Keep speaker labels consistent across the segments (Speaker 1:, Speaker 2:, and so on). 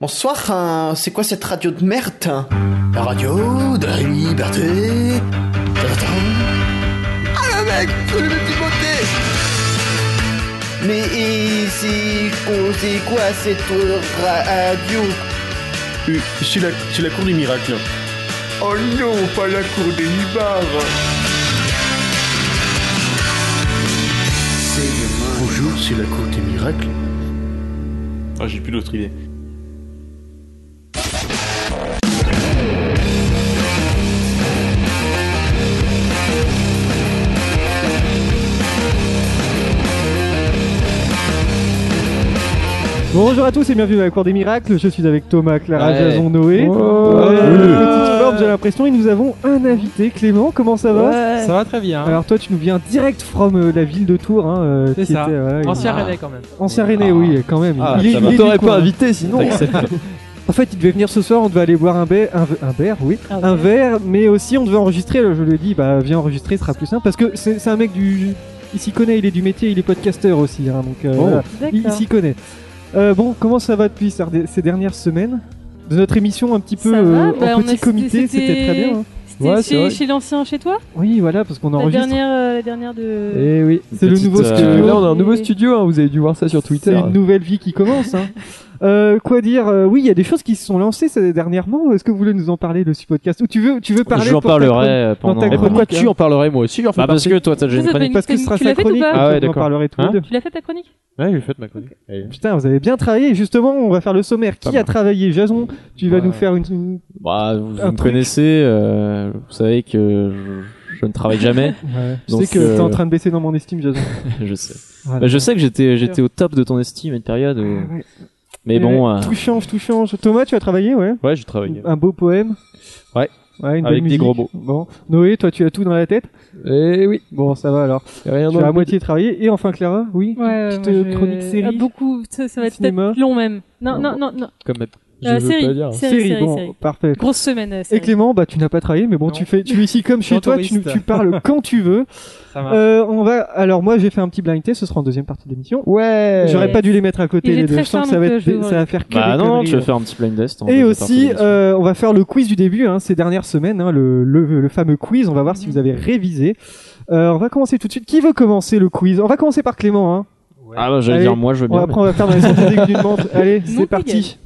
Speaker 1: Bonsoir, hein, c'est quoi cette radio de merde La radio de la liberté. Ah le mec, le petit côté Mais et c'est quoi, c'est quoi cette radio
Speaker 2: Euh, C'est la, c'est la cour des miracles.
Speaker 1: Oh non, pas la cour des libards
Speaker 2: Bonjour, c'est la cour des miracles. Ah, j'ai plus d'autre idée.
Speaker 3: Bonjour à tous et bienvenue à la Cour des Miracles. Je suis avec Thomas, Clara,
Speaker 4: Ouais.
Speaker 3: Jason, Noé. Ouais. Petite forme, j'ai l'impression, et nous avons un invité. Clément, comment ça va
Speaker 5: Ça va très bien.
Speaker 3: Alors toi, tu nous viens direct from euh, la ville de Tours. Hein, euh,
Speaker 5: C'est
Speaker 3: qui
Speaker 5: ça.
Speaker 3: était, voilà,
Speaker 5: Ancien
Speaker 3: une-
Speaker 5: Rennais quand même.
Speaker 3: Ancien René, oui, quand même.
Speaker 4: Ah,
Speaker 3: est-
Speaker 4: ça va.
Speaker 3: est
Speaker 4: T'aurais
Speaker 3: du
Speaker 4: pas
Speaker 3: coin.
Speaker 4: invité sinon.
Speaker 3: En fait, il devait venir ce soir. On devait aller boire un, verre, un, ve- un verre, oui,
Speaker 6: Ah,
Speaker 5: Ah
Speaker 3: un verre, mais aussi on devait enregistrer. Je lui ai dit, bah viens enregistrer, ce sera plus simple parce que c'est c'est un mec du, il s'y connaît, il est du métier, il est podcasteur aussi, hein, donc euh,
Speaker 2: Oh.
Speaker 3: voilà. Il, il
Speaker 6: D'accord.
Speaker 3: s'y connaît. Euh, bon, comment ça va depuis ces ces dernières semaines de notre émission un petit peu
Speaker 6: Ça
Speaker 3: euh,
Speaker 6: va, bah,
Speaker 3: en
Speaker 6: on
Speaker 3: petit
Speaker 6: a-
Speaker 3: comité,
Speaker 6: c'était-
Speaker 3: c'était très bien. hein.
Speaker 6: C'était
Speaker 4: Ouais, c'est
Speaker 6: chez,
Speaker 4: vrai.
Speaker 6: chez l'ancien chez toi
Speaker 3: Oui, voilà, parce qu'on
Speaker 6: la
Speaker 3: enregistre.
Speaker 6: dernière, euh, la dernière de.
Speaker 3: Eh oui, c'est le
Speaker 4: Petite,
Speaker 3: nouveau
Speaker 4: euh,
Speaker 3: studio.
Speaker 4: Là, on a un nouveau
Speaker 6: Et-
Speaker 4: studio, hein, vous avez dû voir ça sur Twitter.
Speaker 3: C'est une nouvelle vie qui commence. hein. Euh, quoi dire euh, Oui, il y a des choses qui se sont lancées ces- dernièrement. Est-ce que vous voulez nous en parler de ce podcast Ou tu veux, tu veux parler
Speaker 7: J'en
Speaker 3: pour ta chronique
Speaker 7: parlerai euh, pendant.
Speaker 3: ta
Speaker 7: Mais
Speaker 3: chronique,
Speaker 7: pourquoi
Speaker 3: hein.
Speaker 7: tu en parlerais moi aussi j'en fais Bah parce partie. que toi t'as déjà
Speaker 6: Ça,
Speaker 7: une
Speaker 6: ça
Speaker 7: chronique.
Speaker 3: Parce que ce sera
Speaker 6: Tu
Speaker 3: sa
Speaker 6: l'as faite ou
Speaker 3: chronique.
Speaker 6: pas
Speaker 7: Ah
Speaker 3: donc
Speaker 7: ouais,
Speaker 3: on en
Speaker 7: d'accord.
Speaker 3: parlerai tous les
Speaker 7: Hein
Speaker 3: deux.
Speaker 6: Tu l'as fait ta chronique
Speaker 7: Ouais, j'ai fait ma chronique. Allez.
Speaker 3: Putain, vous avez bien travaillé. Et Justement, on va faire le sommaire. Qui a travaillé Jason, tu vas
Speaker 7: Ouais.
Speaker 3: nous faire une.
Speaker 7: Bah, vous, vous
Speaker 3: Un
Speaker 7: me
Speaker 3: truc.
Speaker 7: connaissez, euh, vous savez que je, je ne travaille jamais.
Speaker 3: Je
Speaker 7: Donc,
Speaker 3: sais que
Speaker 7: euh,
Speaker 3: t'es en train de baisser dans mon estime, Jason.
Speaker 7: je sais.
Speaker 3: Voilà.
Speaker 7: Bah, je sais que j'étais j'étais au top de ton estime à une période. où-
Speaker 3: Ouais.
Speaker 7: Mais bon,
Speaker 3: Ouais,
Speaker 7: euh,
Speaker 3: Tout change, tout change. Thomas, tu as travaillé, ouais
Speaker 7: ouais, j'ai travaillé.
Speaker 3: Un beau poème.
Speaker 7: Ouais.
Speaker 3: Ouais, une
Speaker 7: Avec
Speaker 3: belle musique.
Speaker 7: des gros mots.
Speaker 3: Bon. Noé, toi, tu as tout dans la tête
Speaker 4: Eh oui,
Speaker 3: Bon, ça va alors.
Speaker 7: Ah
Speaker 4: rien
Speaker 7: bah,
Speaker 3: Tu as à
Speaker 4: d'autre.
Speaker 3: moitié travaillé. Et enfin, Clara, oui
Speaker 6: Ouais, Ah,
Speaker 3: Petite, euh, chronique série.
Speaker 6: beaucoup, ça, ça va être
Speaker 3: Cinéma.
Speaker 6: peut-être long même. Non, non, non, non.
Speaker 4: Comme ma- je
Speaker 6: Euh,
Speaker 4: veux
Speaker 6: série.
Speaker 4: pas dire.
Speaker 6: Série, série,
Speaker 3: bon,
Speaker 6: série.
Speaker 3: parfait.
Speaker 6: Grosse semaine. euh,
Speaker 3: Et
Speaker 6: série.
Speaker 3: Clément, bah tu n'as pas travaillé, mais bon,
Speaker 5: Non.
Speaker 3: tu fais, tu es ici comme chez
Speaker 5: suis
Speaker 3: toi,
Speaker 5: en
Speaker 3: tu,
Speaker 5: touriste.
Speaker 3: tu parles quand tu veux.
Speaker 5: Ça marche.
Speaker 3: Euh, on va, alors moi j'ai fait un petit blind test, ce sera en deuxième partie de l'émission.
Speaker 4: Ouais.
Speaker 3: J'aurais pas dû les mettre à côté
Speaker 6: Il est
Speaker 3: les deux,
Speaker 6: très
Speaker 3: je sens que
Speaker 6: fin,
Speaker 3: ça va,
Speaker 6: donc,
Speaker 3: être,
Speaker 6: euh, je vais
Speaker 3: ça va faire que
Speaker 7: Bah
Speaker 3: des
Speaker 7: non,
Speaker 3: conneries,
Speaker 7: tu veux
Speaker 3: là.
Speaker 7: faire un petit blind test. en
Speaker 3: Et
Speaker 7: deux
Speaker 3: aussi,
Speaker 7: parties.
Speaker 3: euh, on va faire le quiz du début, hein, ces dernières semaines, hein, le, le, le fameux quiz. On va voir si vous avez révisé. Euh, on va commencer tout de suite. Qui veut commencer le quiz On va commencer par Clément. Hein.
Speaker 7: Ah bah j'allais
Speaker 3: allez,
Speaker 7: dire moi je veux
Speaker 3: On va,
Speaker 7: bien.
Speaker 3: après, on va faire dans les sentiers des aiguilles d'une montre. Allez, c'est
Speaker 6: dégage.
Speaker 3: parti.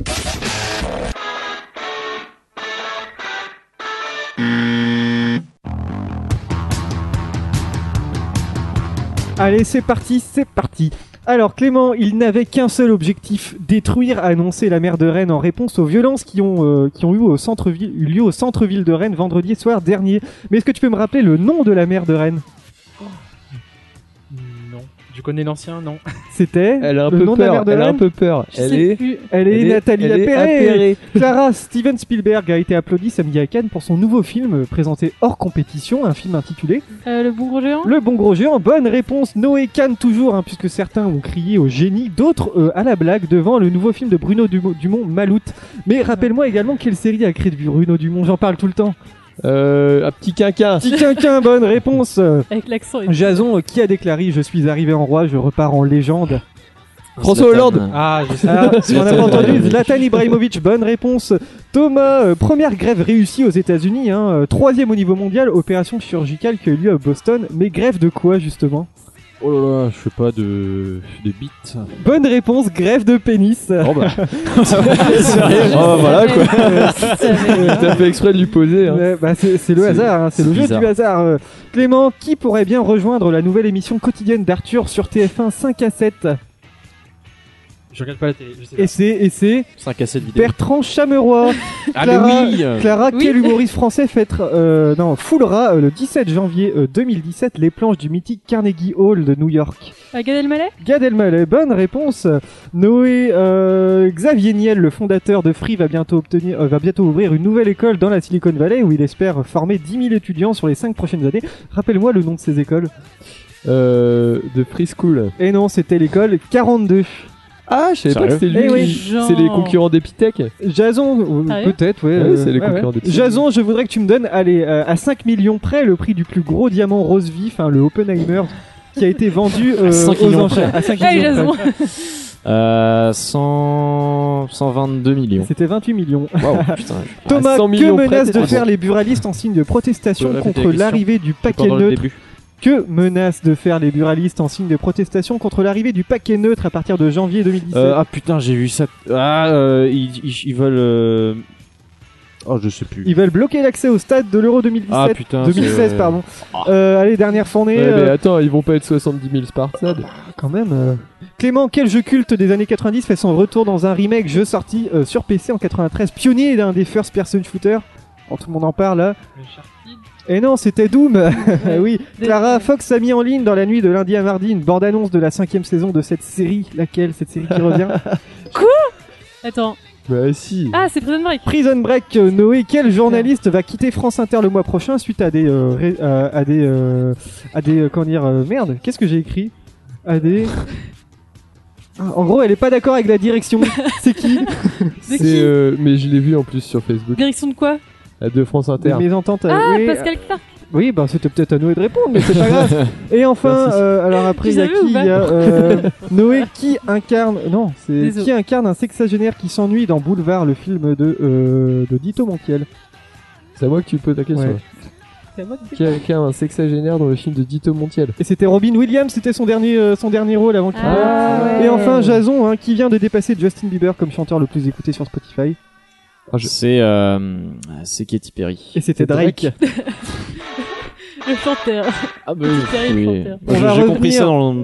Speaker 3: Allez, c'est parti, c'est parti. Alors Clément, il n'avait qu'un seul objectif, détruire, annoncer la maire de Rennes en réponse aux violences qui ont, euh, qui ont eu, au centre-ville, eu lieu au centre-ville de Rennes vendredi soir dernier. Mais est-ce que tu peux me rappeler le nom de la maire de Rennes
Speaker 5: Non. Je connais l'ancien, non.
Speaker 3: C'était
Speaker 4: Elle a un
Speaker 3: le
Speaker 4: peu
Speaker 3: nom de la maire
Speaker 4: peur.
Speaker 3: de
Speaker 4: Elle a un
Speaker 3: Rennes
Speaker 4: peu peur.
Speaker 6: Je
Speaker 4: Elle
Speaker 6: sais
Speaker 4: est.
Speaker 6: plus.
Speaker 3: Elle est,
Speaker 4: elle est-
Speaker 3: Nathalie
Speaker 4: elle est
Speaker 3: Appéré.
Speaker 4: appairée.
Speaker 3: Clara Steven Spielberg a été applaudie samedi à Cannes pour son nouveau film euh, présenté hors compétition, un film intitulé
Speaker 6: Euh, le bourreau géant
Speaker 3: Le bon gros géant. Bonne réponse, Noé Cannes toujours, hein, puisque certains ont crié au génie, d'autres euh, à la blague devant le nouveau film de Bruno Dumont, Dumont Maloute. Mais rappelle-moi également quelle série a créé de Bruno Dumont, j'en parle tout le temps.
Speaker 4: Euh, un petit quinquin.
Speaker 3: Petit quinquin, bonne réponse. Euh,
Speaker 6: Avec l'accent. et-
Speaker 3: Jason, euh, qui a déclaré Je suis arrivé en roi, je repars en légende
Speaker 4: François Hollande.
Speaker 5: Ah, je sais.
Speaker 3: Ah, on n'a pas
Speaker 7: Zlatan
Speaker 3: entendu
Speaker 7: Ibrahimovic.
Speaker 3: Zlatan Ibrahimovic, bonne réponse. Thomas, euh, première grève réussie aux États-Unis, hein, euh, troisième au niveau mondial, opération chirurgicale qui a eu lieu à Boston. Mais grève de quoi justement
Speaker 4: Oh là là, je fais pas de de beat.
Speaker 3: Bonne réponse, grève de pénis.
Speaker 4: Oh bah, Ah,
Speaker 7: Sérieux
Speaker 6: Je
Speaker 7: Oh, voilà quoi.
Speaker 6: savais, je savais.
Speaker 4: t'as fait exprès de lui poser. Hein.
Speaker 3: Euh, bah, c'est c'est le
Speaker 4: C'est-
Speaker 3: hasard, hein, c'est le
Speaker 7: c'est
Speaker 3: jeu
Speaker 7: bizarre.
Speaker 3: du hasard. Euh, Clément, qui pourrait bien rejoindre la nouvelle émission quotidienne d'Arthur sur TF1 5 à 7
Speaker 5: Je regarde pas la télé. Je sais
Speaker 3: Et c'est et c'est
Speaker 7: 5 à 7 vidéos.
Speaker 3: Bertrand Chameroy.
Speaker 7: Ah mais
Speaker 3: Clara,
Speaker 7: oui.
Speaker 3: Clara,
Speaker 6: Oui.
Speaker 3: quel humoriste français fête, euh, non, foulera euh, le 17 janvier euh, 2017 les planches du mythique Carnegie Hall de New York
Speaker 6: Euh, Gad Elmaleh
Speaker 3: Gad Elmaleh, bonne réponse. Noé, euh, Xavier Niel, le fondateur de Free, va bientôt, obtenir, euh, va bientôt ouvrir une nouvelle école dans la Silicon Valley où il espère former 10 000 étudiants sur les 5 prochaines années. Rappelle-moi le nom de ces écoles.
Speaker 4: Euh, de Free School.
Speaker 3: Et non, c'était l'école 42.
Speaker 4: Ah, je savais pas que c'était lui.
Speaker 3: Eh oui.
Speaker 4: qui- C'est les concurrents d'Epitech.
Speaker 3: Jason, ou-
Speaker 6: Sérieux
Speaker 3: peut-être, ouais.
Speaker 4: Ouais,
Speaker 3: euh,
Speaker 4: Ah c'est les concurrents de Psy.
Speaker 3: Jason, je voudrais que tu me donnes, allez, euh, à 5 millions près, le prix du plus gros diamant rose vif, hein, le Oppenheimer, qui a été vendu euh,
Speaker 7: 5
Speaker 3: aux
Speaker 7: millions
Speaker 3: enchères. À 5
Speaker 6: Ah,
Speaker 3: millions près.
Speaker 6: Jason
Speaker 7: Euh, 100 122 millions.
Speaker 3: C'était 28 millions.
Speaker 7: Waouh, putain. je-
Speaker 3: Thomas, que
Speaker 4: 100 Ah, millions près,
Speaker 3: menacent
Speaker 4: t'es
Speaker 3: de
Speaker 4: pas
Speaker 3: faire
Speaker 4: bon.
Speaker 3: les buralistes en signe de protestation
Speaker 7: Faut répéter la
Speaker 3: contre
Speaker 7: question.
Speaker 3: l'arrivée du paquet
Speaker 7: Pendant le
Speaker 3: neutre
Speaker 7: début.
Speaker 3: Que menacent de faire les buralistes en signe de protestation contre l'arrivée du paquet neutre à partir de janvier 2017
Speaker 7: Euh, ah putain, j'ai vu ça. Ah, euh, ils, ils- ils veulent. euh, Oh, je sais plus.
Speaker 4: ah,
Speaker 3: Ils veulent bloquer l'accès au stade de l'Euro 2017.
Speaker 7: Ah putain. c'est-
Speaker 3: 2016, pardon. Euh, allez, dernière fournée.
Speaker 4: Ouais, mais
Speaker 3: euh,
Speaker 4: attends, ils vont pas être 70 000 Spartades.
Speaker 3: quand même. euh. Clément, quel jeu culte des années 90 fait son retour dans un remake jeu sorti euh, sur PC en 93, pionnier d'un des first person shooters Quand tout le monde en parle là. Et non, c'était Doom. Eh oui, Clara Fox a mis en ligne dans la nuit de lundi à mardi une bande-annonce de la cinquième saison de cette série. Laquelle Cette série qui revient
Speaker 6: Attends.
Speaker 4: Bah si.
Speaker 6: Ah, c'est Prison Break.
Speaker 3: Prison Break, euh, Noé, quel journaliste va quitter France Inter le mois prochain suite à des euh, ré- à- à des euh, à des euh, comment dire euh, merde Qu'est-ce que j'ai écrit À des Ah, en gros, elle est pas d'accord avec la direction. C'est qui
Speaker 6: De
Speaker 4: C'est,
Speaker 6: qui
Speaker 4: euh, mais je l'ai vu en plus sur Facebook.
Speaker 6: Direction de quoi
Speaker 4: À De France
Speaker 3: Des
Speaker 4: Inter.
Speaker 3: mésententes. euh,
Speaker 6: Ah,
Speaker 3: oui,
Speaker 6: Pascal Clark.
Speaker 3: euh, oui, bah c'était peut-être à Noé de répondre, mais c'est pas grave. Et enfin,
Speaker 4: Merci.
Speaker 3: euh, alors après,
Speaker 6: Tu
Speaker 3: il y a
Speaker 6: savais ou
Speaker 3: qui Il y a,
Speaker 6: pas
Speaker 3: euh, Noé qui incarne non, c'est
Speaker 6: Désolé.
Speaker 3: qui incarne un sexagénaire qui s'ennuie dans Boulevard, le film de euh, de Dito Montiel.
Speaker 4: C'est à moi que tu poses ta question.
Speaker 3: Ouais.
Speaker 4: Quelqu'un, un sexagénaire dans le film de Dito Montiel.
Speaker 3: Et c'était Robin Williams, c'était son dernier euh, son dernier rôle avant qu'il
Speaker 6: Ah, ouais.
Speaker 3: Et enfin Jason, hein, qui vient de dépasser Justin Bieber comme chanteur le plus écouté sur Spotify.
Speaker 4: Je-
Speaker 7: C'est euh, c'est Katy Perry.
Speaker 3: Et c'était Drake.
Speaker 6: Le chanteur.
Speaker 7: Ah bah
Speaker 6: Katy Perry,
Speaker 7: oui.
Speaker 6: chanteur.
Speaker 7: Moi,
Speaker 3: On va
Speaker 7: J'ai j'ai compris
Speaker 3: revenir.
Speaker 7: ça dans-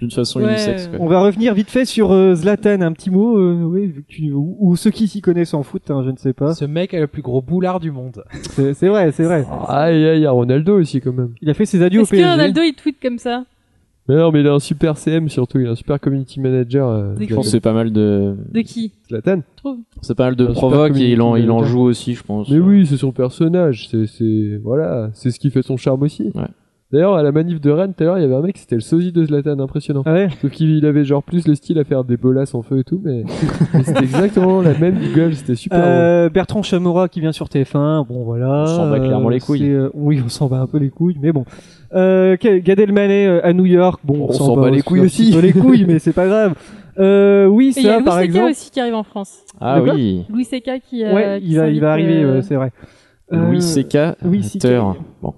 Speaker 7: d'une façon
Speaker 6: Ouais.
Speaker 7: unisexe. quoi.
Speaker 3: On va revenir vite fait sur euh, Zlatan, un petit mot, euh, oui, vu que tu- ou, ou ceux qui s'y connaissent en foot, hein, je ne sais pas.
Speaker 5: Ce mec a le plus gros boulard du monde.
Speaker 3: C'est c'est vrai, c'est vrai.
Speaker 4: Ah, et là, il y a Ronaldo aussi quand même.
Speaker 3: Il a fait ses adieux au
Speaker 6: Est-ce que
Speaker 3: PSG.
Speaker 6: Ronaldo il tweet comme ça
Speaker 4: Mais non, mais il a un super CM surtout, il a un super community manager. Euh,
Speaker 6: Des
Speaker 7: Je pense que
Speaker 4: Zlatan.
Speaker 7: c'est pas mal de
Speaker 6: De qui
Speaker 4: Zlatan.
Speaker 7: c'est pas mal de
Speaker 4: Un super
Speaker 7: provoque et il en
Speaker 4: comédien.
Speaker 7: il en joue aussi, je pense.
Speaker 4: Mais oui, c'est son personnage, c'est, c'est, voilà, c'est ce qui fait son charme aussi.
Speaker 7: Ouais.
Speaker 4: D'ailleurs, à la manif de Rennes, tout à l'heure, il y avait un mec, c'était le sosie de Zlatan, impressionnant.
Speaker 3: Ah ouais.
Speaker 4: Sauf qu'il avait genre plus le style à faire des bolasses en feu et tout, mais, mais c'était exactement la même gueule, c'était super drôle.
Speaker 3: Euh, Bertrand Chamora qui vient sur TF1, bon voilà.
Speaker 7: On s'en bat clairement les couilles.
Speaker 3: c'est, euh, oui, on s'en bat un peu les couilles, mais bon. Euh, Ga- Gad Elmaleh euh, à New York, bon,
Speaker 4: On s'en bat les
Speaker 3: un
Speaker 4: couilles
Speaker 3: petit
Speaker 4: aussi.
Speaker 3: peu les couilles, mais c'est pas grave. Euh, oui,
Speaker 6: Et il y a
Speaker 3: ça
Speaker 6: Louis
Speaker 3: par
Speaker 6: Seca
Speaker 3: exemple.
Speaker 6: aussi qui arrive en France.
Speaker 7: Ah
Speaker 3: De quoi
Speaker 7: oui.
Speaker 6: Louis Seca qui. euh,
Speaker 3: Ouais,
Speaker 6: qui
Speaker 3: il va, il
Speaker 6: s'invite,
Speaker 3: va arriver,
Speaker 6: euh,
Speaker 3: ouais, c'est vrai. Euh,
Speaker 7: Louis C.K.
Speaker 3: Louis C.K..
Speaker 7: acteur. Bon,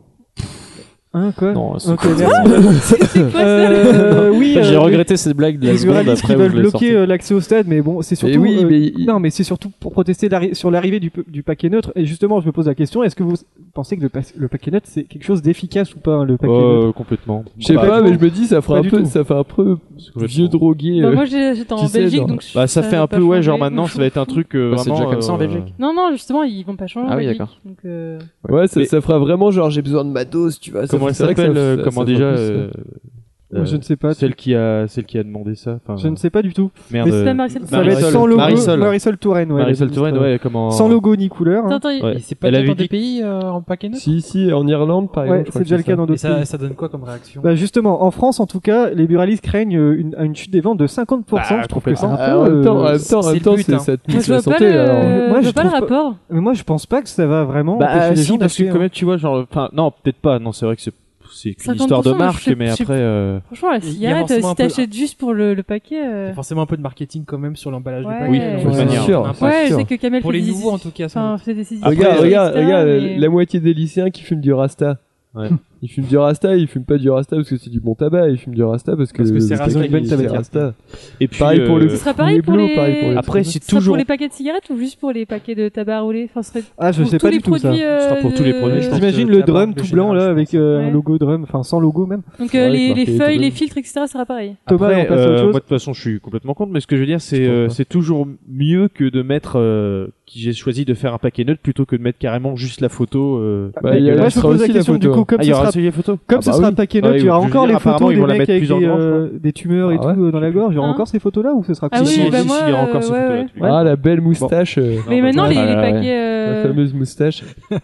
Speaker 3: Hein, quoi
Speaker 7: non, c'est-
Speaker 3: Ok, merci.
Speaker 6: C'est quoi ça
Speaker 3: Euh, oui,
Speaker 7: J'ai
Speaker 3: euh,
Speaker 7: regretté cette blague de
Speaker 3: les
Speaker 7: la seconde
Speaker 3: buralistes qui
Speaker 7: après où
Speaker 3: veulent
Speaker 7: je l'ai sortie.
Speaker 3: bloquer euh, l'accès au stade, mais bon, c'est
Speaker 4: Et
Speaker 3: surtout.
Speaker 4: oui,
Speaker 3: euh,
Speaker 4: mais il-
Speaker 3: Non, mais c'est surtout pour protester l'arri- sur l'arrivée du, pe- du paquet neutre. Et justement, je me pose la question est-ce que vous pensez que le, pa- le paquet neutre c'est quelque chose d'efficace ou pas hein, le paquet neutre
Speaker 7: complètement.
Speaker 4: je sais
Speaker 3: pas
Speaker 4: pas,
Speaker 3: du
Speaker 4: mais
Speaker 3: tout.
Speaker 4: je me dis, ça fera
Speaker 3: Pas
Speaker 4: un
Speaker 3: du
Speaker 4: peu,
Speaker 3: tout.
Speaker 4: ça fait un peu vieux drogué.
Speaker 6: Bah,
Speaker 4: euh.
Speaker 6: moi j'ai- j'étais en
Speaker 4: tu sais,
Speaker 6: Belgique
Speaker 4: genre-
Speaker 6: donc je-
Speaker 8: Bah ça, fait
Speaker 6: va
Speaker 8: un
Speaker 6: pas
Speaker 8: peu ouais
Speaker 6: changer.
Speaker 8: genre maintenant ça va être un truc euh,
Speaker 7: Bah, c'est
Speaker 8: vraiment
Speaker 7: déjà comme ça en
Speaker 8: euh,
Speaker 7: Belgique.
Speaker 6: Non non justement ils vont pas changer. en
Speaker 7: Ah oui,
Speaker 6: Belgique.
Speaker 7: d'accord.
Speaker 6: Donc, euh,
Speaker 4: Ouais, ça,
Speaker 8: Mais-
Speaker 4: ça fera vraiment genre, j'ai besoin de ma dose, tu vois. ça-
Speaker 8: Comment elle
Speaker 4: c'est vrai que ça-
Speaker 8: s'appelle euh,
Speaker 4: ça- ça
Speaker 8: Comment
Speaker 4: fera
Speaker 8: déjà
Speaker 4: plus,
Speaker 8: euh,
Speaker 3: Moi, Je
Speaker 8: euh,
Speaker 3: ne sais pas.
Speaker 8: Celle qui a celle qui a demandé ça. Enfin,
Speaker 3: Je ne sais pas du tout.
Speaker 8: Merde.
Speaker 6: C'est pas
Speaker 8: euh,
Speaker 6: Marcel
Speaker 3: Ça va être
Speaker 8: Marisol.
Speaker 3: sans logo.
Speaker 8: Marisol.
Speaker 3: Touraine, ouais.
Speaker 8: Marisol
Speaker 3: la
Speaker 8: Touraine
Speaker 3: Touraine.
Speaker 8: ouais comment Bah,
Speaker 3: Sans logo ni couleur. hein.
Speaker 6: Attends, attends,
Speaker 8: Ouais.
Speaker 5: Et c'est pas
Speaker 8: Elle
Speaker 5: le
Speaker 8: avait
Speaker 5: dans des
Speaker 8: dit-
Speaker 5: pays euh, en paquet neutre
Speaker 4: Si, si, en Irlande par
Speaker 3: Ouais,
Speaker 4: exemple. je crois
Speaker 3: c'est
Speaker 4: que
Speaker 3: déjà le cas
Speaker 4: ça.
Speaker 3: dans
Speaker 5: Et
Speaker 3: d'autres
Speaker 5: ça,
Speaker 3: pays.
Speaker 5: ça donne quoi comme réaction
Speaker 3: Bah justement, en France en tout cas, les buralistes craignent euh, une, une chute des ventes de 50%. je trouve que c'est un peu.
Speaker 4: Ah, en même temps, en
Speaker 3: euh,
Speaker 4: même temps, en
Speaker 5: c'est
Speaker 4: même
Speaker 5: le
Speaker 4: temps,
Speaker 5: but,
Speaker 4: c'est-
Speaker 5: hein.
Speaker 4: ça te
Speaker 6: Moi
Speaker 4: nique
Speaker 6: je
Speaker 4: la
Speaker 6: vois pas
Speaker 4: santé. alors.
Speaker 6: le,
Speaker 3: Moi,
Speaker 6: je
Speaker 3: je
Speaker 6: vois pas le
Speaker 3: trouve pas-
Speaker 6: rapport.
Speaker 3: Mais moi, je pense pas que ça va vraiment. empêcher
Speaker 8: Bah
Speaker 3: les gens
Speaker 8: si parce
Speaker 3: d'acheter,
Speaker 8: que
Speaker 3: hein.
Speaker 8: quand même tu vois genre enfin non peut-être pas non c'est vrai que c'est c'est une
Speaker 6: 50%,
Speaker 8: histoire de
Speaker 6: moi, je
Speaker 8: marque
Speaker 6: sais-
Speaker 8: mais
Speaker 6: je sais-
Speaker 8: après euh,
Speaker 6: Franchement la
Speaker 5: Il y a
Speaker 6: cigarette
Speaker 5: forcément
Speaker 6: si
Speaker 5: un peu-
Speaker 6: t'achètes juste pour le, le paquet. euh,
Speaker 5: Il y a forcément un peu de marketing quand même sur l'emballage
Speaker 6: Ouais.
Speaker 5: du paquet.
Speaker 6: Oui,
Speaker 5: donc,
Speaker 6: de toute
Speaker 5: euh,
Speaker 4: manière.
Speaker 5: sûr.
Speaker 4: Enfin,
Speaker 6: Ouais je
Speaker 4: sûr.
Speaker 6: sais que Kamel
Speaker 5: Pour
Speaker 6: fait
Speaker 5: les
Speaker 6: des-
Speaker 5: nouveaux en tout cas. sans
Speaker 6: Enfin
Speaker 5: doute.
Speaker 6: fait des saisies.
Speaker 4: regarde,
Speaker 8: euh,
Speaker 4: regarde, regarde,
Speaker 6: Ah, mais-
Speaker 4: la moitié des lycéens qui fument du rasta.
Speaker 8: Ouais.
Speaker 4: Ils fument du rasta, ils fument pas du rasta parce que c'est du bon tabac, ils fument du rasta parce que,
Speaker 5: Parce que c'est
Speaker 4: le
Speaker 5: Razo
Speaker 4: paquet,
Speaker 5: et Ben
Speaker 4: c'est
Speaker 5: Tabatier.
Speaker 4: rasta.
Speaker 8: et puis euh,
Speaker 4: Pareil pour le
Speaker 6: Ce sera pareil
Speaker 4: les
Speaker 6: pour
Speaker 4: blots,
Speaker 6: les.
Speaker 4: pareil pour les-
Speaker 8: après c'est
Speaker 6: Ce sera
Speaker 8: toujours
Speaker 6: pour les paquets de cigarettes ou juste pour les paquets de tabac roulé Enfin, ce serait
Speaker 3: Ah, je
Speaker 6: pour
Speaker 3: sais
Speaker 6: tous
Speaker 3: pas
Speaker 6: les
Speaker 3: du tout ça.
Speaker 6: produits, euh,
Speaker 8: Ce sera pour tous les produits, je
Speaker 6: de-
Speaker 8: pense.
Speaker 3: J'imagine
Speaker 5: que
Speaker 3: le
Speaker 5: la
Speaker 3: drum
Speaker 5: marque de
Speaker 3: tout blanc là
Speaker 5: génération,
Speaker 3: avec euh, un
Speaker 6: Ouais.
Speaker 3: logo drum, enfin sans logo même.
Speaker 6: Donc euh,
Speaker 4: Ouais,
Speaker 6: les,
Speaker 4: marqué
Speaker 6: les
Speaker 4: tout
Speaker 6: feuilles,
Speaker 4: de
Speaker 6: les
Speaker 4: même.
Speaker 6: filtres, etc. ça sera pareil.
Speaker 3: Thomas, on
Speaker 8: Après,
Speaker 3: passe à autre
Speaker 8: euh,
Speaker 3: chose.
Speaker 8: moi de toute façon, je suis complètement contre, mais ce que je veux dire,
Speaker 4: Je
Speaker 8: c'est
Speaker 4: pense
Speaker 8: euh,
Speaker 4: pas.
Speaker 8: c'est toujours mieux que de mettre, euh, qui j'ai choisi de faire un paquet neutre plutôt que de mettre carrément juste la photo. Euh,
Speaker 4: Bah,
Speaker 8: dégueulasse.
Speaker 4: il y a
Speaker 3: Moi,
Speaker 4: là,
Speaker 3: je me
Speaker 4: sera
Speaker 3: pose la
Speaker 4: aussi la
Speaker 3: question du
Speaker 4: photo.
Speaker 3: coup, comme
Speaker 8: Ah, il
Speaker 3: ce
Speaker 8: y aura
Speaker 3: sera,
Speaker 8: aussi les photos.
Speaker 3: comme
Speaker 8: Ah
Speaker 3: ce
Speaker 8: bah
Speaker 3: sera
Speaker 8: oui.
Speaker 3: un paquet
Speaker 8: Ah
Speaker 3: note,
Speaker 8: oui,
Speaker 3: tu auras
Speaker 8: je veux
Speaker 3: encore
Speaker 8: dire,
Speaker 3: les photos
Speaker 8: apparemment, ils
Speaker 3: des
Speaker 8: vont la
Speaker 3: mecs
Speaker 8: mettre
Speaker 3: avec
Speaker 8: plus en
Speaker 3: des,
Speaker 8: grand, je
Speaker 3: euh, des tumeurs et
Speaker 4: Ah
Speaker 3: tout euh, dans la gorge, il y aura
Speaker 6: Hein
Speaker 3: encore ces photos là ou ce sera
Speaker 6: Ah
Speaker 3: que
Speaker 8: Si, si,
Speaker 6: oui,
Speaker 3: ça
Speaker 6: bah
Speaker 8: si,
Speaker 6: moi,
Speaker 8: si, il y aura
Speaker 6: euh,
Speaker 8: encore ces
Speaker 6: ouais,
Speaker 8: photos-là,
Speaker 6: ouais.
Speaker 8: tu vois.
Speaker 4: Ah, la belle moustache, euh,
Speaker 6: Mais maintenant, les,
Speaker 7: Ah,
Speaker 6: les
Speaker 7: ouais.
Speaker 6: paquets.
Speaker 4: la
Speaker 6: euh,
Speaker 4: fameuse moustache.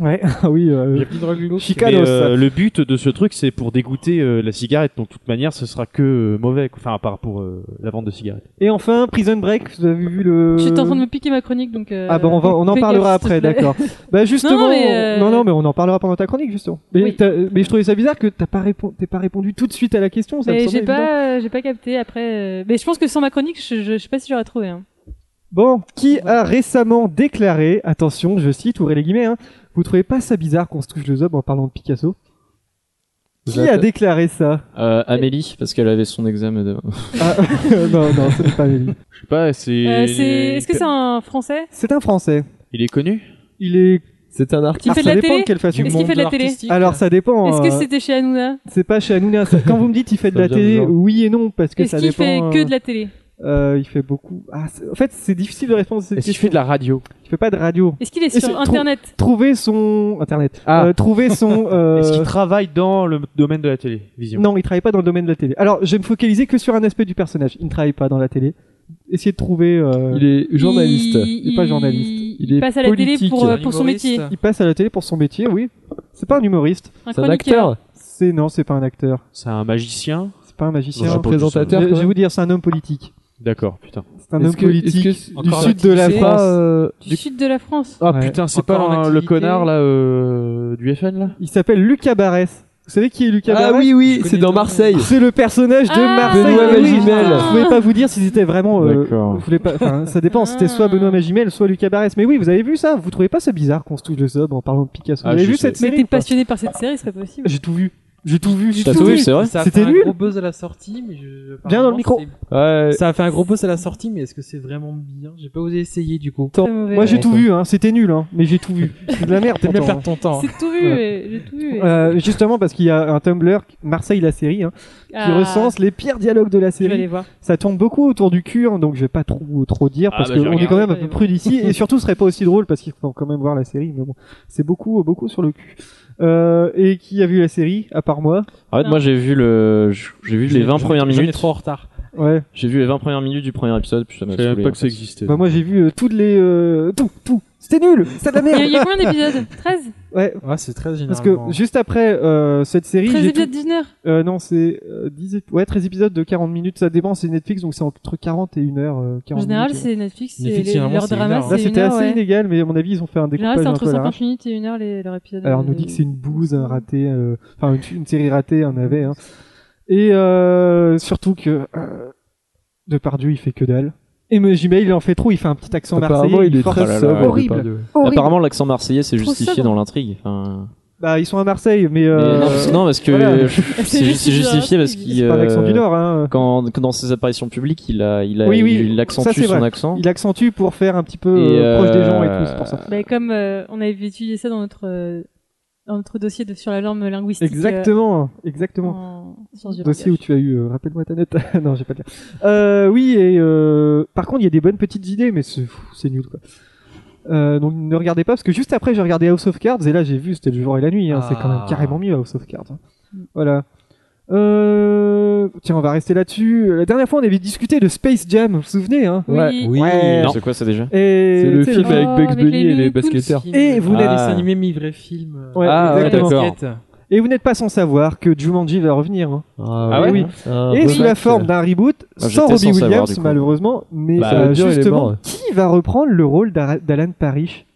Speaker 3: Ouais, ah oui, euh,
Speaker 8: Mais,
Speaker 3: Chicanos.
Speaker 8: euh,
Speaker 3: ça.
Speaker 8: le but de ce truc, c'est pour dégoûter euh, la cigarette. Donc, de toute manière, ce sera que euh, mauvais, quoi. enfin, à part pour euh, la vente de cigarettes.
Speaker 3: Et enfin, Prison Break, vous avez vu le.
Speaker 6: J'étais en train de me piquer ma chronique. donc. euh,
Speaker 3: Ah bah on, va, on en
Speaker 6: fais
Speaker 3: parlera
Speaker 6: gaffe, s'il te
Speaker 3: après,
Speaker 6: plaît.
Speaker 3: d'accord. Bah justement,
Speaker 6: Non, non, mais, euh,
Speaker 3: non, non, mais on en parlera pendant ta chronique justement. Mais,
Speaker 6: Oui.
Speaker 3: t'as- mais je trouvais ça bizarre que t'as pas, répo- t'aies pas répondu tout de suite à la question. Ça me
Speaker 6: Mais
Speaker 3: semblait
Speaker 6: j'ai
Speaker 3: évident.
Speaker 6: pas, euh, j'ai pas capté après. euh, Mais je pense que sans ma chronique, je, je, je sais pas si j'aurais trouvé. Hein.
Speaker 3: Bon, qui a récemment déclaré, attention, je cite, ouvrez les guillemets, hein, vous trouvez pas ça bizarre qu'on se touche le zob en parlant de Picasso Qui a
Speaker 4: Zlatan.
Speaker 3: déclaré ça
Speaker 9: Euh, Amélie, parce qu'elle avait son examen demain.
Speaker 3: Ah, Non, non, c'est pas Amélie.
Speaker 8: Je sais pas, c'est.
Speaker 6: Euh, c'est, est-ce que c'est un Français
Speaker 3: C'est un Français.
Speaker 8: Il est connu
Speaker 3: Il est...
Speaker 4: C'est un article.
Speaker 6: Qui
Speaker 3: Ah,
Speaker 6: fait de
Speaker 3: ça
Speaker 6: la
Speaker 3: dépend
Speaker 6: télé
Speaker 3: de quelle façon.
Speaker 6: Est-ce qu'il fait de la télé
Speaker 3: Alors ça dépend.
Speaker 6: Est-ce que
Speaker 3: euh,
Speaker 6: c'était chez Hanouna
Speaker 3: C'est pas chez Hanouna. ça. Quand vous me dites il fait de
Speaker 4: Ça
Speaker 3: la
Speaker 4: me vient du
Speaker 3: télé,
Speaker 4: genre.
Speaker 3: oui et non, parce que
Speaker 6: Est-ce
Speaker 3: ça
Speaker 6: qu'il
Speaker 3: dépend.
Speaker 6: fait
Speaker 3: euh,
Speaker 6: que de la télé
Speaker 3: euh, il fait beaucoup. Ah, c'est- en fait, c'est difficile de répondre à cette
Speaker 8: Est-ce qu'il
Speaker 3: question.
Speaker 8: fait de la radio
Speaker 3: Il fait pas de radio.
Speaker 6: Est-ce qu'il est
Speaker 3: est-ce
Speaker 6: sur
Speaker 3: que-
Speaker 6: Internet
Speaker 3: Trouver son internet.
Speaker 8: Ah.
Speaker 3: Euh, trouver son. euh,
Speaker 8: Est-ce qu'il travaille dans le domaine de la télévision
Speaker 3: Non, il travaille pas dans le domaine de la télé. Alors, je vais me focaliser que sur un aspect du personnage. Il ne travaille pas dans la télé. Essayez de trouver. euh,
Speaker 4: Il est journaliste.
Speaker 3: Il est pas journaliste.
Speaker 4: Il est
Speaker 6: passe à la télé
Speaker 4: politique.
Speaker 6: pour, euh,
Speaker 5: Un
Speaker 6: pour son
Speaker 5: humoriste.
Speaker 6: métier.
Speaker 3: il passe à la télé pour son métier, oui. C'est pas un humoriste.
Speaker 6: Un
Speaker 4: C'est un
Speaker 6: chroniqueur.
Speaker 4: acteur.
Speaker 3: C'est non, c'est pas un acteur.
Speaker 8: C'est un magicien
Speaker 3: C'est pas un magicien.
Speaker 8: Je
Speaker 4: Un
Speaker 8: sais pas.
Speaker 3: Je,
Speaker 4: présentateur.
Speaker 3: je vais
Speaker 4: quoi.
Speaker 3: vous dire, c'est un homme politique.
Speaker 8: D'accord, putain.
Speaker 3: C'est un
Speaker 4: Est-ce
Speaker 3: homme
Speaker 4: que-
Speaker 3: politique
Speaker 4: est-ce que
Speaker 3: du
Speaker 5: Encore
Speaker 3: sud de la
Speaker 6: activité.
Speaker 3: France.
Speaker 4: euh,
Speaker 6: Du sud de la France.
Speaker 8: Ah
Speaker 3: Ouais.
Speaker 8: putain, c'est
Speaker 5: Encore
Speaker 8: pas
Speaker 5: en
Speaker 8: un- le
Speaker 5: activité.
Speaker 8: connard là euh, du FN là
Speaker 3: Il s'appelle Lucas Barès. Vous savez qui est Lucas
Speaker 4: Ah
Speaker 3: Barès
Speaker 4: oui, oui,
Speaker 5: Je
Speaker 4: c'est
Speaker 5: connais
Speaker 4: dans
Speaker 5: pas.
Speaker 4: Marseille.
Speaker 3: C'est le personnage de
Speaker 6: Ah,
Speaker 3: Marseille.
Speaker 4: Benoît
Speaker 3: Oui,
Speaker 4: Magimel.
Speaker 3: Je pouvais pas vous dire si c'était vraiment. euh,
Speaker 7: D'accord.
Speaker 3: vous voulez pas- enfin, ça dépend. C'était soit Benoît Magimel, soit Lucas Barès. Mais oui, vous avez vu ça. Vous trouvez pas ça bizarre qu'on se touche le zob en parlant de Picasso
Speaker 8: Ah,
Speaker 3: Vous avez
Speaker 8: je
Speaker 3: vu
Speaker 8: sais.
Speaker 3: cette
Speaker 6: Mais
Speaker 3: série
Speaker 6: t'es
Speaker 3: ou pas
Speaker 6: passionné par cette série, ce serait pas possible.
Speaker 3: J'ai tout vu. J'ai tout vu. J'ai
Speaker 9: T'as
Speaker 3: tout
Speaker 9: tout vu,
Speaker 3: vu.
Speaker 9: c'est vrai
Speaker 5: Ça a
Speaker 3: C'était
Speaker 5: fait un
Speaker 3: nul.
Speaker 5: gros buzz à la sortie, mais je.
Speaker 3: Bien dans le
Speaker 5: apparemment,
Speaker 3: micro.
Speaker 5: c'est-
Speaker 4: Ouais.
Speaker 5: Ça a fait un gros buzz à la sortie, mais est-ce que c'est vraiment bien J'ai pas osé essayer du coup.
Speaker 6: C'est mauvais.
Speaker 3: Moi j'ai tout vu. Hein. C'était nul. Hein. Mais j'ai tout vu. C'est de la merde.
Speaker 5: T'aimes bien
Speaker 3: pourtant.
Speaker 5: perdre ton temps.
Speaker 6: C'est tout vu,
Speaker 3: Voilà.
Speaker 6: mais- j'ai tout vu. mais-
Speaker 3: Euh, justement parce qu'il y a un Tumblr Marseille la série hein, qui
Speaker 6: Ah,
Speaker 3: recense les pires dialogues de la
Speaker 6: Je vais
Speaker 3: série.
Speaker 6: aller voir.
Speaker 3: Ça tourne beaucoup autour du cul, hein, donc je vais pas trop trop dire
Speaker 8: Ah,
Speaker 3: parce
Speaker 8: bah,
Speaker 3: qu'on
Speaker 8: je
Speaker 3: est
Speaker 8: regarde.
Speaker 3: quand même un peu
Speaker 6: Ouais,
Speaker 3: prude ici et surtout ce serait pas aussi drôle parce qu'il faut quand même voir la série, mais bon, c'est beaucoup beaucoup sur le cul. Euh, et qui a vu la série à part moi
Speaker 9: En fait, moi, j'ai vu le, j'ai vu les 20 premières
Speaker 5: J'en ai
Speaker 9: minutes.
Speaker 5: trop en retard.
Speaker 3: Ouais.
Speaker 9: J'ai vu les 20 premières minutes du premier épisode, puis ça m'a
Speaker 8: Je savais même
Speaker 9: saoulé,
Speaker 8: pas
Speaker 9: en
Speaker 8: que ça
Speaker 9: fait.
Speaker 8: existait.
Speaker 3: Bah moi j'ai vu euh, toutes les euh, tout tout. C'était nul, c'était de la
Speaker 6: Il y a- il y a
Speaker 3: merde.
Speaker 6: combien d'épisodes 13
Speaker 3: Ouais.
Speaker 5: Ouais, c'est très
Speaker 3: Parce que
Speaker 5: généralement.
Speaker 3: juste après euh, cette série,
Speaker 6: 13
Speaker 3: j'ai tout-
Speaker 6: épisodes d'une heure
Speaker 3: euh, non c'est euh, 10 ép- ouais 13 épisodes de 40 minutes, ça dépend, c'est Netflix donc c'est entre 40 et 1 heure euh,
Speaker 6: En
Speaker 3: 40
Speaker 6: général,
Speaker 3: minutes.
Speaker 6: c'est Netflix, c'est
Speaker 5: Netflix,
Speaker 6: les-
Speaker 5: généralement,
Speaker 6: leur
Speaker 5: c'est une
Speaker 6: drama,
Speaker 5: heure.
Speaker 6: c'est
Speaker 3: Là,
Speaker 6: une
Speaker 3: c'était
Speaker 6: heure,
Speaker 3: assez
Speaker 6: ouais.
Speaker 3: inégal, mais à mon avis, ils ont fait un
Speaker 6: En général,
Speaker 3: découpage
Speaker 6: c'est
Speaker 3: un
Speaker 6: entre
Speaker 3: peu à l'arrache.
Speaker 6: 50 minutes et une heure les- leur épisode.
Speaker 3: Alors, on nous dit que c'est une bouse, un raté, euh, enfin, une, une série ratée, un navet. Hein. Et euh, surtout que euh, Depardieu, il fait que dalle. Et mais Gmail, il en fait trop, il fait un petit accent
Speaker 4: Apparemment,
Speaker 3: marseillais.
Speaker 4: il est
Speaker 3: force-
Speaker 4: très
Speaker 9: là là,
Speaker 4: sobre.
Speaker 3: horrible.
Speaker 4: Depardieu.
Speaker 3: horrible.
Speaker 9: Apparemment, l'accent marseillais, c'est
Speaker 6: Trop
Speaker 9: justifié
Speaker 6: sobre.
Speaker 9: dans l'intrigue. Enfin,
Speaker 3: Bah, ils sont à Marseille, mais,
Speaker 9: mais
Speaker 3: euh,
Speaker 9: non, parce- non, parce que
Speaker 3: voilà.
Speaker 9: c'est ju- c'est justifié parce qu'il.
Speaker 3: c'est pas un accent
Speaker 9: euh,
Speaker 3: du Nord. Hein.
Speaker 9: Quand, quand dans ses apparitions publiques, il a, il a,
Speaker 3: Oui, oui,
Speaker 9: il,
Speaker 3: ça,
Speaker 9: accentue
Speaker 3: c'est vrai.
Speaker 9: son accent.
Speaker 3: Il accentue pour faire un petit peu
Speaker 9: Et,
Speaker 3: euh, proche des gens et
Speaker 9: euh,
Speaker 3: tout, c'est pour ça.
Speaker 6: Bah, comme euh, on avait étudié ça dans notre, euh, dans notre dossier de, sur la norme linguistique.
Speaker 3: Exactement,
Speaker 6: euh,
Speaker 3: exactement.
Speaker 6: en sciences du
Speaker 3: dossier où
Speaker 6: langage.
Speaker 3: tu as eu, euh, rappelle-moi ta note. non, j'ai pas le dire. Euh, oui, et euh, par contre, il y a des bonnes petites idées, mais c'est pff, c'est nul quoi. Euh, donc ne regardez pas parce que juste après j'ai regardé House of Cards et là j'ai vu c'était le jour et la nuit hein, c'est quand même
Speaker 5: Ah.
Speaker 3: carrément mieux House of Cards hein.
Speaker 6: Mm.
Speaker 3: voilà euh... tiens on va rester là-dessus la dernière fois on avait discuté de Space Jam vous vous souvenez hein
Speaker 6: Oui.
Speaker 4: Oui.
Speaker 3: ouais
Speaker 9: C'est quoi ça déjà
Speaker 3: et
Speaker 4: C'est le
Speaker 3: tu sais,
Speaker 4: film
Speaker 6: film
Speaker 4: avec Bugs
Speaker 6: avec les
Speaker 4: Bunny et les
Speaker 6: Looney Tunes.
Speaker 4: basketteurs.
Speaker 3: Et vous
Speaker 5: voulez
Speaker 9: n'avez-
Speaker 5: dessin animé mi vrai film.
Speaker 3: Ouais,
Speaker 9: Ah, ouais,
Speaker 3: exactement.
Speaker 9: d'accord.
Speaker 3: et vous n'êtes pas sans savoir que Jumanji va revenir hein.
Speaker 4: Ah
Speaker 3: ouais et sous la forme d'un reboot
Speaker 9: Ah,
Speaker 3: sans
Speaker 9: j'étais
Speaker 3: Robbie
Speaker 9: sans savoir,
Speaker 3: Williams
Speaker 9: du coup.
Speaker 3: malheureusement mais
Speaker 4: Bah,
Speaker 3: euh,
Speaker 4: le dur, il est
Speaker 3: justement
Speaker 4: mort.
Speaker 3: qui va reprendre le rôle d'Ara- d'Alan Parrish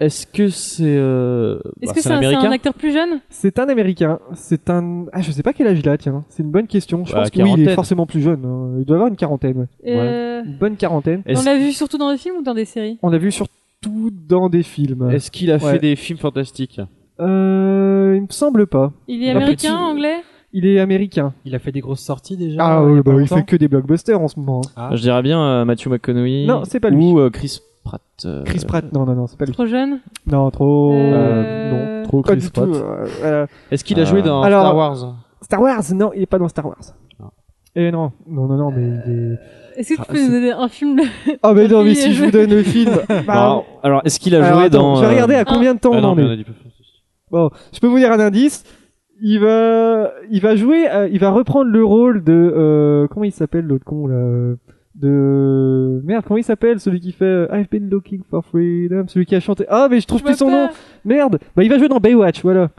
Speaker 8: Est-ce que c'est. euh,
Speaker 6: Est-ce
Speaker 8: bah,
Speaker 6: que c'est un, c'est un acteur plus jeune
Speaker 3: c'est un américain c'est un ah je sais pas quel âge il a tiens c'est une bonne question je
Speaker 8: Bah,
Speaker 3: pense que oui il est
Speaker 8: quarantaine.
Speaker 3: forcément plus jeune hein. il doit avoir une quarantaine ouais.
Speaker 6: Euh,
Speaker 3: une bonne quarantaine
Speaker 6: On
Speaker 8: Est-ce-
Speaker 6: l'a vu surtout dans des films ou dans des séries
Speaker 3: on l'a vu surtout dans des films
Speaker 8: Est-ce qu'il a
Speaker 3: Ouais.
Speaker 8: fait des films fantastiques
Speaker 3: euh, il me semble pas
Speaker 6: Il est
Speaker 5: Un
Speaker 6: américain,
Speaker 5: petit-
Speaker 6: anglais
Speaker 3: il est américain
Speaker 5: Il a fait des grosses sorties déjà.
Speaker 3: ah
Speaker 5: il y
Speaker 3: oui
Speaker 5: a pas
Speaker 3: bah il
Speaker 5: longtemps.
Speaker 3: fait que des blockbusters en ce moment hein.
Speaker 5: Ah.
Speaker 9: Je dirais bien euh, Matthew McConaughey.
Speaker 3: Non, c'est pas lui.
Speaker 9: Ou euh, Chris Pratt. euh,
Speaker 3: Chris Pratt non non non c'est pas lui
Speaker 6: Trop jeune
Speaker 3: non trop
Speaker 6: Euh,
Speaker 3: non
Speaker 4: Trop
Speaker 3: pas
Speaker 4: Chris
Speaker 3: du tout
Speaker 4: Pratt.
Speaker 3: euh, euh,
Speaker 8: Est-ce qu'il a
Speaker 9: Ah.
Speaker 8: joué dans
Speaker 3: Alors-
Speaker 8: Star Wars
Speaker 3: Star Wars non il est pas dans Star Wars
Speaker 8: Non.
Speaker 3: et Eh non non non non mais il est
Speaker 6: Est-ce que
Speaker 3: Ah,
Speaker 6: tu peux nous donner un film
Speaker 3: Ah mais non, mais
Speaker 6: Oui,
Speaker 3: si je
Speaker 6: je-
Speaker 3: vous donne le film. Bah,
Speaker 9: Alors, alors, est-ce qu'il a
Speaker 3: alors,
Speaker 9: joué
Speaker 3: attends,
Speaker 9: dans.
Speaker 3: Je vais regarder à
Speaker 9: euh,
Speaker 3: combien de temps
Speaker 8: Ah
Speaker 3: on
Speaker 8: non,
Speaker 3: en
Speaker 8: mais on
Speaker 3: est.
Speaker 8: a dit pas ça.
Speaker 3: Bon, je peux vous dire un indice. Il va, il va jouer, à- il va reprendre le rôle de euh, comment il s'appelle l'autre con là. euh, De merde, comment il s'appelle celui qui fait euh, I've been looking for freedom, celui qui a chanté. Ah mais je trouve plus
Speaker 6: vois
Speaker 3: son
Speaker 6: pas.
Speaker 3: nom. Merde. Bah il va jouer dans Baywatch, voilà.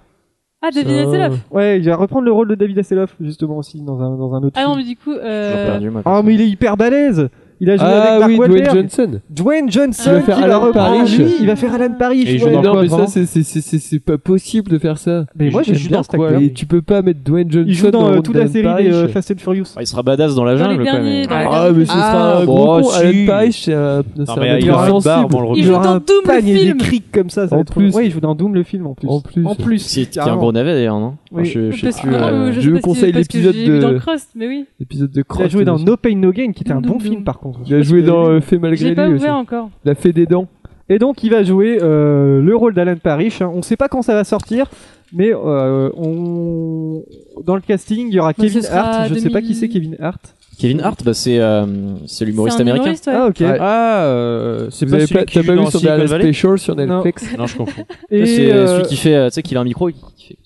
Speaker 6: Ah, David Hasselhoff
Speaker 3: Ouais, il va reprendre le rôle de David Hasselhoff justement aussi dans un dans un autre.
Speaker 6: Ah non,
Speaker 3: film.
Speaker 6: mais du coup,
Speaker 9: J'ai toujours
Speaker 6: euh,
Speaker 9: perdu, moi,
Speaker 3: Ah
Speaker 9: comme
Speaker 3: mais il est hyper balèze. Il a joué
Speaker 4: Ah
Speaker 3: avec
Speaker 4: oui,
Speaker 3: Mark
Speaker 4: Dwayne
Speaker 3: Wahlberg.
Speaker 4: Johnson.
Speaker 3: Dwayne Johnson
Speaker 6: Il va
Speaker 4: faire
Speaker 3: qui
Speaker 4: Alan
Speaker 3: reprendre
Speaker 4: Parrish.
Speaker 3: lui, il va faire Alan Parrish.
Speaker 8: Et il joue
Speaker 3: ouais.
Speaker 4: Mais non,
Speaker 8: encore
Speaker 4: mais
Speaker 8: vraiment
Speaker 4: ça, c'est- c'est- c'est c'est- c'est pas possible de faire ça.
Speaker 3: Mais moi,
Speaker 4: j'aime
Speaker 3: j'aime bien cet
Speaker 4: quoi.
Speaker 3: acteur.
Speaker 4: Et tu peux pas mettre Dwayne Johnson
Speaker 3: Il joue dans
Speaker 4: le
Speaker 3: euh,
Speaker 4: rôle
Speaker 3: toute la
Speaker 4: d'Alan
Speaker 3: série
Speaker 4: Parrish.
Speaker 3: des euh, Fast and Furious.
Speaker 9: Ah, il sera badass dans la
Speaker 6: Dans
Speaker 9: jungle.
Speaker 6: les
Speaker 9: quand même.
Speaker 6: derniers, dans les
Speaker 4: Ah, mais ce
Speaker 3: Ah,
Speaker 4: sera un
Speaker 7: bon,
Speaker 4: gros con.
Speaker 7: si.
Speaker 4: Alan Parrish, c'est un c'est
Speaker 8: Non,
Speaker 4: un
Speaker 8: mais il
Speaker 4: mec
Speaker 8: aura une barbe,
Speaker 4: sensible.
Speaker 8: on le
Speaker 6: Il
Speaker 3: Il
Speaker 6: joue
Speaker 3: aura
Speaker 6: dans
Speaker 3: un
Speaker 6: Doom,
Speaker 3: panier
Speaker 6: le film.
Speaker 3: d'écrits comme ça. ça va
Speaker 4: En
Speaker 3: être
Speaker 4: plus.
Speaker 3: Ouais, il joue dans Doom le film en plus.
Speaker 4: En plus.
Speaker 3: En plus.
Speaker 9: C'est qui est un
Speaker 3: Carrément.
Speaker 9: gros navet d'ailleurs, non Enfin,
Speaker 3: Oui.
Speaker 9: Je, je
Speaker 6: Parce
Speaker 9: sais
Speaker 6: que,
Speaker 9: plus. euh,
Speaker 6: euh, je
Speaker 4: je
Speaker 6: sais
Speaker 4: vous
Speaker 6: pas si-
Speaker 4: conseille
Speaker 6: parce que
Speaker 4: l'épisode
Speaker 6: j'ai vu
Speaker 4: de-
Speaker 6: dans Crust, mais oui.
Speaker 4: Épisode de
Speaker 3: Il a
Speaker 4: Cross.
Speaker 3: joué dans No Pain No Gain, qui était un
Speaker 6: Doom,
Speaker 3: bon
Speaker 6: Doom.
Speaker 3: film par contre.
Speaker 4: Il a joué dans euh, Fait malgré
Speaker 6: J'ai pas
Speaker 4: lui aussi.
Speaker 6: ouvert encore.
Speaker 4: La Fée des dents.
Speaker 3: Et donc il va jouer euh, le rôle d'Alan Parrish. hein. On ne sait pas quand ça va sortir, mais euh, on... dans le casting, il y aura
Speaker 6: Mais ce
Speaker 3: Kevin
Speaker 6: sera
Speaker 3: Hart. Je ne sais pas
Speaker 6: 2000.
Speaker 3: qui c'est Kevin Hart.
Speaker 9: Kevin Hart, bah, c'est euh, c'est l'humoriste
Speaker 6: C'est un
Speaker 9: américain.
Speaker 6: humoriste, ouais.
Speaker 3: Ah ok.
Speaker 4: Ouais.
Speaker 7: Ah, euh, c'est
Speaker 4: Vous
Speaker 7: pas
Speaker 4: avez
Speaker 7: celui
Speaker 4: pas,
Speaker 7: qui
Speaker 4: t'as
Speaker 7: joue
Speaker 4: pas
Speaker 7: dans
Speaker 4: vu son
Speaker 7: Silicon
Speaker 4: dernier
Speaker 7: Valley
Speaker 4: special sur Netflix
Speaker 7: Non, je confonds.
Speaker 3: Ah, Et,
Speaker 9: C'est euh,
Speaker 3: euh,
Speaker 9: celui qui fait, euh, tu sais, qu'il a un micro. et qui- qui fait-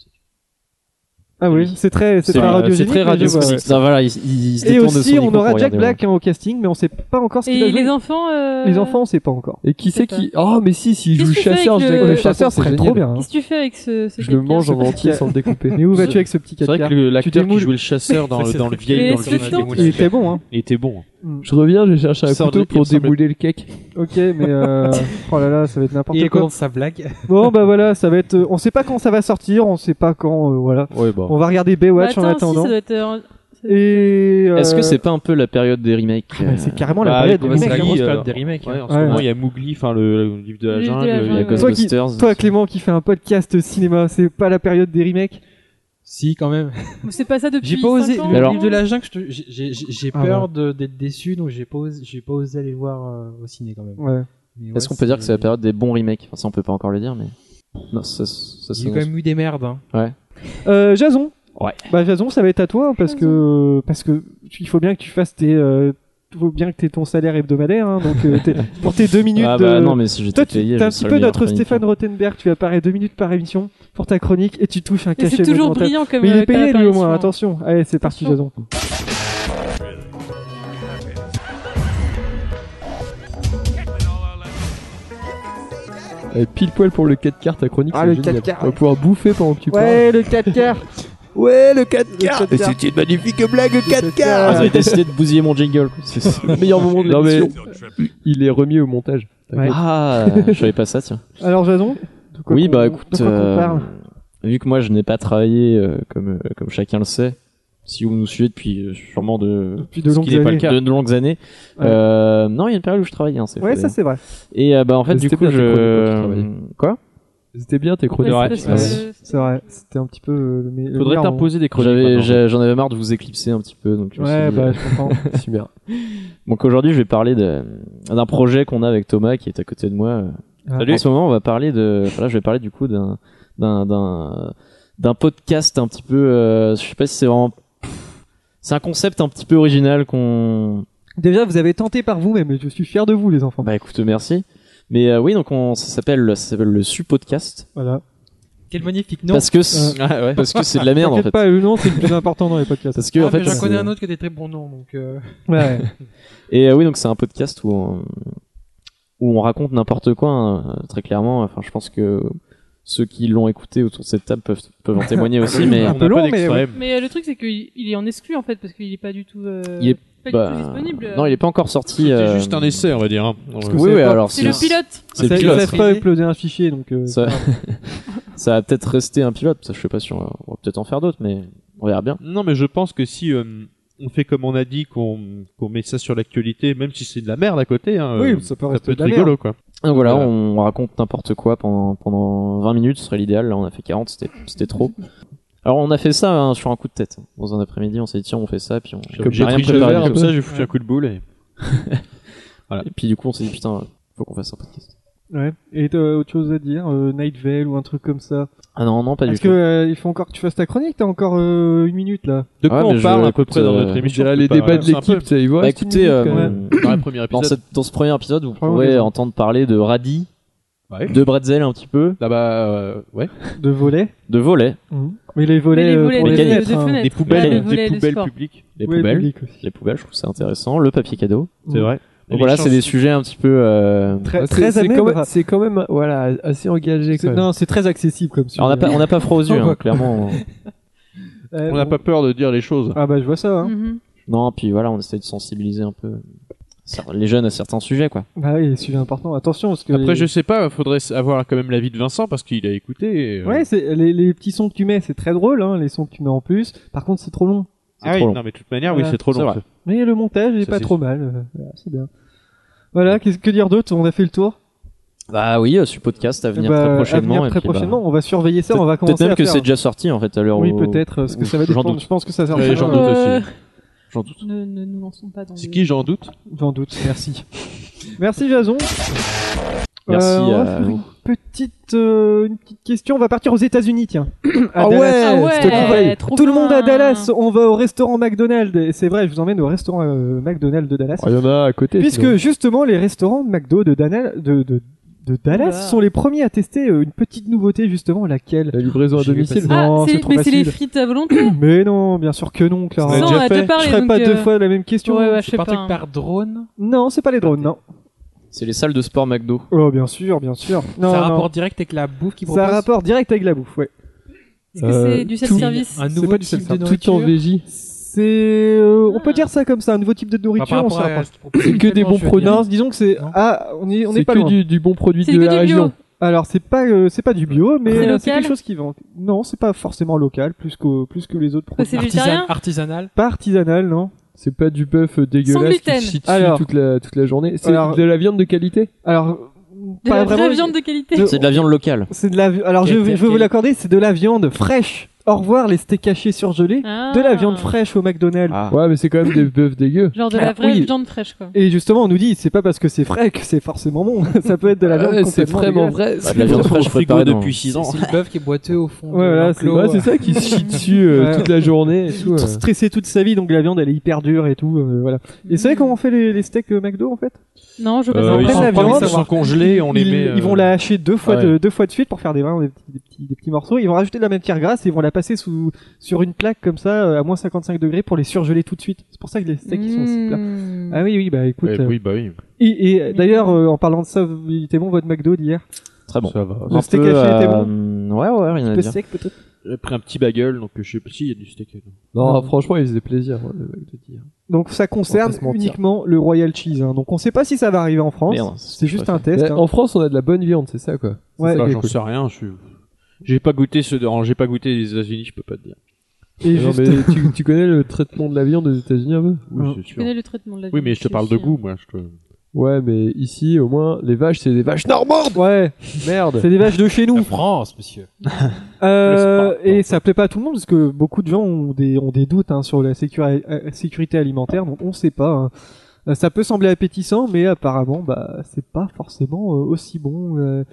Speaker 3: Ah oui, c'est très, c'est
Speaker 9: C'est,
Speaker 3: très
Speaker 9: euh,
Speaker 3: radiogénique,
Speaker 7: c'est très
Speaker 3: mais je vois, ouais.
Speaker 9: Ça, voilà, il, il se
Speaker 3: Et
Speaker 9: détourne de
Speaker 3: aussi,
Speaker 9: son
Speaker 3: on
Speaker 9: micro
Speaker 3: aura
Speaker 9: pour
Speaker 3: Jack
Speaker 9: regarder,
Speaker 3: Black hein, au casting, mais on ne sait pas encore ce qu'il
Speaker 6: Et
Speaker 3: va jouer.
Speaker 6: les enfants. euh,
Speaker 3: Les enfants, on ne sait pas encore.
Speaker 4: Et qui c'est qui Oh, mais si, s'il
Speaker 6: Qu'est-ce
Speaker 4: joue le
Speaker 6: qu'il fait
Speaker 4: chasseur,
Speaker 6: avec
Speaker 4: Jack
Speaker 6: le-
Speaker 4: Black,
Speaker 3: Le chasseur
Speaker 4: c'est
Speaker 3: serait
Speaker 4: génial.
Speaker 3: trop bien. hein.
Speaker 6: Qu'est-ce que tu fais avec ce. ce
Speaker 4: Je le
Speaker 6: quelqu'un
Speaker 4: mange en
Speaker 3: petit
Speaker 4: entier
Speaker 3: ca-
Speaker 4: sans le découper.
Speaker 3: Mais où vas-tu avec ce petit
Speaker 7: C'est vrai
Speaker 3: caca
Speaker 7: que le- l'acteur qui
Speaker 3: démoules.
Speaker 7: jouait le chasseur dans, le- dans le
Speaker 6: Et
Speaker 7: vieil, dans le
Speaker 6: c'est
Speaker 7: vieux
Speaker 6: le
Speaker 7: film,
Speaker 6: temps.
Speaker 3: Il était bon, hein.
Speaker 7: il était bon.
Speaker 4: Je reviens, je vais chercher un
Speaker 7: Sors de-
Speaker 4: couteau
Speaker 7: il
Speaker 4: pour
Speaker 7: ressemble-
Speaker 4: débouler le cake.
Speaker 3: Ok, mais euh... oh là là, ça va être n'importe
Speaker 5: Et il
Speaker 3: quoi.
Speaker 5: commence sa blague.
Speaker 3: Bon, bah voilà, ça va être. euh, On sait pas quand ça va sortir, on sait pas quand, euh, voilà.
Speaker 7: Ouais, bah.
Speaker 3: On va regarder
Speaker 6: Bah,
Speaker 3: Baywatch en
Speaker 6: attends, si,
Speaker 3: attendant.
Speaker 6: ça doit être, euh,
Speaker 3: Et
Speaker 9: ouais.
Speaker 3: euh,
Speaker 9: Est-ce que c'est pas un peu la période des remakes
Speaker 3: Ah, mais c'est carrément
Speaker 7: bah,
Speaker 3: la période
Speaker 7: avec
Speaker 3: des mecs.
Speaker 7: Wesley,
Speaker 3: hein.
Speaker 7: euh,
Speaker 5: des remakes.
Speaker 7: Ouais, en ce
Speaker 3: Ouais.
Speaker 7: moment, il y a Mowgli, enfin le, le livre de la
Speaker 6: Le livre de la
Speaker 7: jungle. il y a
Speaker 6: jungle, ouais.
Speaker 3: Toi qui-
Speaker 9: Ghostbusters
Speaker 3: Toi Clément qui fait un podcast cinéma, c'est pas la période des remakes
Speaker 5: Si, quand même.
Speaker 6: C'est pas ça depuis.
Speaker 5: J'ai pas osé.
Speaker 6: cinq ans,
Speaker 5: Le
Speaker 9: alors-
Speaker 5: livre de la jungle, je te- j'ai- j'ai j'ai- j'ai
Speaker 3: Ah
Speaker 5: peur de- d'être déçu, donc j'ai pas, osé- j'ai pas osé aller le voir euh, au ciné quand même.
Speaker 3: Ouais.
Speaker 5: Mais ouais,
Speaker 9: Est-ce qu'on peut dire que c'est la période des bons remakes Enfin, ça, on peut pas encore le dire, mais. Non, ça, ça
Speaker 5: Il
Speaker 9: c'est.
Speaker 5: y a quand même eu des merdes. hein.
Speaker 3: Euh, Jason.
Speaker 9: Ouais.
Speaker 3: Bah Jason, ça va être à toi hein, parce que parce que tu- il faut bien que tu fasses tes euh, il faut bien que t'aies ton salaire hebdomadaire hein, donc euh, t'es- pour tes deux minutes.
Speaker 9: Ah bah
Speaker 3: de-
Speaker 9: non, mais si j'étais
Speaker 3: Toi, tu-
Speaker 9: payé,
Speaker 3: t'es
Speaker 9: je
Speaker 3: un
Speaker 9: serais
Speaker 3: petit
Speaker 9: le
Speaker 3: peu
Speaker 9: meilleur
Speaker 3: notre
Speaker 9: chroniqueur.
Speaker 3: Stéphane Rothenberg. Tu apparais deux minutes par émission pour ta chronique et tu touches un
Speaker 6: Et
Speaker 3: cachet.
Speaker 6: c'est toujours
Speaker 3: monumental.
Speaker 6: brillant comme.
Speaker 3: Mais il
Speaker 6: euh,
Speaker 3: est payé
Speaker 6: comme
Speaker 3: lui au moins.
Speaker 6: apparition.
Speaker 3: Attention. Allez, c'est parti Jason.
Speaker 6: Attention.
Speaker 4: Euh, pile poil pour le 4 quarts, ta chronique.
Speaker 3: Ah,
Speaker 4: c'est
Speaker 3: le
Speaker 4: génial.
Speaker 3: 4 quarts,
Speaker 4: On va pouvoir bouffer pendant que tu parles.
Speaker 3: Ouais, le 4 quarts.
Speaker 1: Ouais, le 4
Speaker 3: quarts. Et c'était
Speaker 1: une magnifique blague, 4
Speaker 9: Ah, vous avez décidé de bousiller mon jingle. quoi. C'est- c'est-
Speaker 4: Le meilleur moment de
Speaker 9: Non, mais-
Speaker 4: l'émission. Il est remis au montage.
Speaker 3: Ouais.
Speaker 9: Ah, je savais pas ça, tiens.
Speaker 3: Alors Jason. de quoi
Speaker 9: Oui,
Speaker 3: qu'on-
Speaker 9: bah écoute,
Speaker 3: De quoi qu'on
Speaker 9: euh,
Speaker 3: parle
Speaker 9: vu que moi je n'ai pas travaillé euh, comme, euh, comme chacun le sait, si vous nous suivez depuis euh, sûrement de,
Speaker 3: Depuis de
Speaker 9: ce
Speaker 3: longues
Speaker 9: qui n'est pas le
Speaker 3: années.
Speaker 9: cas, de longues années,
Speaker 3: Ouais.
Speaker 9: euh, non, il y a une période où je travaillais. Hein, c'est
Speaker 3: Ouais,
Speaker 9: vrai.
Speaker 3: ça c'est vrai.
Speaker 9: Et euh, bah en fait,
Speaker 4: Mais
Speaker 9: du
Speaker 4: c'était
Speaker 9: coup,
Speaker 4: bien tes chroniques quand tu
Speaker 9: je.
Speaker 4: travaillais.
Speaker 9: Quoi
Speaker 4: C'était bien tes
Speaker 6: Ouais,
Speaker 4: chroniques.
Speaker 6: c'est parce
Speaker 9: Ouais.
Speaker 6: que-
Speaker 3: C'est vrai. C'était un petit peu. euh, le me- le
Speaker 7: Faudrait
Speaker 3: meilleur moment.
Speaker 7: t'imposer des chroniques.
Speaker 9: J'avais-
Speaker 7: maintenant.
Speaker 9: j'a- J'en avais marre de vous éclipser un petit peu. Donc je me suis
Speaker 3: Ouais,
Speaker 9: dit, euh,
Speaker 3: bah je comprends.
Speaker 4: Super.
Speaker 9: Donc aujourd'hui, je vais parler de- d'un projet qu'on a avec Thomas qui est à côté de moi. euh,
Speaker 7: Salut.
Speaker 9: En ce moment, on va parler de. Voilà, je vais parler du coup d'un d'un d'un d'un podcast un petit peu. euh, je sais pas si c'est vraiment. C'est un concept un petit peu original qu'on.
Speaker 3: Ah, Déjà, vous avez tenté par vous-même. et Je suis fier de vous, les enfants.
Speaker 9: Bah écoute, merci. Mais euh, oui, donc on, ça s'appelle ça s'appelle le Su Podcast
Speaker 3: Voilà.
Speaker 5: Quel magnifique nom.
Speaker 9: parce que c'est-
Speaker 7: Euh. Ah,
Speaker 9: parce que c'est de la merde en
Speaker 3: T'inquiète
Speaker 9: fait.
Speaker 3: pas, le nom c'est le plus important dans les podcasts.
Speaker 9: Parce que
Speaker 5: Ah,
Speaker 9: en fait,
Speaker 5: mais j'en connais
Speaker 9: c'est-
Speaker 5: un autre qui était très bon nom, donc. euh,
Speaker 3: Ouais.
Speaker 9: Et euh, oui, donc c'est un podcast où on, où on raconte n'importe quoi, hein, euh, très clairement. Enfin, je pense que ceux qui l'ont écouté autour de cette table peuvent, peuvent en témoigner aussi, mais
Speaker 3: Un
Speaker 7: On
Speaker 3: peu
Speaker 7: n'a pas
Speaker 3: long, mais
Speaker 7: d'extrême.
Speaker 6: Mais euh, le truc, c'est qu'il il est en exclu en fait, parce qu'il est pas du tout. euh,
Speaker 9: Il est
Speaker 6: pas
Speaker 9: bah,
Speaker 6: du tout disponible. euh.
Speaker 9: non, il est pas encore sorti.
Speaker 7: C'était
Speaker 9: euh,
Speaker 7: juste un essai, on va dire. hein.
Speaker 3: que
Speaker 9: Oui,
Speaker 3: c'est
Speaker 9: oui,
Speaker 3: pas-
Speaker 9: alors
Speaker 6: C'est le pilote.
Speaker 9: C'est
Speaker 3: Ça-
Speaker 9: le
Speaker 3: Ils
Speaker 9: pilote.
Speaker 3: savent pas uploader un fichier, donc. euh,
Speaker 9: Ça, ça va peut-être rester un pilote. ça, Je sais pas si on va, on va peut-être en faire d'autres, mais on verra bien.
Speaker 7: Non, mais je pense que si euh, on fait comme on a dit, qu'on qu'on met ça sur l'actualité, même si c'est de la merde à côté, hein, euh,
Speaker 3: Oui, ça peut
Speaker 7: ça
Speaker 3: rester de
Speaker 7: peut être
Speaker 3: la merde.
Speaker 7: rigolo, quoi.
Speaker 9: Donc voilà,
Speaker 7: Voilà.
Speaker 9: on raconte n'importe quoi pendant, pendant 20 minutes, ce serait l'idéal. Là, on a fait 40, c'était- c'était trop. Alors, on a fait ça hein, sur un coup de tête. Dans un après-midi, on s'est dit, tiens, on fait ça, puis on
Speaker 7: Comme
Speaker 9: j'ai
Speaker 7: j'ai
Speaker 9: rien
Speaker 7: pris
Speaker 9: préparé.
Speaker 7: Javert,
Speaker 9: du
Speaker 7: comme
Speaker 9: tout.
Speaker 7: ça, j'ai foutu un coup de boule. Et...
Speaker 9: Et puis, du coup, on s'est dit, putain, faut qu'on fasse un podcast.
Speaker 3: Ouais. Et t'as autre chose à dire euh, Night Vale ou un truc comme ça
Speaker 9: Ah non, non, pas du
Speaker 3: Parce
Speaker 9: tout.
Speaker 3: que euh, il faut encore que tu fasses ta chronique. T'as encore euh, une minute là.
Speaker 9: Ouais,
Speaker 7: De quoi
Speaker 9: mais
Speaker 7: on
Speaker 9: je-
Speaker 7: parle à peu près dans
Speaker 9: écoute,
Speaker 7: notre
Speaker 9: euh,
Speaker 4: Je
Speaker 7: émission
Speaker 4: dirais les
Speaker 7: peut pas-
Speaker 4: débats de
Speaker 7: c'est un peu-
Speaker 4: l'équipe, ça y va.
Speaker 9: Bah écoutez, euh,
Speaker 7: Dans le premier
Speaker 9: dans,
Speaker 7: euh, épisode.
Speaker 9: cette- dans ce premier épisode, vous
Speaker 3: Prends-le,
Speaker 9: pourrez
Speaker 3: vas-y.
Speaker 9: entendre parler de radis,
Speaker 7: Ouais.
Speaker 9: de bretzel un petit peu,
Speaker 7: Ah bah, euh, ouais.
Speaker 3: De volets.
Speaker 9: de volets,
Speaker 4: Mhm.
Speaker 3: Mais les
Speaker 6: Mais
Speaker 3: volets
Speaker 6: les
Speaker 3: euh,
Speaker 6: volets
Speaker 3: pour les
Speaker 9: mécaniques.
Speaker 6: de- de
Speaker 3: fenêtres. hein.
Speaker 6: fenêtres.
Speaker 7: Des
Speaker 6: Ah, le
Speaker 7: poubelles,
Speaker 6: volet,
Speaker 7: des
Speaker 6: le
Speaker 7: poubelles
Speaker 6: sport.
Speaker 7: publiques.
Speaker 9: les
Speaker 3: Ouais,
Speaker 9: poubelles,
Speaker 3: public aussi.
Speaker 9: les poubelles, je trouve ça intéressant, le papier cadeau.
Speaker 7: C'est vrai.
Speaker 9: Donc voilà, c'est des sujets un petit peu. euh,
Speaker 3: Très,
Speaker 4: Ah, c'est-
Speaker 3: très
Speaker 4: c'est
Speaker 3: amèbre.
Speaker 4: quand même- C'est quand même voilà, assez engagé.
Speaker 3: C'est-
Speaker 4: Quand même.
Speaker 3: Non, c'est très accessible comme sujet.
Speaker 9: Alors, on n'a pas, on n'a pas froid aux yeux,
Speaker 3: On
Speaker 9: hein,
Speaker 3: voit.
Speaker 9: clairement.
Speaker 3: Euh,
Speaker 7: On n'a
Speaker 3: bon.
Speaker 7: pas peur de dire les choses.
Speaker 3: Ah bah je vois ça. Hein.
Speaker 6: Mhm.
Speaker 9: Non, puis voilà, on essaie de sensibiliser un peu. cer- les jeunes à certains sujets, quoi.
Speaker 3: Bah oui, sujet important. Attention, parce que.
Speaker 7: Après,
Speaker 3: les-
Speaker 7: je sais pas, faudrait avoir quand même l'avis de Vincent parce qu'il a écouté. et, euh,
Speaker 3: Ouais, c'est, les, les petits sons que tu mets, c'est très drôle, hein, les sons que tu mets en plus. Par contre, c'est trop long.
Speaker 7: c'est
Speaker 9: Ah oui.
Speaker 7: trop long. Non, mais de toute manière, oui,
Speaker 3: Voilà.
Speaker 7: c'est trop long.
Speaker 9: C'est
Speaker 3: Mais le montage est
Speaker 7: Ça,
Speaker 3: pas
Speaker 7: c'est
Speaker 3: trop mal. euh, voilà, c'est bien. Voilà, qu'est-ce que dire d'autre On a fait le tour.
Speaker 9: Bah oui, euh, sur le podcast à venir
Speaker 3: Bah,
Speaker 9: très
Speaker 3: à
Speaker 9: prochainement.
Speaker 3: venir
Speaker 9: et
Speaker 3: très
Speaker 9: puis, bah,
Speaker 3: prochainement, on va surveiller ça, on va
Speaker 9: Peut-être
Speaker 3: commencer
Speaker 9: même
Speaker 3: à
Speaker 9: que
Speaker 3: faire.
Speaker 9: c'est déjà sorti en fait à l'heure
Speaker 3: Oui,
Speaker 9: où-
Speaker 3: peut-être, parce que ça va
Speaker 9: J'en
Speaker 3: dépendre.
Speaker 9: doute.
Speaker 3: Je pense que ça sert
Speaker 7: Ouais, j'en doute
Speaker 6: Euh,
Speaker 9: J'en doute.
Speaker 6: Ne, ne nous lançons pas dans
Speaker 7: C'est
Speaker 6: le-
Speaker 7: qui, j'en doute
Speaker 3: J'en doute, merci. merci Jason.
Speaker 9: Merci
Speaker 3: Euh, on va
Speaker 9: à
Speaker 3: faire
Speaker 9: vous.
Speaker 3: une petite, euh, une petite question. On va partir aux États-Unis, tiens. À
Speaker 9: Ah
Speaker 3: Dallas.
Speaker 9: ouais,
Speaker 6: Ah ouais,
Speaker 9: s'il te plaît.
Speaker 6: trop
Speaker 3: Tout le monde
Speaker 6: bien.
Speaker 3: à Dallas. On va au restaurant McDonald's. Et C'est vrai, je vous emmène au restaurant euh, McDonald's de
Speaker 9: Ah,
Speaker 3: Dallas.
Speaker 4: Il y en a à côté.
Speaker 3: Puisque
Speaker 4: sinon.
Speaker 3: justement, les restaurants McDo de, Dana- de, de- de Dallas
Speaker 6: Oula.
Speaker 3: sont les premiers à tester euh, une petite nouveauté, justement, laquelle
Speaker 4: La livraison à
Speaker 3: J'y vais
Speaker 4: domicile.
Speaker 3: pas. Non,
Speaker 6: Ah,
Speaker 3: c'est
Speaker 6: c'est
Speaker 3: trop
Speaker 6: mais c'est les
Speaker 3: facile.
Speaker 6: frites à volonté.
Speaker 3: Mais non, bien sûr que non, Clara.
Speaker 7: On
Speaker 6: Non, on
Speaker 7: déjà
Speaker 6: a
Speaker 7: fait.
Speaker 6: deux parlé.
Speaker 3: je ferai
Speaker 6: donc,
Speaker 3: pas deux
Speaker 6: euh,
Speaker 3: fois la même question.
Speaker 6: Ouais, ouais, je
Speaker 5: C'est
Speaker 6: sais
Speaker 5: pas un
Speaker 6: pas.
Speaker 5: truc
Speaker 6: hein.
Speaker 5: par drone
Speaker 3: Non, c'est pas les drones, non.
Speaker 9: C'est les salles de sport McDo.
Speaker 3: Oh, bien sûr, bien sûr. Non,
Speaker 5: Ça a un
Speaker 3: non.
Speaker 5: rapport direct avec la bouffe qu'ils
Speaker 3: Ça a
Speaker 5: proposent
Speaker 3: rapport direct avec la bouffe, ouais.
Speaker 6: Est-ce que
Speaker 4: Euh,
Speaker 6: c'est du
Speaker 5: C'est
Speaker 6: self-service
Speaker 5: Un
Speaker 3: C'est
Speaker 5: nouveau
Speaker 3: pas du
Speaker 5: type de
Speaker 3: self-service.
Speaker 4: Tout en
Speaker 5: nourriture
Speaker 4: VJ.
Speaker 3: C'est, euh, on peut dire ça comme ça, un nouveau type de
Speaker 5: Enfin,
Speaker 3: nourriture.
Speaker 5: par
Speaker 3: on
Speaker 5: rapport
Speaker 3: s'en
Speaker 5: à
Speaker 3: rapproche.
Speaker 5: ce qu'on propose
Speaker 4: C'est que des
Speaker 5: actuellement,
Speaker 4: bons
Speaker 5: je veux
Speaker 4: produits.
Speaker 5: dire.
Speaker 3: Non, disons que c'est
Speaker 5: Non.
Speaker 3: ah, on est on
Speaker 4: C'est
Speaker 3: est pas
Speaker 4: que
Speaker 3: loin.
Speaker 4: du, du bon produit
Speaker 6: C'est
Speaker 4: de
Speaker 6: que
Speaker 4: la
Speaker 6: du bio.
Speaker 4: région.
Speaker 3: Alors c'est pas euh, c'est pas du bio, mais
Speaker 6: C'est
Speaker 3: euh, c'est,
Speaker 6: local
Speaker 3: quelque chose qui vend. Non, c'est pas forcément local, plus que plus que les autres
Speaker 6: Que
Speaker 3: produits.
Speaker 6: c'est
Speaker 5: Artisan-
Speaker 6: végétarien
Speaker 5: Artisanal.
Speaker 3: Pas artisanal, non.
Speaker 4: C'est pas du bœuf euh, dégueulasse qui
Speaker 6: gluten.
Speaker 4: se chie dessus
Speaker 3: Alors.
Speaker 4: toute la toute la journée. C'est
Speaker 3: Alors.
Speaker 4: de la viande de qualité.
Speaker 3: Alors
Speaker 6: De
Speaker 3: pas
Speaker 6: la
Speaker 3: vraiment.
Speaker 6: vraie viande de qualité.
Speaker 3: De-
Speaker 9: C'est de la viande locale.
Speaker 3: C'est de la vi- alors je,
Speaker 5: Quel-
Speaker 3: je
Speaker 5: quel-
Speaker 3: veux vous
Speaker 5: quel-
Speaker 3: l'accorder, c'est de la viande fraîche. Au revoir les steaks hachés surgelés,
Speaker 6: Ah.
Speaker 3: de
Speaker 5: Ah.
Speaker 3: la viande fraîche au McDonald's.
Speaker 9: Ah.
Speaker 4: Ouais, mais c'est quand même des bœufs dégueux.
Speaker 6: Genre de
Speaker 3: Ah,
Speaker 6: la vraie
Speaker 3: oui.
Speaker 6: viande fraîche, quoi.
Speaker 3: Et justement, on nous dit c'est pas parce que c'est frais que c'est forcément bon. ça peut être de la viande
Speaker 4: Ouais, c'est
Speaker 3: complètement
Speaker 4: vraiment
Speaker 3: dégueulasse.
Speaker 4: vrai.
Speaker 9: C'est Bah, de la viande fraîche préparée depuis 6
Speaker 5: C'est
Speaker 9: ans.
Speaker 5: c'est le bœuf qui est boiteux au fond. de
Speaker 3: Ouais, voilà,
Speaker 5: l'enclos,
Speaker 4: Ouais, c'est
Speaker 5: euh.
Speaker 4: ça qui se chie dessus euh,
Speaker 3: Ouais.
Speaker 4: toute la journée et tout.
Speaker 3: Tout
Speaker 4: euh.
Speaker 3: stressé toute sa vie, donc la viande elle est hyper dure et tout. euh, voilà. Et
Speaker 5: Mm.
Speaker 3: c'est vrai comment on fait les, les steaks euh, McDo en fait
Speaker 6: Mm. Non, je veux
Speaker 7: Euh,
Speaker 6: pas
Speaker 3: ils
Speaker 7: ils,
Speaker 3: prennent
Speaker 7: sont,
Speaker 3: la viande.
Speaker 7: ils sont congelés, on les
Speaker 3: ils,
Speaker 7: met.
Speaker 3: ils vont
Speaker 7: euh,
Speaker 3: la hacher deux fois,
Speaker 7: ouais.
Speaker 3: de, deux fois de suite pour faire des, vraiment des, petits, des, petits, des petits morceaux. Ils vont rajouter de la matière grasse et ils vont la passer sous, sur une plaque comme ça euh, à moins 55 degrés pour les surgeler tout de suite. C'est pour ça que les steaks ils sont si plats.
Speaker 6: Mmh.
Speaker 3: Ah oui, oui, bah écoute.
Speaker 7: eh
Speaker 3: euh,
Speaker 7: Oui, bah oui.
Speaker 3: Et, et, euh, d'ailleurs, euh, en parlant de ça, vous- il était bon votre McDo d'hier
Speaker 9: Très bon.
Speaker 7: Ça va.
Speaker 3: Le
Speaker 9: Un
Speaker 3: steak
Speaker 9: peu,
Speaker 3: haché était
Speaker 9: euh,
Speaker 3: bon
Speaker 9: Ouais, ouais, rien à
Speaker 3: Peu
Speaker 9: dire.
Speaker 3: sec peut-être
Speaker 7: J'ai pris un petit bagel, donc euh, je sais pas s'il y a du steak.
Speaker 4: Non, franchement, il faisait plaisir. ouais, le mec de dire.
Speaker 3: Donc ça concerne
Speaker 4: se mentir.
Speaker 3: uniquement le Royal Cheese. hein. Donc on sait pas si ça va arriver en France.
Speaker 9: Merde,
Speaker 3: C'est juste
Speaker 9: pas Eh,
Speaker 3: un test.
Speaker 4: Mais
Speaker 3: hein.
Speaker 4: En France, on a de la bonne viande, c'est ça quoi. C'est
Speaker 3: Ouais.
Speaker 4: ça
Speaker 7: Bah,
Speaker 4: qui est
Speaker 7: j'en
Speaker 4: cool.
Speaker 7: sais rien. Je suis- J'ai pas goûté ceux de... j'ai pas goûté les États-Unis, je peux pas te dire.
Speaker 3: Et
Speaker 4: Non,
Speaker 3: juste-
Speaker 4: mais tu, tu connais le traitement de la viande aux États-Unis un peu
Speaker 7: Oui,
Speaker 3: Ah.
Speaker 7: c'est
Speaker 6: Tu
Speaker 7: sûr.
Speaker 6: connais le traitement de la viande.
Speaker 7: Oui, mais je te
Speaker 6: c'est
Speaker 7: parle de
Speaker 6: aussi,
Speaker 7: goût, moi. Je te...
Speaker 4: Ouais, mais ici, au moins, les vaches, c'est des vaches normandes
Speaker 3: Ouais,
Speaker 4: Merde
Speaker 3: c'est des vaches de chez nous.
Speaker 5: La France, monsieur.
Speaker 3: Euh,
Speaker 7: Le spa,
Speaker 3: et ça plaît pas à tout le monde parce que beaucoup de gens ont des, ont des doutes hein, sur la sécuri- euh, sécurité alimentaire, donc on sait pas. hein. Euh, Ça peut sembler appétissant, mais apparemment, bah, c'est pas forcément euh, aussi bon. euh.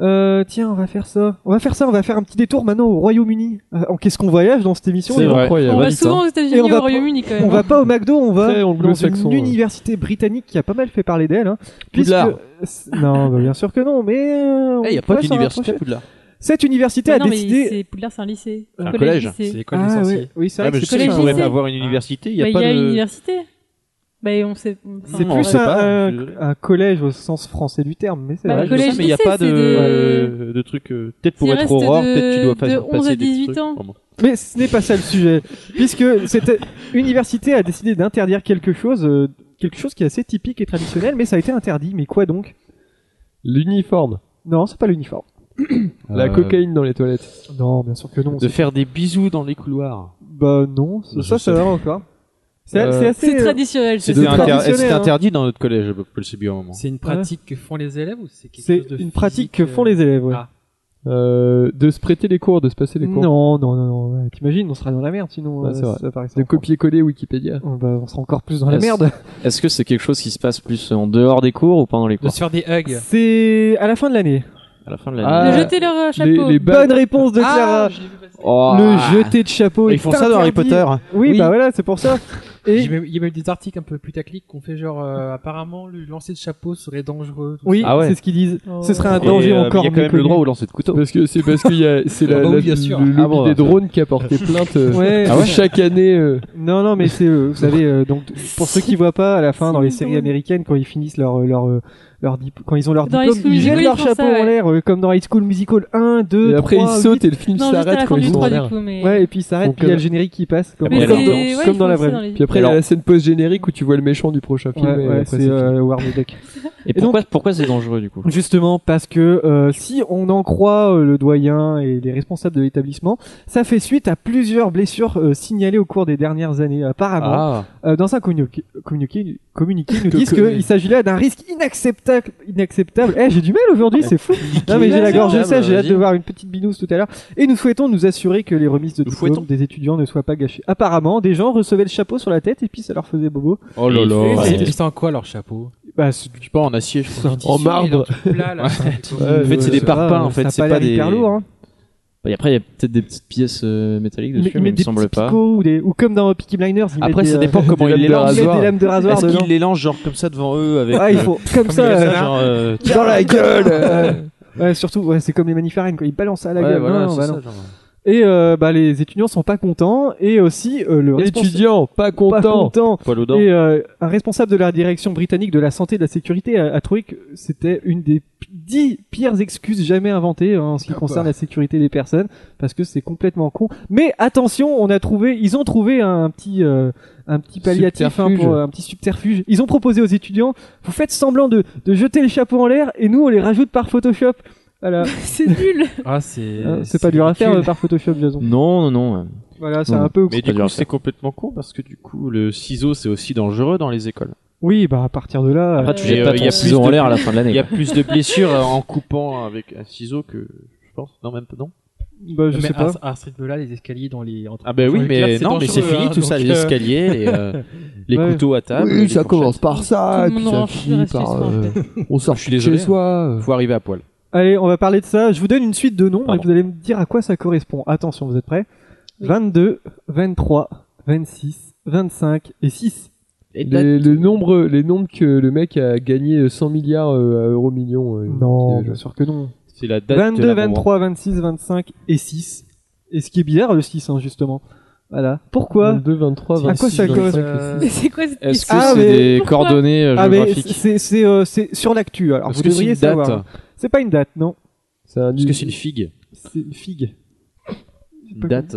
Speaker 3: Euh, tiens, on va faire ça. On va faire ça. On va faire un petit détour maintenant au Royaume-Uni. Euh, en qu'est-ce qu'on voyage dans cette émission
Speaker 7: C'est
Speaker 3: et on-
Speaker 7: vrai.
Speaker 6: hein.
Speaker 4: Incroyable.
Speaker 6: On va
Speaker 4: Vite,
Speaker 6: souvent
Speaker 3: Et
Speaker 6: aux
Speaker 3: on
Speaker 6: États-Unis,
Speaker 3: va
Speaker 6: au Royaume-Uni quand même.
Speaker 3: On va pas au McDo, on
Speaker 4: Très
Speaker 3: va dans
Speaker 4: anglo-saxon,
Speaker 3: une
Speaker 4: ouais.
Speaker 3: université britannique qui a pas mal fait parler d'elle. Hein, puisque...
Speaker 9: Poudlard.
Speaker 3: Non, bah, bien sûr que non, mais... euh, on
Speaker 8: Il n'y a pas
Speaker 3: pourrait s'en
Speaker 8: d'université
Speaker 3: rapprocher.
Speaker 8: Poudlard.
Speaker 3: Cette université
Speaker 6: Ouais,
Speaker 3: a
Speaker 6: non, mais
Speaker 3: décidé...
Speaker 6: c'est- Poudlard, c'est un lycée.
Speaker 7: Un collège.
Speaker 5: C'est
Speaker 6: lycée.
Speaker 5: l'école des
Speaker 3: Ah,
Speaker 5: sorciers.
Speaker 3: oui, oui, c'est
Speaker 7: Ah,
Speaker 3: vrai
Speaker 7: mais
Speaker 3: que c'est
Speaker 7: je sais qu'il
Speaker 6: collège
Speaker 3: collège
Speaker 7: pourrait
Speaker 6: lycée.
Speaker 7: avoir une université. Il y
Speaker 6: Bah,
Speaker 7: a
Speaker 6: Il y
Speaker 7: pas
Speaker 6: a une
Speaker 7: de.
Speaker 6: université. Bah, et on sait. enfin,
Speaker 3: C'est
Speaker 7: Non,
Speaker 6: on
Speaker 3: plus
Speaker 7: sait
Speaker 6: sait
Speaker 3: un,
Speaker 7: euh, pas,
Speaker 3: un-
Speaker 7: je-
Speaker 3: un collège au sens français du terme, mais c'est
Speaker 6: Bah,
Speaker 3: vrai.
Speaker 6: le collège
Speaker 7: mais il n'y a
Speaker 6: lycée,
Speaker 7: pas
Speaker 6: c'est
Speaker 7: de,
Speaker 6: de-
Speaker 7: de trucs. euh, Peut-être pour
Speaker 6: Il
Speaker 7: être
Speaker 6: reste
Speaker 7: aurore,
Speaker 6: de-
Speaker 7: peut-être tu dois
Speaker 6: de
Speaker 7: faire
Speaker 6: 11
Speaker 7: passer
Speaker 6: à
Speaker 7: des
Speaker 6: 18
Speaker 7: trucs.
Speaker 6: ans.
Speaker 7: Vraiment.
Speaker 3: Mais ce n'est pas ça le sujet, puisque cette université a décidé d'interdire quelque chose, euh, quelque chose qui est assez typique et traditionnel, mais ça a été interdit. Mais quoi donc
Speaker 4: L'uniforme,
Speaker 3: Non, c'est pas l'uniforme.
Speaker 4: la
Speaker 7: Euh,
Speaker 4: cocaïne dans les toilettes.
Speaker 3: Non, bien sûr que non.
Speaker 7: De faire des bisous dans les couloirs.
Speaker 3: Bah non, ça,
Speaker 7: Je
Speaker 3: ça,
Speaker 7: sais.
Speaker 3: ça va encore. C'est
Speaker 4: Euh,
Speaker 3: c'est assez.
Speaker 6: C'est traditionnel. c'est
Speaker 7: C'était
Speaker 3: de
Speaker 6: ça.
Speaker 7: inter-
Speaker 3: traditionnel,
Speaker 7: c'était
Speaker 3: hein.
Speaker 7: interdit dans notre collège, je peux le subir au moment.
Speaker 5: C'est une pratique que font les élèves ou c'est quelque
Speaker 3: c'est
Speaker 5: chose de
Speaker 3: une pratique
Speaker 5: physique,
Speaker 3: que font les élèves. Ouais.
Speaker 5: Ah.
Speaker 4: Euh, de se prêter les cours, de se passer les cours.
Speaker 3: non, non, non, non. ouais, T'imagines, on sera dans la merde sinon.
Speaker 4: Ouais,
Speaker 3: euh,
Speaker 7: Bah,
Speaker 4: c'est vrai.
Speaker 3: ça paraît
Speaker 4: De copier-coller Wikipédia.
Speaker 3: On, va- on sera encore plus dans la
Speaker 9: Yes.
Speaker 3: merde.
Speaker 9: Est-ce que c'est quelque chose qui se passe plus en dehors des cours ou pendant les
Speaker 5: De
Speaker 9: cours
Speaker 5: se faire des hugs.
Speaker 3: C'est à la fin de l'année.
Speaker 9: À la fin de
Speaker 4: Ah,
Speaker 9: l'année.
Speaker 6: De jeter leur euh, chapeau.
Speaker 4: Les, les ba-
Speaker 3: Bonne réponse de Clara.
Speaker 9: Oh.
Speaker 3: Le jeter de chapeau.
Speaker 7: Ah. Ils
Speaker 3: est
Speaker 7: font ça dans Harry
Speaker 3: interdit.
Speaker 7: Potter.
Speaker 3: Oui,
Speaker 5: Oui.
Speaker 3: bah voilà, c'est pour ça.
Speaker 5: Il
Speaker 3: Et
Speaker 5: y a même- il y a même des articles un peu putaclic qu'on fait genre euh, apparemment le lancer de chapeau serait dangereux. tout
Speaker 3: oui,
Speaker 7: Ah ouais.
Speaker 3: c'est ce qu'ils disent.
Speaker 6: Oh.
Speaker 3: Ce serait un
Speaker 7: Et,
Speaker 3: danger
Speaker 7: euh, mais
Speaker 3: encore
Speaker 7: Il y a quand même
Speaker 3: méconnu.
Speaker 7: le droit au lancer de couteau.
Speaker 4: parce que c'est parce qu'il y a c'est la,
Speaker 5: Ah bah oui,
Speaker 4: la-
Speaker 5: bien sûr.
Speaker 4: le lobby
Speaker 7: Ah bon,
Speaker 4: des
Speaker 7: bah.
Speaker 4: drones qui a porté plainte euh,
Speaker 3: Ouais.
Speaker 7: Ah
Speaker 4: à chaque année euh,
Speaker 3: Non, non, mais c'est, euh, vous savez, euh, donc pour ceux qui voient pas, à la fin, dans les
Speaker 6: C'est
Speaker 3: séries
Speaker 6: drôle.
Speaker 3: américaines, quand ils finissent leur leur euh, leur dip- quand ils ont leur
Speaker 6: Dans High
Speaker 3: diplôme,
Speaker 6: School
Speaker 3: ils jettent
Speaker 6: Musical,
Speaker 3: leur
Speaker 6: ils font
Speaker 3: chapeau
Speaker 6: ça,
Speaker 3: en
Speaker 6: ouais.
Speaker 3: l'air, euh, comme dans High School Musical 1, 2,
Speaker 4: Et après, ils
Speaker 3: 3,
Speaker 4: sautent et le film
Speaker 6: Non, juste à la
Speaker 4: s'arrête
Speaker 6: fin
Speaker 4: quand
Speaker 6: du
Speaker 4: ils sont en
Speaker 6: 3 du
Speaker 4: l'air.
Speaker 6: coup, mais.
Speaker 3: 8. Ouais, et puis ils s'arrêtent,
Speaker 4: Donc,
Speaker 3: puis il y a
Speaker 4: euh,
Speaker 3: le générique qui passe, comme,
Speaker 6: Mais
Speaker 3: comme
Speaker 6: c'est-
Speaker 3: dans,
Speaker 6: ouais,
Speaker 3: comme
Speaker 6: ils
Speaker 3: dans
Speaker 6: font
Speaker 3: la
Speaker 6: ça
Speaker 3: vraie
Speaker 6: dans
Speaker 3: vie.
Speaker 6: les-
Speaker 4: Puis après, il y a
Speaker 9: Alors-
Speaker 4: la scène post-générique où tu vois le méchant du prochain film.
Speaker 3: Ouais,
Speaker 4: et
Speaker 3: ouais,
Speaker 4: après,
Speaker 3: c'est
Speaker 4: c'est fini.
Speaker 3: euh, Howard the Duck.
Speaker 9: Et pourquoi, pourquoi c'est dangereux du coup
Speaker 3: Justement, parce que euh, si on en croit euh, le doyen et les responsables de l'établissement, ça fait suite à plusieurs blessures euh, signalées au cours des dernières années. Apparemment, Euh, dans un communiqué, communiqué, communiqué, ils nous disent qu'il s'agit là d'un risque inacceptable. Inacceptable. Eh, j'ai du mal aujourd'hui, c'est fou. Non mais j'ai la gorge
Speaker 7: Ah,
Speaker 9: Inacceptable,
Speaker 7: bah,
Speaker 3: sèche, j'ai hâte
Speaker 9: vas-y.
Speaker 3: de voir une petite binouze tout à l'heure. Et nous souhaitons nous assurer que les remises de
Speaker 7: Nous
Speaker 3: diplômes
Speaker 7: fouettons.
Speaker 3: des étudiants ne soient pas gâchées. Apparemment, des gens recevaient le chapeau sur la tête et puis ça leur faisait bobo.
Speaker 7: Oh
Speaker 9: là.
Speaker 7: là
Speaker 5: Ils
Speaker 9: Ouais.
Speaker 5: étaient en quoi leur chapeau
Speaker 3: Bah, c'est-
Speaker 8: Je sais pas, en acier, je
Speaker 7: Oh,
Speaker 8: crois.
Speaker 5: En marbre. En
Speaker 7: En fait, c'est des
Speaker 3: euh, ça
Speaker 7: parpaings,
Speaker 3: va,
Speaker 7: en fait,
Speaker 3: ça a
Speaker 7: c'est
Speaker 3: pas l'air
Speaker 7: pas des-
Speaker 3: hyper lourd, hein.
Speaker 9: Bah, et Après, il y a peut-être des petites pièces euh, métalliques dessus, mais, il me
Speaker 3: des
Speaker 9: semble
Speaker 3: petits
Speaker 9: pas.
Speaker 3: picots ou, des, ou comme dans Peaky Blinders. ils
Speaker 7: Après,
Speaker 3: mettent
Speaker 7: ça
Speaker 3: des, euh,
Speaker 7: dépend comment
Speaker 4: lames
Speaker 7: ils les
Speaker 4: de
Speaker 3: ils
Speaker 7: lancent.
Speaker 3: mettent
Speaker 4: rasoir.
Speaker 3: des lames de rasoir
Speaker 7: Est-ce
Speaker 3: dedans.
Speaker 7: qu'ils les lancent genre comme ça devant eux avec
Speaker 3: Ah, il
Speaker 7: euh,
Speaker 3: faut comme
Speaker 7: comme
Speaker 3: ça,
Speaker 7: les
Speaker 3: euh,
Speaker 7: lancent, genre, euh,
Speaker 3: dans la gueule. euh, ouais, surtout, ouais, c'est comme les maniférènes, quoi. Ils balancent ça à la
Speaker 8: Ouais,
Speaker 3: gueule.
Speaker 8: voilà,
Speaker 3: Non, non,
Speaker 8: c'est
Speaker 3: bah
Speaker 8: ça,
Speaker 3: non.
Speaker 8: genre.
Speaker 3: Et euh, bah, les étudiants sont pas contents et aussi euh, le responsable
Speaker 4: Étudiant,
Speaker 3: pas
Speaker 4: pas content.
Speaker 3: content.
Speaker 7: poil aux dents.
Speaker 3: Et euh, un responsable de la direction britannique de la santé et de la sécurité a, a trouvé que c'était une des p- dix pires excuses jamais inventées hein, en ce qui
Speaker 4: Ah
Speaker 3: concerne
Speaker 4: bah.
Speaker 3: la sécurité des personnes, parce que c'est complètement con. Mais attention, on a trouvé, ils ont trouvé un petit, euh, un petit palliatif, hein,
Speaker 4: Subterfuge.
Speaker 3: pour, euh, un petit subterfuge. Ils ont proposé aux étudiants, vous faites semblant de, de jeter le chapeau en l'air, et nous on les rajoute par Photoshop. Voilà,
Speaker 6: C'est nul.
Speaker 5: Ah, c'est.
Speaker 3: Hein, c'est pas dur à faire euh, par Photoshop, Jason.
Speaker 9: Non, non, non. ouais.
Speaker 3: Voilà, c'est
Speaker 9: Non,
Speaker 3: un peu.
Speaker 7: Mais
Speaker 9: pas
Speaker 7: du
Speaker 9: dur
Speaker 7: coup,
Speaker 9: à faire.
Speaker 7: c'est complètement con parce que du coup, le ciseau, c'est aussi dangereux dans les écoles.
Speaker 3: Oui, bah à partir de là.
Speaker 9: Après, tu
Speaker 6: Euh,
Speaker 9: jettes
Speaker 7: euh,
Speaker 9: pas
Speaker 7: il y a
Speaker 9: ton
Speaker 7: plus
Speaker 9: ciseau en
Speaker 7: de-
Speaker 9: l'air à la fin de
Speaker 7: Il y
Speaker 9: l'année.
Speaker 7: a plus de blessures euh, en coupant avec un ciseau que je pense. Non, même pas, non.
Speaker 3: bah, je
Speaker 5: mais
Speaker 3: sais
Speaker 5: à,
Speaker 3: pas.
Speaker 5: à ce rythme-là, les escaliers dans les. entre-
Speaker 7: Ah ben
Speaker 5: dans
Speaker 7: oui,
Speaker 5: les
Speaker 7: mais
Speaker 5: classes,
Speaker 7: non, mais c'est
Speaker 5: dangereux,
Speaker 7: fini
Speaker 5: hein,
Speaker 7: tout ça,
Speaker 5: donc,
Speaker 7: les
Speaker 5: euh,
Speaker 7: escaliers, les, euh, les
Speaker 3: Ouais.
Speaker 7: couteaux à table.
Speaker 4: Oui,
Speaker 7: les
Speaker 4: ça
Speaker 7: fourchettes.
Speaker 4: commence par ça,
Speaker 6: Tout le
Speaker 4: puis
Speaker 6: monde
Speaker 4: ça
Speaker 6: aura envie de
Speaker 4: finit
Speaker 6: rester
Speaker 4: par.
Speaker 6: sur un
Speaker 4: euh,
Speaker 6: fait.
Speaker 4: On sort
Speaker 7: Je suis désolé,
Speaker 4: chez soi.
Speaker 7: Faut arriver à poil.
Speaker 3: Allez, on va parler de ça. Je vous donne une suite de noms et
Speaker 7: Pardon.
Speaker 3: vous allez me dire à quoi ça correspond. Attention, vous êtes prêts
Speaker 6: Oui.
Speaker 3: 22, 23, 26, 25 et 6.
Speaker 4: Les, le nombre, les nombres que le mec a gagné 100 milliards euh, à euros millions. euh,
Speaker 3: Non,
Speaker 4: qui, euh,
Speaker 3: bien sûr que non.
Speaker 7: C'est la date de
Speaker 3: 22,
Speaker 7: la
Speaker 3: 23, 26, 25 et 6. Et ce qui est bizarre, le 6, hein, justement. Voilà. Pourquoi
Speaker 4: 22, 23,
Speaker 3: À
Speaker 4: 26.
Speaker 3: quoi ça correspond
Speaker 4: euh,
Speaker 6: Mais c'est quoi cette
Speaker 9: Est-ce que
Speaker 3: Ah,
Speaker 9: c'est
Speaker 3: mais-
Speaker 9: des coordonnées euh,
Speaker 3: Ah, mais
Speaker 9: géographiques
Speaker 3: c'est c'est, euh, c'est sur l'actu. Alors,
Speaker 7: Est-ce
Speaker 3: vous
Speaker 7: que c'est
Speaker 3: devriez
Speaker 7: une date
Speaker 3: savoir. C'est pas une date, non.
Speaker 4: C'est un
Speaker 7: Est-ce que c'est une figue
Speaker 3: C'est une figue.
Speaker 7: Une date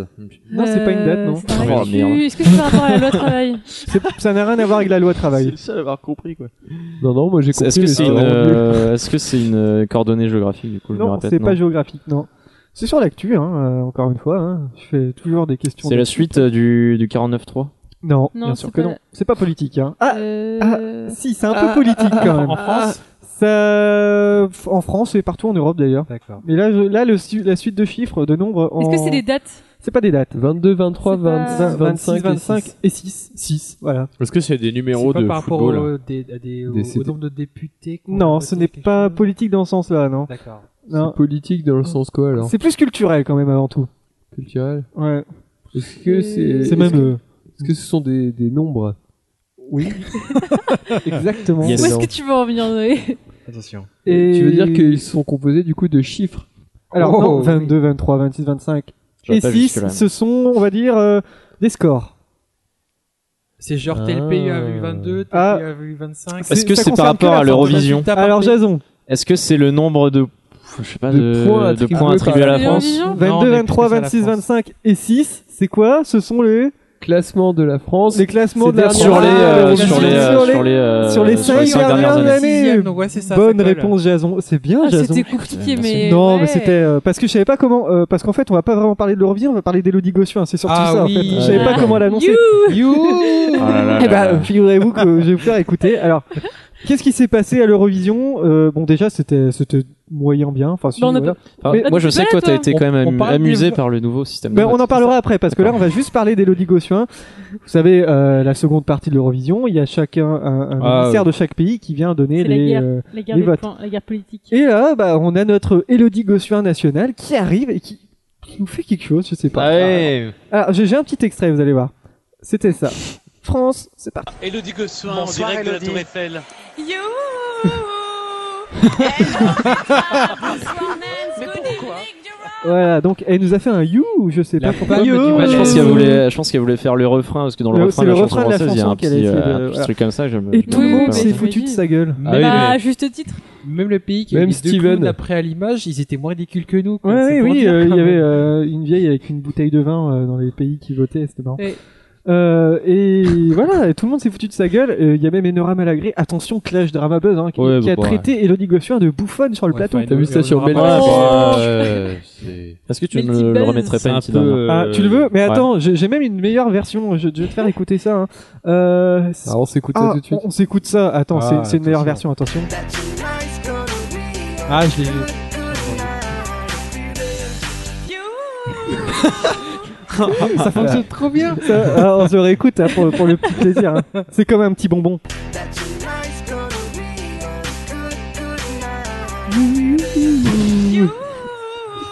Speaker 3: Non, c'est pas une date, non.
Speaker 6: Euh, C'est un
Speaker 9: Oh,
Speaker 6: actu.
Speaker 9: merde.
Speaker 6: Est-ce que c'est par rapport à la loi travail
Speaker 3: C'est- Ça n'a rien à voir avec la loi travail.
Speaker 7: seul à avoir compris, quoi.
Speaker 4: Non, non, moi j'ai
Speaker 9: C'est-
Speaker 4: compris.
Speaker 9: Est-ce que
Speaker 4: mais
Speaker 9: c'est
Speaker 4: c'est
Speaker 9: une,
Speaker 4: vraiment nul.
Speaker 9: euh, est-ce que c'est une euh, coordonnée géographique du coup je me
Speaker 3: Non,
Speaker 9: répète,
Speaker 3: c'est pas géographique, non. C'est sur l'actu, hein, euh, encore une fois. hein. Je fais toujours des questions.
Speaker 9: C'est la
Speaker 3: d'actu.
Speaker 9: suite euh, du, du 49.3
Speaker 3: Non,
Speaker 6: Non,
Speaker 3: bien
Speaker 6: c'est
Speaker 3: sûr que
Speaker 6: pas-
Speaker 3: non. C'est pas politique. Hein. Ah,
Speaker 6: Euh, ah,
Speaker 3: si, c'est un peu politique quand même.
Speaker 5: En France
Speaker 3: Ah, Ça... En France et partout en Europe d'ailleurs.
Speaker 5: D'accord.
Speaker 3: Mais là, je- là le su- la suite de chiffres, de nombres. En...
Speaker 6: Est-ce que c'est des dates
Speaker 3: C'est pas des dates.
Speaker 4: 22, 23,
Speaker 6: C'est pas-
Speaker 3: 26,
Speaker 4: 26, 25,
Speaker 3: 25 et 6. 6, voilà.
Speaker 7: Est-ce que c'est des numéros
Speaker 5: C'est
Speaker 7: de
Speaker 5: pas par rapport
Speaker 7: football hein
Speaker 5: au, des, à des- au-
Speaker 4: Des CD.
Speaker 5: au nombre de députés. qu'on a
Speaker 3: Non,
Speaker 5: voté
Speaker 3: ce n'est
Speaker 5: quelque
Speaker 3: pas
Speaker 5: chose.
Speaker 3: politique dans ce sens-là, non.
Speaker 5: D'accord.
Speaker 3: non.
Speaker 4: Politique dans le sens quoi alors
Speaker 3: C'est plus culturel quand même avant tout.
Speaker 4: Culturel
Speaker 3: Ouais.
Speaker 4: Est-ce que c'est.
Speaker 3: C'est
Speaker 4: est-ce
Speaker 3: même.
Speaker 4: que-
Speaker 3: euh,
Speaker 4: Est-ce que ce sont des, des nombres
Speaker 3: Oui. Exactement.
Speaker 9: Yes.
Speaker 6: Où est-ce
Speaker 4: non.
Speaker 6: que tu veux en venir Noé
Speaker 5: Attention.
Speaker 3: Et...
Speaker 4: Tu veux dire qu'ils sont composés du coup de chiffres
Speaker 3: Alors,
Speaker 4: Oh.
Speaker 3: non, 22, 23, 26, 25
Speaker 9: J'aurais
Speaker 3: et
Speaker 9: pas
Speaker 3: 6,
Speaker 9: jusque-là.
Speaker 3: ce sont, on va dire, euh, des scores.
Speaker 5: C'est genre tel pays a eu 22, tel
Speaker 3: Ah.
Speaker 5: pays a eu 25.
Speaker 3: C'est-
Speaker 9: Est-ce que
Speaker 3: ça
Speaker 9: c'est par
Speaker 3: concerne que
Speaker 9: rapport
Speaker 3: la
Speaker 9: à
Speaker 3: France,
Speaker 9: l'Eurovision
Speaker 5: T'as pas
Speaker 3: Alors,
Speaker 5: pris-
Speaker 3: Jason,
Speaker 9: Est-ce que c'est le nombre de je sais pas
Speaker 4: De
Speaker 9: de,
Speaker 4: points
Speaker 9: de
Speaker 4: attribués
Speaker 9: points attribués à
Speaker 4: par-
Speaker 9: la
Speaker 6: Et
Speaker 9: France
Speaker 6: l'Eurovision
Speaker 5: Non, on
Speaker 3: 22,
Speaker 5: est
Speaker 3: 23,
Speaker 5: plus à la
Speaker 3: 26,
Speaker 5: France.
Speaker 3: 25 et 6, c'est quoi Ce sont les,
Speaker 4: Classement de la France.
Speaker 3: les classements
Speaker 4: C'est
Speaker 3: de la
Speaker 4: dernier.
Speaker 9: sur les euh,
Speaker 3: France.
Speaker 9: sur les euh, sur les euh,
Speaker 3: Ah, sur les cinq
Speaker 9: cinq dernières
Speaker 3: dernières
Speaker 9: années.
Speaker 3: années.
Speaker 5: Sixième, donc ouais, c'est ça,
Speaker 3: Bonne
Speaker 5: ça colle.
Speaker 3: réponse, Jason. C'est bien,
Speaker 6: Ah,
Speaker 3: Jason.
Speaker 6: C'était compliqué, mais.
Speaker 3: Non,
Speaker 6: ouais.
Speaker 3: mais c'était euh, parce que je savais pas comment. euh, parce qu'en fait, on va pas vraiment parler de l'Eurovision, on va parler d'Elodie Gossuin. C'est surtout
Speaker 5: Ah
Speaker 3: ça.
Speaker 5: oui.
Speaker 3: En fait, je savais pas
Speaker 6: Ah.
Speaker 3: comment l'annoncer.
Speaker 9: Oh là là là
Speaker 3: Eh ben,
Speaker 9: là.
Speaker 3: figurez-vous que je vais vous faire écouter. Alors, qu'est-ce qui s'est passé à l'Eurovision Euh, Bon, déjà, c'était c'était moyen bien. Enfin, si,
Speaker 6: Bah, on a
Speaker 3: voilà.
Speaker 9: Enfin,
Speaker 3: mais-
Speaker 9: moi je
Speaker 6: Ah,
Speaker 9: sais que
Speaker 6: t'es
Speaker 9: toi
Speaker 6: pas
Speaker 9: t'as
Speaker 6: là,
Speaker 9: été
Speaker 5: toi.
Speaker 9: quand même
Speaker 5: On- on
Speaker 9: amu-
Speaker 5: parle
Speaker 9: amusé
Speaker 5: de-
Speaker 9: par le nouveau système de
Speaker 3: Ben, on
Speaker 9: vote.
Speaker 3: en parlera après parce que là on va juste parler d'Elodie Gossuin. Vous savez, euh, la seconde partie de l'Eurovision, il y a chacun un, un
Speaker 7: Ah,
Speaker 3: ministère de chaque pays qui vient donner
Speaker 6: C'est la
Speaker 3: les.
Speaker 6: guerre.
Speaker 3: euh,
Speaker 6: La guerre
Speaker 3: les
Speaker 6: des
Speaker 3: votes.
Speaker 6: points, la guerre politique.
Speaker 3: Et là, bah, on a notre Elodie Gossuin nationale qui arrive et qui, qui nous fait quelque chose, je sais pas.
Speaker 7: Ah ouais
Speaker 3: Alors, j'ai j'ai un petit extrait, vous allez voir. C'était ça. France, c'est parti.
Speaker 10: Elodie Gossuin en direct de la Tour Eiffel.
Speaker 11: You
Speaker 10: Mais pourquoi
Speaker 3: Voilà, donc elle nous a fait un you, je sais
Speaker 5: La
Speaker 3: pas pourquoi.
Speaker 5: pomme du
Speaker 9: Ouais, je
Speaker 5: Ouais,
Speaker 9: pense
Speaker 5: ouais,
Speaker 9: qu'elle
Speaker 5: ouais.
Speaker 9: voulait, je pense qu'elle voulait faire le refrain parce que dans le,
Speaker 3: euh, Le-
Speaker 9: refrain,
Speaker 3: c'est
Speaker 9: de la
Speaker 3: le
Speaker 9: chanson
Speaker 3: refrain de la
Speaker 9: française, il y a
Speaker 3: chanson
Speaker 9: un petit,
Speaker 3: qu'elle a essayé
Speaker 9: euh,
Speaker 3: de-
Speaker 9: un petit
Speaker 3: voilà.
Speaker 9: truc comme ça. Je,
Speaker 3: Et tout le
Speaker 6: Oui,
Speaker 3: monde
Speaker 6: mais
Speaker 3: s'est foutu de
Speaker 6: j'imagine.
Speaker 3: sa gueule.
Speaker 9: Ah
Speaker 5: Même,
Speaker 6: Bah, à juste titre.
Speaker 5: même le pays qui
Speaker 4: Même
Speaker 5: est
Speaker 4: Steven.
Speaker 5: Steven après à l'image, ils étaient moins ridicules que nous. quoi.
Speaker 3: Ouais,
Speaker 5: C'est
Speaker 3: oui,
Speaker 5: pour
Speaker 3: oui,
Speaker 5: dire,
Speaker 3: euh, il
Speaker 5: quand
Speaker 3: y
Speaker 5: même.
Speaker 3: avait euh, une vieille avec une bouteille de vin euh, dans les pays qui votaient, c'était marrant.
Speaker 6: Ouais.
Speaker 3: Euh, et voilà, et tout le monde s'est foutu de sa gueule. Euh, Il y a même Enora Malagré, attention, Clash Drama Buzz, hein, qui,
Speaker 8: Ouais,
Speaker 3: qui a
Speaker 8: bah, ouais.
Speaker 3: traité Elodie Gossuin de bouffonne sur le
Speaker 5: Ouais,
Speaker 3: plateau.
Speaker 5: fine,
Speaker 4: T'as vu
Speaker 5: on
Speaker 4: ça sur
Speaker 5: verra
Speaker 4: Bel
Speaker 5: pas.
Speaker 4: Air
Speaker 7: bah, euh, c'est
Speaker 9: Est-ce que tu
Speaker 6: Mais
Speaker 9: ne
Speaker 6: petite
Speaker 9: le
Speaker 6: base.
Speaker 9: remettrais pas
Speaker 7: c'est
Speaker 9: une
Speaker 7: un
Speaker 9: petite dame
Speaker 7: peu.
Speaker 3: Ah,
Speaker 7: euh,
Speaker 3: tu le veux Mais
Speaker 9: ouais.
Speaker 3: attends, j'ai j'ai même une meilleure version. Je, je vais te faire écouter ça. hein. Euh, c'est-
Speaker 4: Alors on s'écoute
Speaker 3: ah,
Speaker 4: ça tout de
Speaker 3: on
Speaker 4: suite.
Speaker 3: on s'écoute ça. Attends,
Speaker 2: Ah,
Speaker 3: c'est- c'est une meilleure
Speaker 2: attention.
Speaker 3: version. Attention.
Speaker 5: Ah, je l'ai.
Speaker 3: ça fonctionne trop bien. on se réécoute hein, pour, pour le petit plaisir. hein. C'est comme un petit bonbon.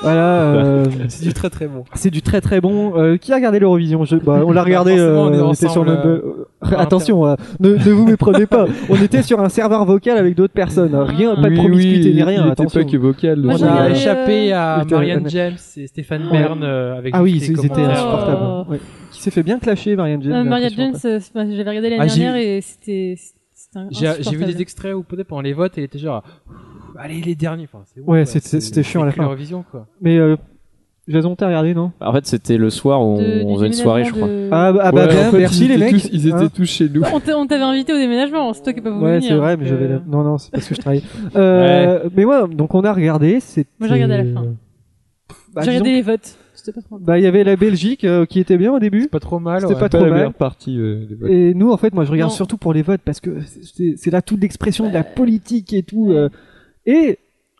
Speaker 3: Voilà, euh,
Speaker 5: C'est du très très bon.
Speaker 3: c'est du très très bon. Euh, qui a regardé l'Eurovision Je- bah, On l'a regardé,
Speaker 5: Forcément, on est
Speaker 3: euh, on était
Speaker 5: ensemble,
Speaker 3: sur le...
Speaker 5: euh,
Speaker 3: euh, Attention, euh, ne, ne vous méprenez pas. On était sur un serveur vocal avec d'autres personnes. hein. Rien, pas de
Speaker 4: Oui,
Speaker 3: promiscuité
Speaker 4: oui,
Speaker 3: ni rien.
Speaker 4: Il était
Speaker 3: attention.
Speaker 4: pas que vocal.
Speaker 6: Moi,
Speaker 3: Ah,
Speaker 5: On
Speaker 4: donc,
Speaker 6: j'en
Speaker 5: a
Speaker 6: ai-
Speaker 4: euh,
Speaker 5: échappé à
Speaker 3: Putain,
Speaker 5: Marianne
Speaker 3: ouais.
Speaker 5: James et Stéphane Bern euh, avec
Speaker 3: Ah oui,
Speaker 5: tous
Speaker 3: ils
Speaker 5: les
Speaker 3: étaient
Speaker 5: commentaires.
Speaker 3: insupportables.
Speaker 6: Oh.
Speaker 3: ouais. Qui s'est fait bien clasher, Marianne James.
Speaker 6: Euh,
Speaker 3: j'ai
Speaker 6: Maria
Speaker 3: l'impression,
Speaker 6: Jones,
Speaker 3: après.
Speaker 6: euh, c'est- j'avais regardé l'année
Speaker 5: Ah, j'ai
Speaker 6: dernière et c'était. c'était un-
Speaker 5: euh, J'ai j'ai vu
Speaker 6: insupportable.
Speaker 5: des extraits où peut-être pendant les votes, elle était genre Ouh, allez les derniers. Enfin, c'est bon,
Speaker 3: Ouais,
Speaker 5: quoi.
Speaker 3: c'était-
Speaker 5: C'est-
Speaker 3: c'était chiant à la
Speaker 5: c'est que
Speaker 3: fin.
Speaker 5: l'Eurovision, quoi.
Speaker 3: Mais euh, Jason, t'as regardé, non
Speaker 9: En fait, c'était le soir où on,
Speaker 6: De- du
Speaker 9: on faisait une soirée, je crois.
Speaker 6: déménagement de-
Speaker 3: Ah bah, ah bah,
Speaker 4: Euh, ouais,
Speaker 3: bien,
Speaker 4: en fait,
Speaker 3: merci
Speaker 4: ils
Speaker 3: les
Speaker 4: étaient
Speaker 3: mecs.
Speaker 4: tous- Ils
Speaker 3: hein.
Speaker 4: étaient tous chez nous.
Speaker 6: On t'a- On t'avait invité au déménagement, c'est toi qui n'as pas voulu
Speaker 3: Ouais,
Speaker 6: venir,
Speaker 3: c'est vrai,
Speaker 6: donc,
Speaker 4: hein.
Speaker 3: mais j'avais.
Speaker 6: euh,
Speaker 3: la- Non, non, c'est parce que je travaillais. Euh, Mais ouais, donc on a regardé. c'est
Speaker 6: Moi, j'ai regardé à la fin.
Speaker 3: Bah, disons
Speaker 6: J'ai regardé les votes. C'était pas trop
Speaker 3: que- bah, il y avait la Belgique euh, qui était bien au début.
Speaker 5: Pas trop mal.
Speaker 3: C'était
Speaker 5: ouais.
Speaker 3: pas
Speaker 4: Pas
Speaker 3: trop
Speaker 4: la
Speaker 3: mal.
Speaker 4: meilleure partie. euh, des votes.
Speaker 3: Et nous, en fait, moi, je regarde
Speaker 6: Non.
Speaker 3: surtout pour les votes parce que c'est c'est là toute l'expression de la politique et tout. euh. Et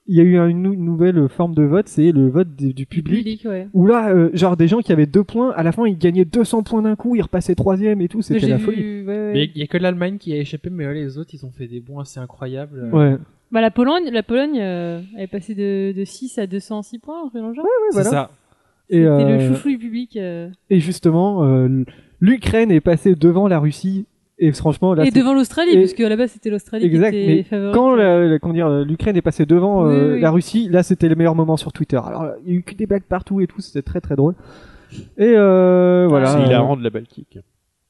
Speaker 3: il y a eu un- une, nou- nouvelle forme de vote, c'est le vote du, du public.
Speaker 6: public, ouais.
Speaker 3: Où là, euh, genre des gens qui avaient deux points, à la fin ils gagnaient 200 points d'un coup, ils repassaient troisième et tout,
Speaker 6: Mais
Speaker 3: c'était
Speaker 6: j'ai
Speaker 3: la
Speaker 6: vu-
Speaker 3: folie.
Speaker 6: ouais, ouais.
Speaker 5: Mais il y a que l'Allemagne qui a échappé, mais ouais, les autres, ils ont fait des bons assez incroyables.
Speaker 3: Ouais, ouais,
Speaker 6: Bah, la Pologne, la Pologne euh, elle est passée de, de 6 à 206 points, en fait, dans le genre.
Speaker 5: c'est
Speaker 3: voilà.
Speaker 5: ça.
Speaker 3: Et,
Speaker 6: C'était
Speaker 3: euh,
Speaker 6: le chouchou du public. euh,
Speaker 3: et justement, euh, l'Ukraine est passée devant la Russie. Et franchement, là,
Speaker 6: et
Speaker 3: c'est-
Speaker 6: devant l'Australie,
Speaker 3: et-
Speaker 6: parce que à la base, c'était l'Australie qui
Speaker 3: Exact, mais
Speaker 6: était favorite.
Speaker 3: quand la- la- comment dire, l'Ukraine est passée devant
Speaker 6: Oui,
Speaker 3: euh,
Speaker 6: oui.
Speaker 3: la Russie, là c'était le meilleur moment sur Twitter. Alors il y a eu que des blagues partout et tout, c'était très très drôle. Et euh, voilà.
Speaker 7: c'est hilarant de la Baltique.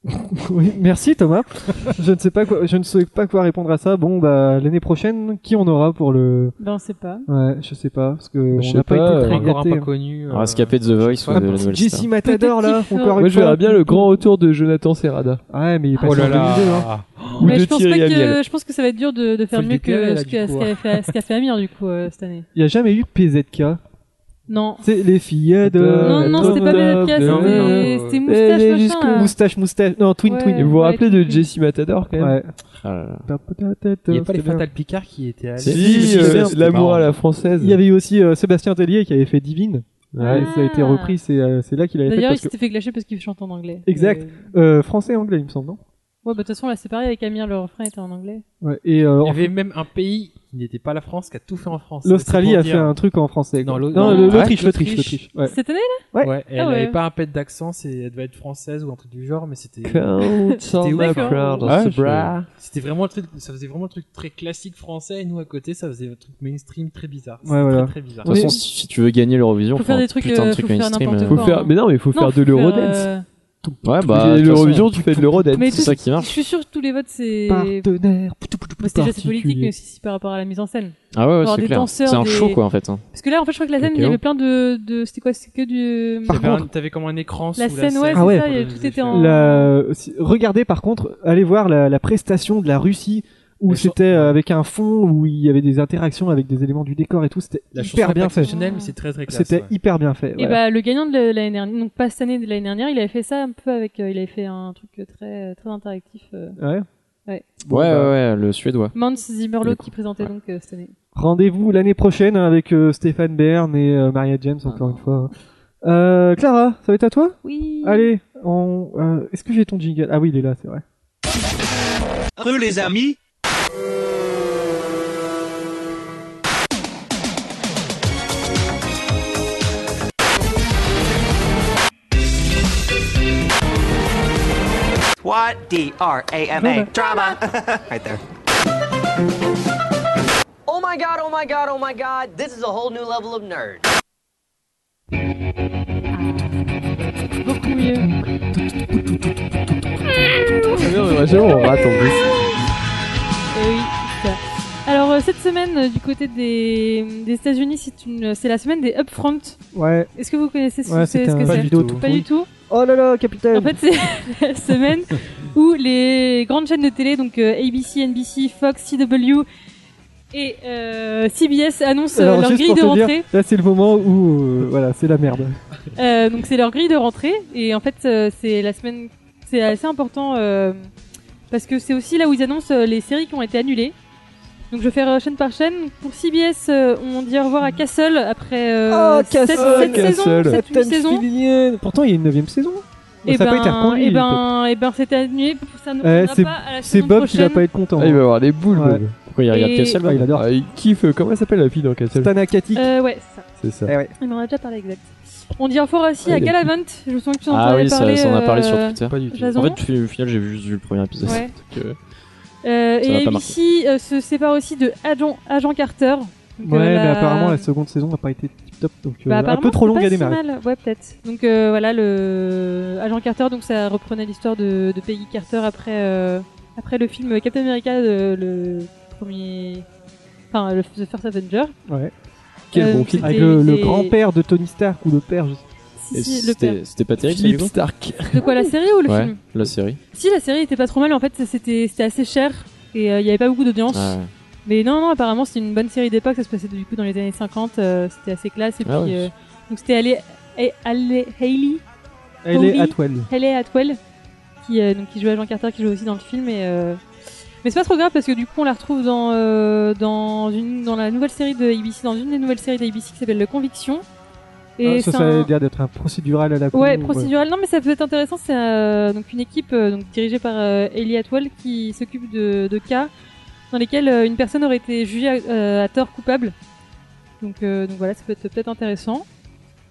Speaker 3: Oui, merci Thomas. je ne sais pas quoi, je ne sais pas quoi répondre à ça. Bon bah l'année prochaine, qui on aura pour le
Speaker 6: Ben, on sait pas.
Speaker 3: Ouais, je sais pas parce que on
Speaker 4: sais
Speaker 3: n'a pas,
Speaker 4: pas,
Speaker 3: été
Speaker 4: euh,
Speaker 3: très
Speaker 5: Encore un
Speaker 3: gâtés.
Speaker 5: pas connu. euh,
Speaker 9: Un rescapé de The Voice ou de la nouvelle star.
Speaker 3: Jessie Matador là,
Speaker 6: Peut-être qu'il
Speaker 3: encore
Speaker 6: fera-
Speaker 3: une
Speaker 4: Moi, je verrais
Speaker 3: fois.
Speaker 4: bien le grand retour de Jonathan Serrada.
Speaker 3: Ouais, mais il est pas
Speaker 5: Oh là
Speaker 3: sur 2002, hein.
Speaker 5: là.
Speaker 4: Ou
Speaker 6: Mais
Speaker 4: de
Speaker 6: je pense,
Speaker 4: Thierry
Speaker 6: pas
Speaker 4: Amiel.
Speaker 6: que, je pense que ça va être dur de, de faire
Speaker 5: Faut le
Speaker 6: mieux que
Speaker 5: déclarer, là,
Speaker 6: ce
Speaker 5: du
Speaker 6: qu'a
Speaker 5: coup,
Speaker 6: ce qu'a fait, ce qu'a fait Amir, du coup, euh, cette année.
Speaker 3: Il y a jamais eu PZK.
Speaker 6: Non.
Speaker 3: C'est les filles de
Speaker 6: Non, non, c'était pas
Speaker 4: Attends,
Speaker 6: Bélakia,
Speaker 5: non,
Speaker 6: c'était
Speaker 5: non.
Speaker 6: c'était
Speaker 3: Elle est
Speaker 6: Moustache,
Speaker 3: jusqu'au
Speaker 6: machin. là.
Speaker 3: moustache moustache. Non, twin
Speaker 6: Ouais.
Speaker 3: twin.
Speaker 4: Et vous vous
Speaker 6: Ouais,
Speaker 4: rappelez de
Speaker 6: tu-
Speaker 4: Jessie Matador quand même
Speaker 3: Ouais.
Speaker 9: Ah là
Speaker 7: Euh,
Speaker 9: là.
Speaker 5: Il n'y a pas les Fatal Picard qui étaient allés.
Speaker 4: Si,
Speaker 7: Si,
Speaker 4: euh,
Speaker 7: si, c'était
Speaker 4: l'amour
Speaker 7: marrant.
Speaker 4: à la française.
Speaker 3: Il y avait eu aussi euh, Sébastien Tellier qui avait fait Divine.
Speaker 6: Ouais.
Speaker 3: Et ça a été repris, c'est euh, c'est là qu'il avait fait.
Speaker 6: Ah. D'ailleurs, il
Speaker 3: Parce que,
Speaker 6: s'était fait clasher parce qu'il chante en anglais.
Speaker 3: Exact.
Speaker 6: Euh,
Speaker 3: euh, français et anglais, il me semble, non
Speaker 6: Ouais, bah, de toute façon, là, c'est pareil avec Amir, le refrain était en anglais.
Speaker 3: ouais. Et euh,
Speaker 5: Il y avait même un pays qui n'était pas la France qui a tout fait en France.
Speaker 3: l'Australie
Speaker 5: C'est
Speaker 3: a
Speaker 5: pour
Speaker 3: fait
Speaker 5: dire.
Speaker 3: un truc en français.
Speaker 5: Non,
Speaker 3: quoi.
Speaker 5: l'Au-
Speaker 3: non
Speaker 5: non,
Speaker 3: le-
Speaker 5: ouais,
Speaker 3: l'Autriche, l'Autriche, l'Autriche.
Speaker 5: l'Autriche.
Speaker 3: Ouais.
Speaker 6: Cette année, là
Speaker 3: Ouais.
Speaker 5: Ouais, elle
Speaker 6: Ah ouais.
Speaker 5: avait pas un pet d'accent, c'est- elle devait être française ou un truc du genre, mais c'était
Speaker 4: Counts on
Speaker 5: C'était
Speaker 4: the
Speaker 5: ouf, hein.
Speaker 4: crowd of
Speaker 7: Ouais,
Speaker 4: the
Speaker 7: je-
Speaker 4: bra.
Speaker 5: c'était vraiment un truc, ça faisait vraiment un truc très classique français et nous à côté, ça faisait un truc mainstream très bizarre. C'était
Speaker 3: Ouais, voilà.
Speaker 5: Très, très bizarre.
Speaker 9: De toute façon, si si tu veux gagner l'Eurovision,
Speaker 6: Faut faire
Speaker 9: un
Speaker 6: des trucs,
Speaker 9: putain
Speaker 6: euh,
Speaker 9: de
Speaker 6: faut
Speaker 9: truc
Speaker 6: faire
Speaker 9: mainstream.
Speaker 6: n'importe hein.
Speaker 9: euh.
Speaker 4: Faut faire, mais non, mais faut
Speaker 6: Non,
Speaker 4: faire de
Speaker 6: faut
Speaker 4: l'eurodance.
Speaker 6: euh,
Speaker 9: Ouais, bah, de
Speaker 4: Tu fais
Speaker 9: toute façon,
Speaker 4: l'Eurovision, tu fais de l'eurodance.
Speaker 6: Mais
Speaker 9: c'est ça qui
Speaker 6: Je
Speaker 9: marche.
Speaker 6: suis sûr que tous les votes, c'est.
Speaker 3: Ah. Partenaire.
Speaker 6: Bah, c'est déjà c'est politique, mais aussi c'est par rapport à la mise en scène.
Speaker 9: Ah ouais, ouais,
Speaker 6: Genre
Speaker 9: c'est
Speaker 6: des
Speaker 9: clair.
Speaker 6: danseurs,
Speaker 9: C'est un
Speaker 6: des-
Speaker 9: show, quoi, en fait. hein.
Speaker 6: Parce que là, en fait, je crois que la scène, il y
Speaker 9: KO.
Speaker 6: avait plein de. de c'était quoi C'était que du.
Speaker 3: Par
Speaker 5: T'avais un-
Speaker 3: contre-
Speaker 5: t'avais comme un écran sous
Speaker 6: La
Speaker 5: la
Speaker 6: scène, ouais,
Speaker 3: Ah ouais.
Speaker 6: c'est ça, il y a-
Speaker 5: pour
Speaker 6: tout
Speaker 5: les
Speaker 6: était en.
Speaker 5: effets.
Speaker 3: La- si- Regardez par contre, allez voir la, la prestation de la Russie où
Speaker 5: La chan-
Speaker 3: c'était euh, avec un fond où il y avait des interactions avec des éléments du décor et tout, c'était
Speaker 5: La chanson
Speaker 3: hyper
Speaker 5: est
Speaker 3: bien
Speaker 5: pas
Speaker 3: fait.
Speaker 5: exceptionnelle, mais c'est très très classe.
Speaker 3: C'était
Speaker 5: ouais.
Speaker 3: hyper bien fait.
Speaker 6: Et
Speaker 3: voilà.
Speaker 6: bah, le gagnant de la- l'année dernière, donc pas cette année de l'année dernière, il avait fait ça un peu avec. euh, il avait fait un truc euh, très, euh, très interactif. euh,
Speaker 3: Ouais. Bon,
Speaker 9: Ouais, ouais,
Speaker 3: bah,
Speaker 9: ouais, le suédois.
Speaker 6: Mans Zimmerlo
Speaker 9: Le
Speaker 6: qui présentait donc euh, cette année.
Speaker 3: Rendez-vous l'année prochaine hein, avec euh, Stéphane Bern et euh, Maria James,
Speaker 5: Ah.
Speaker 3: encore une fois. hein. Euh, Clara, ça va être à toi
Speaker 6: Oui.
Speaker 3: Allez, on, euh, est-ce que j'ai ton jingle Ah oui, il est là, c'est vrai.
Speaker 10: Re les amis,
Speaker 11: What? D R A M A. Drama. right there. Oh my god, oh my god, oh my god. This is a whole new level of nerd.
Speaker 6: beaucoup mieux.
Speaker 4: Ah, on rate en plus.
Speaker 6: Eh oui, c'est ça. Alors euh, cette semaine, euh, du côté des, des États-Unis, c'est une, c'est la semaine des upfront.
Speaker 3: Ouais.
Speaker 6: Est-ce que vous connaissez ce,
Speaker 3: Ouais,
Speaker 6: c'est-
Speaker 3: c'était
Speaker 6: ce
Speaker 3: un-
Speaker 6: que
Speaker 3: Pas
Speaker 6: c'est
Speaker 3: du tout.
Speaker 6: Pas du tout.
Speaker 3: Oh là là, capitaine.
Speaker 6: En fait, c'est la semaine où les grandes chaînes de télé, donc euh, ABC, NBC, Fox, CW et euh, CBS annoncent euh,
Speaker 3: Alors,
Speaker 6: leur
Speaker 3: juste
Speaker 6: grille
Speaker 3: pour
Speaker 6: de
Speaker 3: te dire,
Speaker 6: rentrée.
Speaker 3: là, c'est le moment où, euh, voilà, c'est la merde.
Speaker 6: Euh, donc c'est leur grille de rentrée et en fait euh, c'est la semaine c'est assez important euh, parce que c'est aussi là où ils annoncent euh, les séries qui ont été annulées. Donc je vais faire euh, chaîne par chaîne. Pour CBS, euh, on dit au revoir à Castle après
Speaker 3: Oh,
Speaker 6: euh, sept- sept saisons, sept, huit saisons.
Speaker 3: Pourtant, il y a une neuvième saison.
Speaker 6: Et
Speaker 3: ça
Speaker 6: ben,
Speaker 3: peut être reconduit.
Speaker 6: et ben, et ben, c'est annulé. Ça ne
Speaker 3: Eh,
Speaker 6: reviendra
Speaker 3: c'est-
Speaker 6: pas à la
Speaker 3: c'est
Speaker 6: saison
Speaker 3: Bob qui
Speaker 6: prochaine.
Speaker 3: va pas être content. hein.
Speaker 4: Ah, il va avoir les boules.
Speaker 3: Ouais.
Speaker 4: Bob.
Speaker 9: Pourquoi il
Speaker 6: regarde Et- Castle, Bob
Speaker 4: Ah, Il adore. Ah, il kiffe. euh, Comment elle s'appelle la fille dans Castle
Speaker 3: Tanakati.
Speaker 6: Euh, ouais, c'est ça.
Speaker 4: C'est ça.
Speaker 6: On en a déjà parlé exact. On dit au revoir aussi
Speaker 4: Ouais,
Speaker 6: à
Speaker 4: il a-
Speaker 6: Galavant. Je me souviens que tu en
Speaker 9: Ah
Speaker 6: avais
Speaker 9: oui, ça,
Speaker 6: parlé.
Speaker 9: ça en a parlé sur
Speaker 6: euh,
Speaker 9: Twitter.
Speaker 6: Jason.
Speaker 9: En fait, tu- au final, j'ai juste vu le premier épisode.
Speaker 6: Ouais.
Speaker 9: donc, euh,
Speaker 6: Euh,
Speaker 9: Ça m'a
Speaker 6: et
Speaker 9: pas
Speaker 6: ABC euh, se sépare aussi de Agent, Agent Carter. Donc,
Speaker 3: Ouais,
Speaker 6: euh,
Speaker 3: mais
Speaker 6: la-
Speaker 3: apparemment, la seconde saison n'a pas été tip top. Donc, euh,
Speaker 6: Bah,
Speaker 3: un
Speaker 6: apparemment,
Speaker 3: peu trop
Speaker 6: c'est
Speaker 3: longue
Speaker 6: pas
Speaker 3: à
Speaker 6: si
Speaker 3: démarrer.
Speaker 6: mal. Ouais, peut-être. Donc euh, voilà, le Agent Carter, donc ça reprenait l'histoire de, de Peggy Carter après, euh, après le film Captain America, de- le premier. Enfin, le The First Avenger.
Speaker 3: Ouais.
Speaker 6: Quel Euh, bon film.
Speaker 3: Avec
Speaker 6: c'était-
Speaker 3: le, le
Speaker 6: c'était-
Speaker 3: grand-père de Tony Stark ou le père, je sais
Speaker 6: Si, si, le père.
Speaker 9: C'était c'était pas terrible.
Speaker 4: Philippe
Speaker 9: ça, du coup
Speaker 4: Stark.
Speaker 6: De quoi, la série ou le
Speaker 9: ouais,
Speaker 6: film
Speaker 9: La série.
Speaker 6: Si, la série était pas trop mal, en fait, ça, c'était c'était assez cher et euh, il y avait pas beaucoup d'audience.
Speaker 9: Ah ouais.
Speaker 6: Mais non, non, apparemment c'était une bonne série d'époque, ça se passait du coup dans les années 50, euh, c'était assez classe. Et
Speaker 9: Ah
Speaker 6: puis,
Speaker 9: ouais.
Speaker 6: euh, donc c'était Hayley, Hayley, Hayley,
Speaker 3: Hayley
Speaker 6: Hayley-
Speaker 3: Atwell.
Speaker 6: Hayley Atwell, qui, euh, donc, qui jouait Jean Carter, qui joue aussi dans le film. Et, euh, Mais c'est pas trop grave parce que du coup on la retrouve dans, euh, dans, une, dans la nouvelle série de ABC, dans une des nouvelles séries d'ABC qui s'appelle Le Conviction.
Speaker 3: Ah, ça,
Speaker 6: c'est
Speaker 3: ça a
Speaker 6: un-
Speaker 3: l'air d'être un procédural à la con,
Speaker 6: Ouais, procédural. Non, mais ça peut être intéressant. C'est euh, donc une équipe euh, donc dirigée par euh, Ellie Atwell qui s'occupe de, de cas dans lesquels euh, une personne aurait été jugée à, euh, à tort coupable. Donc, euh, donc voilà, ça peut être peut-être intéressant.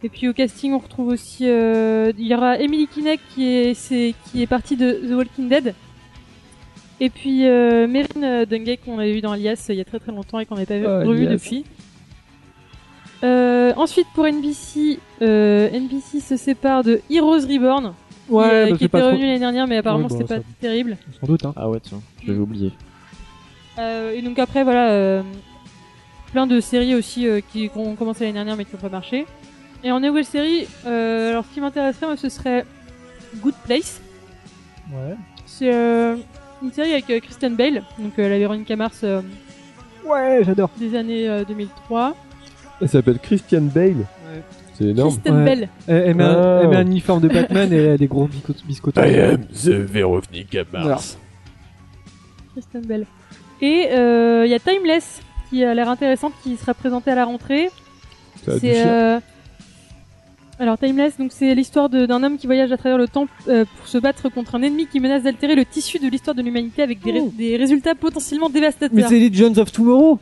Speaker 6: Et puis au casting, on retrouve aussi euh, il y aura Emily Kinek qui est, c'est- qui est partie de The Walking Dead. Et puis euh, Meryn euh, Dungay qu'on avait vu dans Alias euh, il y a très très longtemps et qu'on n'avait pas
Speaker 12: Oh,
Speaker 6: revu
Speaker 12: Alias.
Speaker 6: depuis. Euh, ensuite pour NBC, euh, NBC se sépare de Heroes Reborn, qui,
Speaker 3: Ouais,
Speaker 6: euh,
Speaker 3: bah,
Speaker 6: qui
Speaker 3: c'est
Speaker 6: était
Speaker 3: pas
Speaker 6: revenu
Speaker 3: trop-
Speaker 6: l'année dernière, mais apparemment
Speaker 3: Ouais, bah,
Speaker 6: c'était
Speaker 3: ça
Speaker 6: pas terrible.
Speaker 3: Sans doute, hein.
Speaker 9: Ah ouais, tiens, j'avais oublié.
Speaker 6: Euh, et donc après voilà, euh, plein de séries aussi euh, qui ont commencé l'année dernière mais qui n'ont pas marché. Et en nouvelle série, euh, alors ce qui m'intéresserait moi ce serait Good Place.
Speaker 3: Ouais.
Speaker 6: C'est euh, une série avec euh, Kristen Bale, donc euh, la Véronica Mars euh,
Speaker 3: Ouais, j'adore.
Speaker 6: des années euh, 2003.
Speaker 4: Elle s'appelle Christian Bale. C'est énorme.
Speaker 6: Kristen
Speaker 3: Ouais.
Speaker 6: Bell.
Speaker 3: Elle, elle met
Speaker 4: Ah.
Speaker 3: un, elle met un uniforme de Batman et elle a des gros biscottes. biscottes.
Speaker 7: Veronica
Speaker 3: Mars.
Speaker 6: Kristen Bell. Et euh, il y a Timeless qui a l'air intéressante, qui sera présentée à la rentrée.
Speaker 4: Ça a du
Speaker 6: C'est
Speaker 4: chien.
Speaker 6: euh, alors Timeless, donc c'est l'histoire de- d'un homme qui voyage à travers le temps euh, pour se battre contre un ennemi qui menace d'altérer le tissu de l'histoire de l'humanité avec des, ré-
Speaker 3: Oh.
Speaker 6: des résultats potentiellement dévastateurs.
Speaker 3: Mais c'est les Jones of Tomorrow.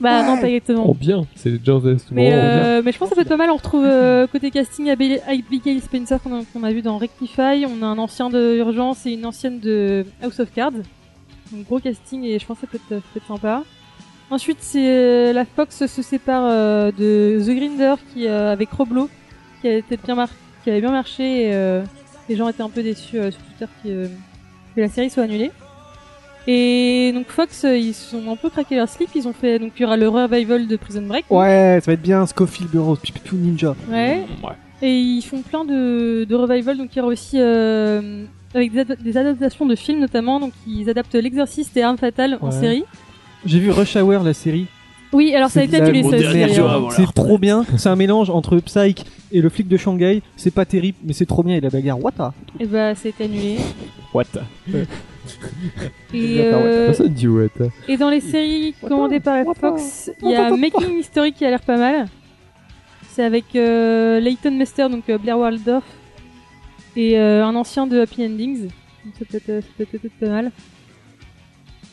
Speaker 6: Bah non, pas exactement.
Speaker 4: Oh bien, c'est Oh, les Jones of Tomorrow,
Speaker 6: Mais,
Speaker 4: on
Speaker 6: euh,
Speaker 4: vient.
Speaker 6: mais je pense que ça peut être pas mal. On retrouve euh, côté casting Abby Abigail Spencer qu'on a, qu'on a vu dans Rectify. On a un ancien de Urgence et une ancienne de House of Cards. Donc gros casting et je pense que ça peut être, ça peut être sympa. Ensuite, c'est euh, la Fox se sépare euh, de The Grinder qui euh, avec Roblo qui avait peut-être bien mar- qui avait bien marché. Et, euh, les gens étaient un peu déçus euh, sur Twitter qui, euh, que la série soit annulée. Et donc Fox, euh, ils sont un peu craqué leur slip. Ils ont fait donc il y aura le revival de Prison Break.
Speaker 3: Ouais, ça va être bien. Scofield Bureau, Pipipiou Ninja.
Speaker 6: Ouais. Et ils font plein de, de revival, donc il y aura aussi euh, avec des, ad- des adaptations de films notamment, donc ils adaptent L'Exorciste et Arme Fatale en
Speaker 3: Ouais.
Speaker 6: série.
Speaker 3: J'ai vu Rush Hour, la série.
Speaker 6: Oui, alors Ah, ça a
Speaker 3: C'est
Speaker 6: été
Speaker 3: de la
Speaker 6: annulé ça aussi.
Speaker 3: merde.
Speaker 6: d'ailleurs.
Speaker 3: C'est trop bien. C'est un mélange entre Psych et le flic de Shanghai. C'est pas terrible, mais c'est trop bien. Et la bagarre, what a-
Speaker 6: Et bah, ça a été annulé.
Speaker 3: What
Speaker 6: Et,
Speaker 4: D'accord, ouais.
Speaker 6: euh,
Speaker 4: Personne dit ouais. t'as-
Speaker 6: et dans les séries commandées par la Fox, il y a Making History qui a l'air pas mal. C'est avec euh, Leighton Mester, donc euh, Blair Waldorf, et euh, un ancien de Happy Endings. Donc ça peut être, euh, ça peut être- peut-être pas mal.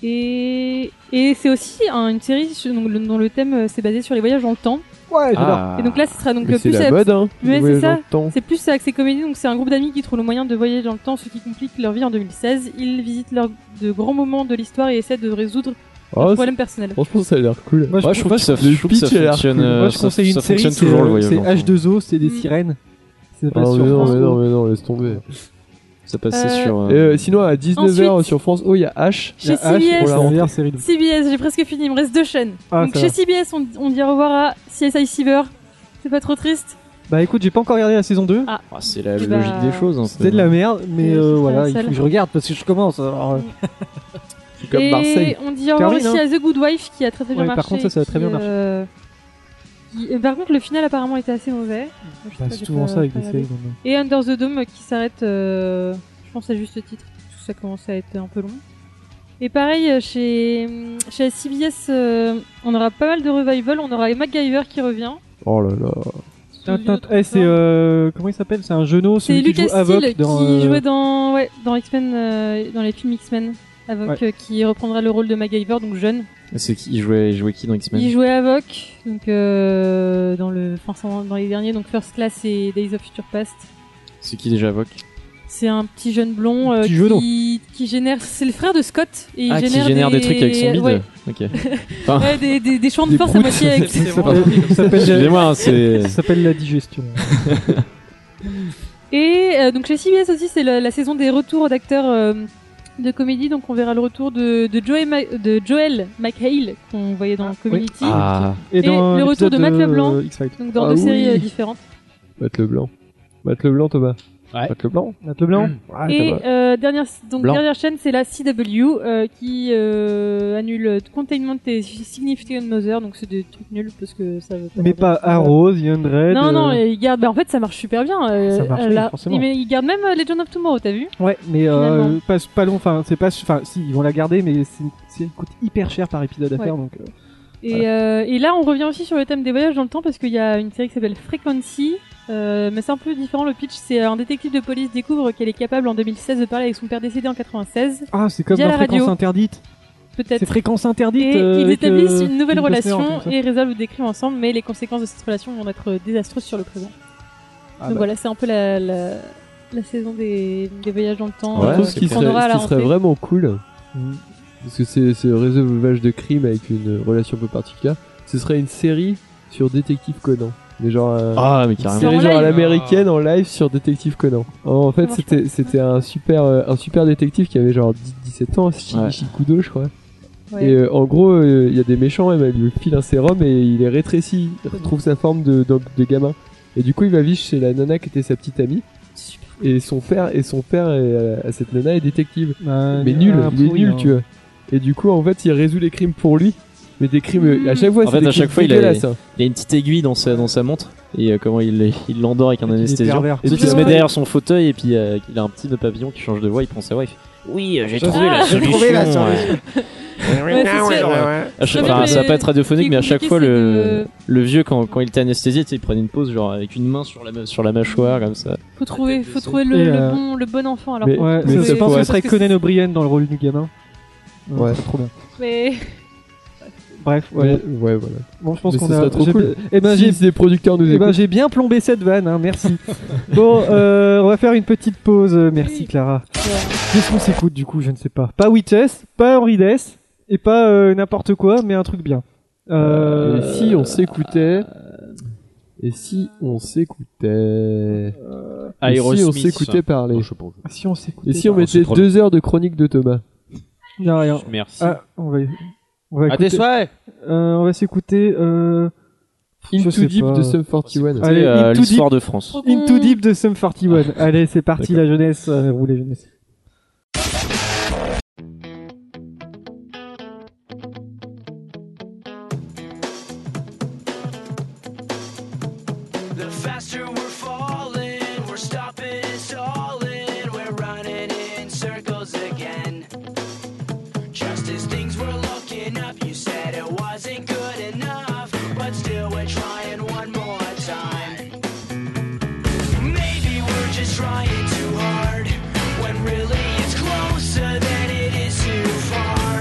Speaker 6: Et, et c'est aussi hein, une série sur- donc, le- dont le thème euh, c'est basé sur les voyages dans le temps.
Speaker 3: Ouais,
Speaker 9: Ah.
Speaker 4: j'adore.
Speaker 6: Et donc là, ce sera donc
Speaker 4: Mais
Speaker 6: euh,
Speaker 4: c'est
Speaker 6: plus
Speaker 4: la
Speaker 6: axé-
Speaker 4: mode, hein, les
Speaker 6: Ouais, c'est
Speaker 4: voyages dans
Speaker 6: ça.
Speaker 4: le temps.
Speaker 6: C'est plus axé comédie. Donc c'est un groupe d'amis qui trouvent le moyen de voyager dans le temps, ce qui complique leur vie en 2016. Ils visitent leur- de grands moments de l'histoire et essaient de résoudre
Speaker 4: Oh,
Speaker 6: leurs
Speaker 4: c'est-
Speaker 6: problèmes personnels.
Speaker 4: Franchement, ça a l'air cool.
Speaker 3: Moi, je trouve- moi, je trouve que
Speaker 4: le
Speaker 9: ça- je trouve que
Speaker 4: pitch
Speaker 9: ça
Speaker 4: a l'air
Speaker 9: fonctionne,
Speaker 4: cool.
Speaker 9: euh,
Speaker 3: Moi, je
Speaker 9: ça-
Speaker 3: conseille une
Speaker 9: ça
Speaker 3: série.
Speaker 4: hein.
Speaker 9: fonctionne
Speaker 3: C'est
Speaker 9: toujours, le hein.
Speaker 3: euh,
Speaker 9: voyage
Speaker 3: c'est
Speaker 9: dans le
Speaker 3: H2O, c'est des sirènes.
Speaker 6: Ça
Speaker 4: Ah,
Speaker 6: passe sur
Speaker 4: mais non,
Speaker 6: France
Speaker 4: mais non,
Speaker 6: Ô.
Speaker 4: mais non, laisse tomber.
Speaker 9: Ça
Speaker 6: passait Euh, sur, euh,
Speaker 4: Et, euh, sinon, à 19h sur France Oh, il y a H. Il y
Speaker 6: Chez
Speaker 4: a H
Speaker 6: CBS.
Speaker 4: pour la rentrée.
Speaker 6: CBS, j'ai presque fini, il me reste deux chaînes.
Speaker 3: Ah,
Speaker 6: Donc
Speaker 3: ça
Speaker 6: chez
Speaker 3: va.
Speaker 6: CBS, on, on dit au revoir à CSI Cyber. C'est pas trop triste
Speaker 3: Bah écoute, j'ai pas encore regardé la saison 2.
Speaker 6: Ah.
Speaker 9: c'est la
Speaker 6: Eh
Speaker 9: logique
Speaker 6: bah,
Speaker 9: des choses. hein,
Speaker 4: Ah,
Speaker 3: C'était de la merde, mais euh, voilà,
Speaker 6: la
Speaker 3: il faut
Speaker 6: seule.
Speaker 3: que je regarde parce que je commence. alors, euh,
Speaker 6: Et on dit au revoir
Speaker 3: Termine,
Speaker 6: aussi
Speaker 3: hein.
Speaker 6: à The Good Wife qui a très très bien
Speaker 3: Ouais, par
Speaker 6: marché.
Speaker 3: contre, ça, ça a
Speaker 6: et
Speaker 3: très bien
Speaker 6: qui,
Speaker 3: marché.
Speaker 6: euh, qui- et par contre, le final apparemment était assez mauvais. Je sais
Speaker 3: Bah,
Speaker 6: pas,
Speaker 3: c'est
Speaker 6: j'ai
Speaker 3: souvent
Speaker 6: pas-
Speaker 3: ça avec
Speaker 6: pas
Speaker 3: des
Speaker 6: regardé.
Speaker 3: séries, donc,
Speaker 6: Et Under the Dome euh, qui s'arrête, euh, je pense à juste titre, parce que ça commence à être un peu long. Et pareil, euh, chez, chez CBS, euh, on aura pas mal de revival. On aura MacGyver qui revient.
Speaker 4: Oh là là.
Speaker 3: Tintin- eh, c'est euh, comment il s'appelle C'est un genou,
Speaker 6: C'est
Speaker 3: celui qui
Speaker 6: Lucas
Speaker 3: joue Havoc
Speaker 6: Steele
Speaker 3: dans,
Speaker 6: qui
Speaker 3: euh,
Speaker 6: jouait dans, ouais, dans X-Men, euh, dans les films X-Men, Havoc,
Speaker 9: Ouais.
Speaker 6: euh, qui reprendra le rôle de MacGyver, donc jeune.
Speaker 9: Ah, C'est qui il jouait, il jouait qui dans X-Men
Speaker 6: Il jouait Havoc, donc euh, dans le, enfin, dans les derniers, donc First Class et Days of Future Past.
Speaker 9: C'est qui déjà Vogue
Speaker 6: C'est un petit jeune blond euh,
Speaker 9: Petit genou.
Speaker 6: qui, qui génère. C'est le frère de Scott. Et il
Speaker 9: Ah, qui
Speaker 6: génère
Speaker 9: génère des trucs avec son bide
Speaker 6: Ouais.
Speaker 9: Ok. Enfin-
Speaker 6: Ouais, des, des, des champs de
Speaker 9: Des
Speaker 6: force à
Speaker 9: proutes.
Speaker 6: moitié avec.
Speaker 9: C'est vraiment- Ça s'appelle- Excusez-moi, hein, c'est-
Speaker 3: Ça s'appelle la digestion.
Speaker 6: Et euh, donc chez CBS aussi, c'est la, la saison des retours d'acteurs euh, de comédie. Donc on verra le retour de, de, Joey Ma- de Joel McHale qu'on voyait dans Community.
Speaker 9: Ah.
Speaker 6: Et,
Speaker 4: dans
Speaker 6: le retour de
Speaker 4: l'épisode
Speaker 6: Matt
Speaker 4: de
Speaker 6: LeBlanc.
Speaker 4: X-Files.
Speaker 6: donc dans
Speaker 4: Ah
Speaker 6: deux séries
Speaker 4: oui.
Speaker 6: euh, différentes.
Speaker 4: Matt Leblanc. Matt Leblanc, Thomas. Matt Leblanc.
Speaker 3: Matt Leblanc.
Speaker 6: Et euh, dernière, donc
Speaker 4: Blanc.
Speaker 6: dernière chaîne, c'est la CW euh, qui euh, annule Containment et Significant Mother. Donc c'est des trucs nuls parce que ça veut pas.
Speaker 3: Mais pas Arrows, Young Red.
Speaker 6: non, non,
Speaker 3: euh,
Speaker 6: et ils gardent. bah, en fait, ça marche super bien. euh,
Speaker 3: Ça marche,
Speaker 6: euh,
Speaker 3: oui,
Speaker 6: là.
Speaker 3: forcément.
Speaker 6: Mais ils gardent même euh, Legend of Tomorrow, t'as vu
Speaker 3: Ouais, mais euh,
Speaker 6: Finalement.
Speaker 3: pas, pas long. Enfin, c'est pas. Enfin, si ils vont la garder, mais c'est c'est- elle coûte hyper cher par épisode à
Speaker 6: Ouais.
Speaker 3: faire. Donc, euh,
Speaker 6: Et, euh, et là, on revient aussi sur le thème des voyages dans le temps parce qu'il y a une série qui s'appelle Frequency. euh, mais c'est un peu différent le pitch, c'est euh, un détective de police découvre qu'elle est capable en 2016 de parler avec son père décédé en 96.
Speaker 3: ah, c'est comme
Speaker 6: via
Speaker 3: dans
Speaker 6: la
Speaker 3: fréquence
Speaker 6: radio.
Speaker 3: interdite.
Speaker 6: Peut-être.
Speaker 3: C'est fréquence interdite.
Speaker 6: Et
Speaker 3: euh,
Speaker 6: ils
Speaker 3: avec,
Speaker 6: établissent
Speaker 3: euh,
Speaker 6: une nouvelle
Speaker 3: Kevin Costner, un
Speaker 6: relation
Speaker 3: truc comme ça.
Speaker 6: et résolvent des crimes ensemble, mais les conséquences de cette relation vont être euh, désastreuses sur le présent.
Speaker 3: Ah
Speaker 6: Donc
Speaker 3: bah.
Speaker 6: voilà, c'est un peu la, la, la saison des, des voyages dans le temps.
Speaker 4: Ouais,
Speaker 6: euh,
Speaker 4: ce qui
Speaker 6: qu'on
Speaker 4: serait,
Speaker 6: aura à
Speaker 4: ce
Speaker 6: la
Speaker 4: qui serait
Speaker 6: rentrée.
Speaker 4: vraiment cool,
Speaker 9: Mm.
Speaker 4: parce que c'est c'est résolvage de crime avec une relation un peu particulière, ce serait une série sur Détective Conan. Mais genre, euh,
Speaker 9: Ah, mais
Speaker 4: une
Speaker 9: carrément.
Speaker 4: série
Speaker 9: En
Speaker 4: genre à
Speaker 9: live.
Speaker 4: l'américaine en live sur Détective Conan. Oh, En fait,
Speaker 9: marche
Speaker 4: c'était c'était un super euh, un super détective qui avait genre 10 17 ans, Shi-
Speaker 9: Ouais.
Speaker 4: Shikudo, je crois.
Speaker 6: Ouais.
Speaker 4: Et euh, en gros, euh, il y a des méchants, et ben, il lui file un sérum et il est rétréci, il retrouve sa forme de, de, de gamin. Et du coup, il va vivre chez la nana qui était sa petite amie. Et son père, et son père est, euh, à cette nana est détective. mais nul,
Speaker 3: ah,
Speaker 4: il est
Speaker 3: pourri,
Speaker 4: nul,
Speaker 3: hein.
Speaker 4: tu vois. Et du coup, en fait, il résout les crimes pour lui. Mais des crimes, euh, à chaque fois,
Speaker 9: en
Speaker 4: c'est
Speaker 9: fait,
Speaker 4: des
Speaker 9: à chaque
Speaker 4: crimes
Speaker 9: fois, il a,
Speaker 4: dégueulasses, hein.
Speaker 9: il a une petite aiguille dans sa, dans sa montre et euh, comment il est- il l'endort avec un anesthésiant.
Speaker 4: pervers.
Speaker 9: Et puis
Speaker 4: C'est
Speaker 9: il se
Speaker 4: vrai.
Speaker 9: met derrière son fauteuil et puis euh, il a un petit nœud papillon qui change de voix. Il prend sa voix. Il fait Oui, euh, j'ai trouvé, la
Speaker 1: j'ai
Speaker 9: solution.
Speaker 1: trouvé la
Speaker 9: ouais.
Speaker 1: solution.
Speaker 6: Ah Ouais, c'est sûr.
Speaker 9: Genre, euh, à chaque-
Speaker 6: Très bien,
Speaker 9: enfin, ça va
Speaker 6: mais
Speaker 9: pas être radiophonique,
Speaker 6: ce qui
Speaker 9: mais à
Speaker 6: est
Speaker 9: chaque
Speaker 6: compliqué,
Speaker 9: fois,
Speaker 6: c'est
Speaker 9: le,
Speaker 6: de-
Speaker 9: le vieux, quand, quand il était anesthésié, tu sais, il prenait une pause, genre avec une main sur la, sur la mâchoire, comme ça.
Speaker 6: Faut trouver, faut trouver
Speaker 3: Et,
Speaker 6: le, le
Speaker 3: euh,
Speaker 6: bon, le bon enfant. Alors,
Speaker 3: mais,
Speaker 6: faut
Speaker 3: ouais,
Speaker 6: trouver-
Speaker 3: je pense que ce serait
Speaker 6: parce que
Speaker 3: Conan O'Brien dans le rôle du gamin.
Speaker 4: Ouais.
Speaker 3: c'est trop bien.
Speaker 6: c'est- Mais...
Speaker 3: Bref, ouais.
Speaker 4: Mais- ouais, voilà.
Speaker 3: Bon, je pense
Speaker 4: Mais
Speaker 3: qu'on
Speaker 4: ce
Speaker 3: a.
Speaker 4: serait trop
Speaker 3: j'ai-
Speaker 4: cool.
Speaker 3: Eh ben,
Speaker 4: Si
Speaker 3: j'ai
Speaker 4: des producteurs nous
Speaker 3: Eh ben,
Speaker 4: écoutent.
Speaker 3: j'ai bien plombé cette vanne, hein, merci. bon, euh, on va faire une petite pause. euh, Merci Clara. Qu'est-ce qu'on s'écoute du coup Je ne sais pas. Pas Witches, pas Henri Dess, et pas euh, n'importe quoi, mais un truc bien. Euh,
Speaker 4: Et si on s'écoutait. Et si on s'écoutait. Et si on
Speaker 7: Aerosmith. hein.
Speaker 4: s'écoutait parler.
Speaker 7: Non, Oh, je sais pas, je-
Speaker 3: Si on s'écoutait
Speaker 4: Et si on
Speaker 7: parler.
Speaker 4: mettait
Speaker 7: C'est trop
Speaker 4: deux heures de chronique de Thomas
Speaker 3: Non, rien.
Speaker 7: Merci.
Speaker 3: Ah, on va, on va
Speaker 4: bah,
Speaker 7: À tes
Speaker 3: écouter-
Speaker 7: souhaits
Speaker 3: Euh, On va s'écouter. Euh...
Speaker 4: Into
Speaker 3: je sais
Speaker 4: Deep
Speaker 3: pas.
Speaker 4: de Sum 41.
Speaker 3: Allez,
Speaker 9: euh,
Speaker 3: Into
Speaker 9: l'histoire
Speaker 3: Deep-
Speaker 9: de France.
Speaker 3: Into Deep de Sum 41.
Speaker 4: Ah.
Speaker 3: Allez, c'est parti, la jeunesse. euh, roulez, jeunesse.
Speaker 10: The faster we're falling, we're stopping and stalling, we're running in circles again. Just as things were looking up, you said it wasn't good enough, but still we're trying one more time. Maybe we're just trying too hard, when really it's closer than it is too far.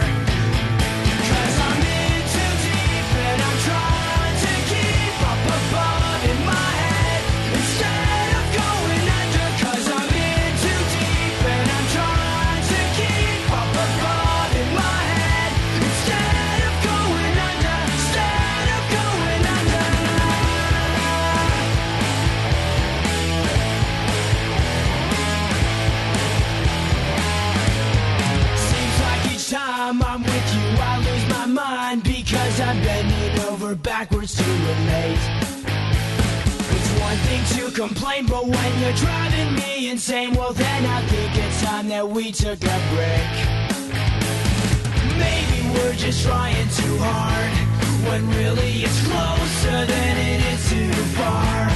Speaker 10: Cause I'm in too deep and I'm trying to keep up above in my head Instead of going under Cause I'm in too deep and I'm trying to keep up above in my head Instead of going under, instead of going under backwards to relate. It's one thing to complain, but when you're driving me insane, well then I think it's time that we took a break. Maybe we're just trying too hard, when really it's closer than it is too far.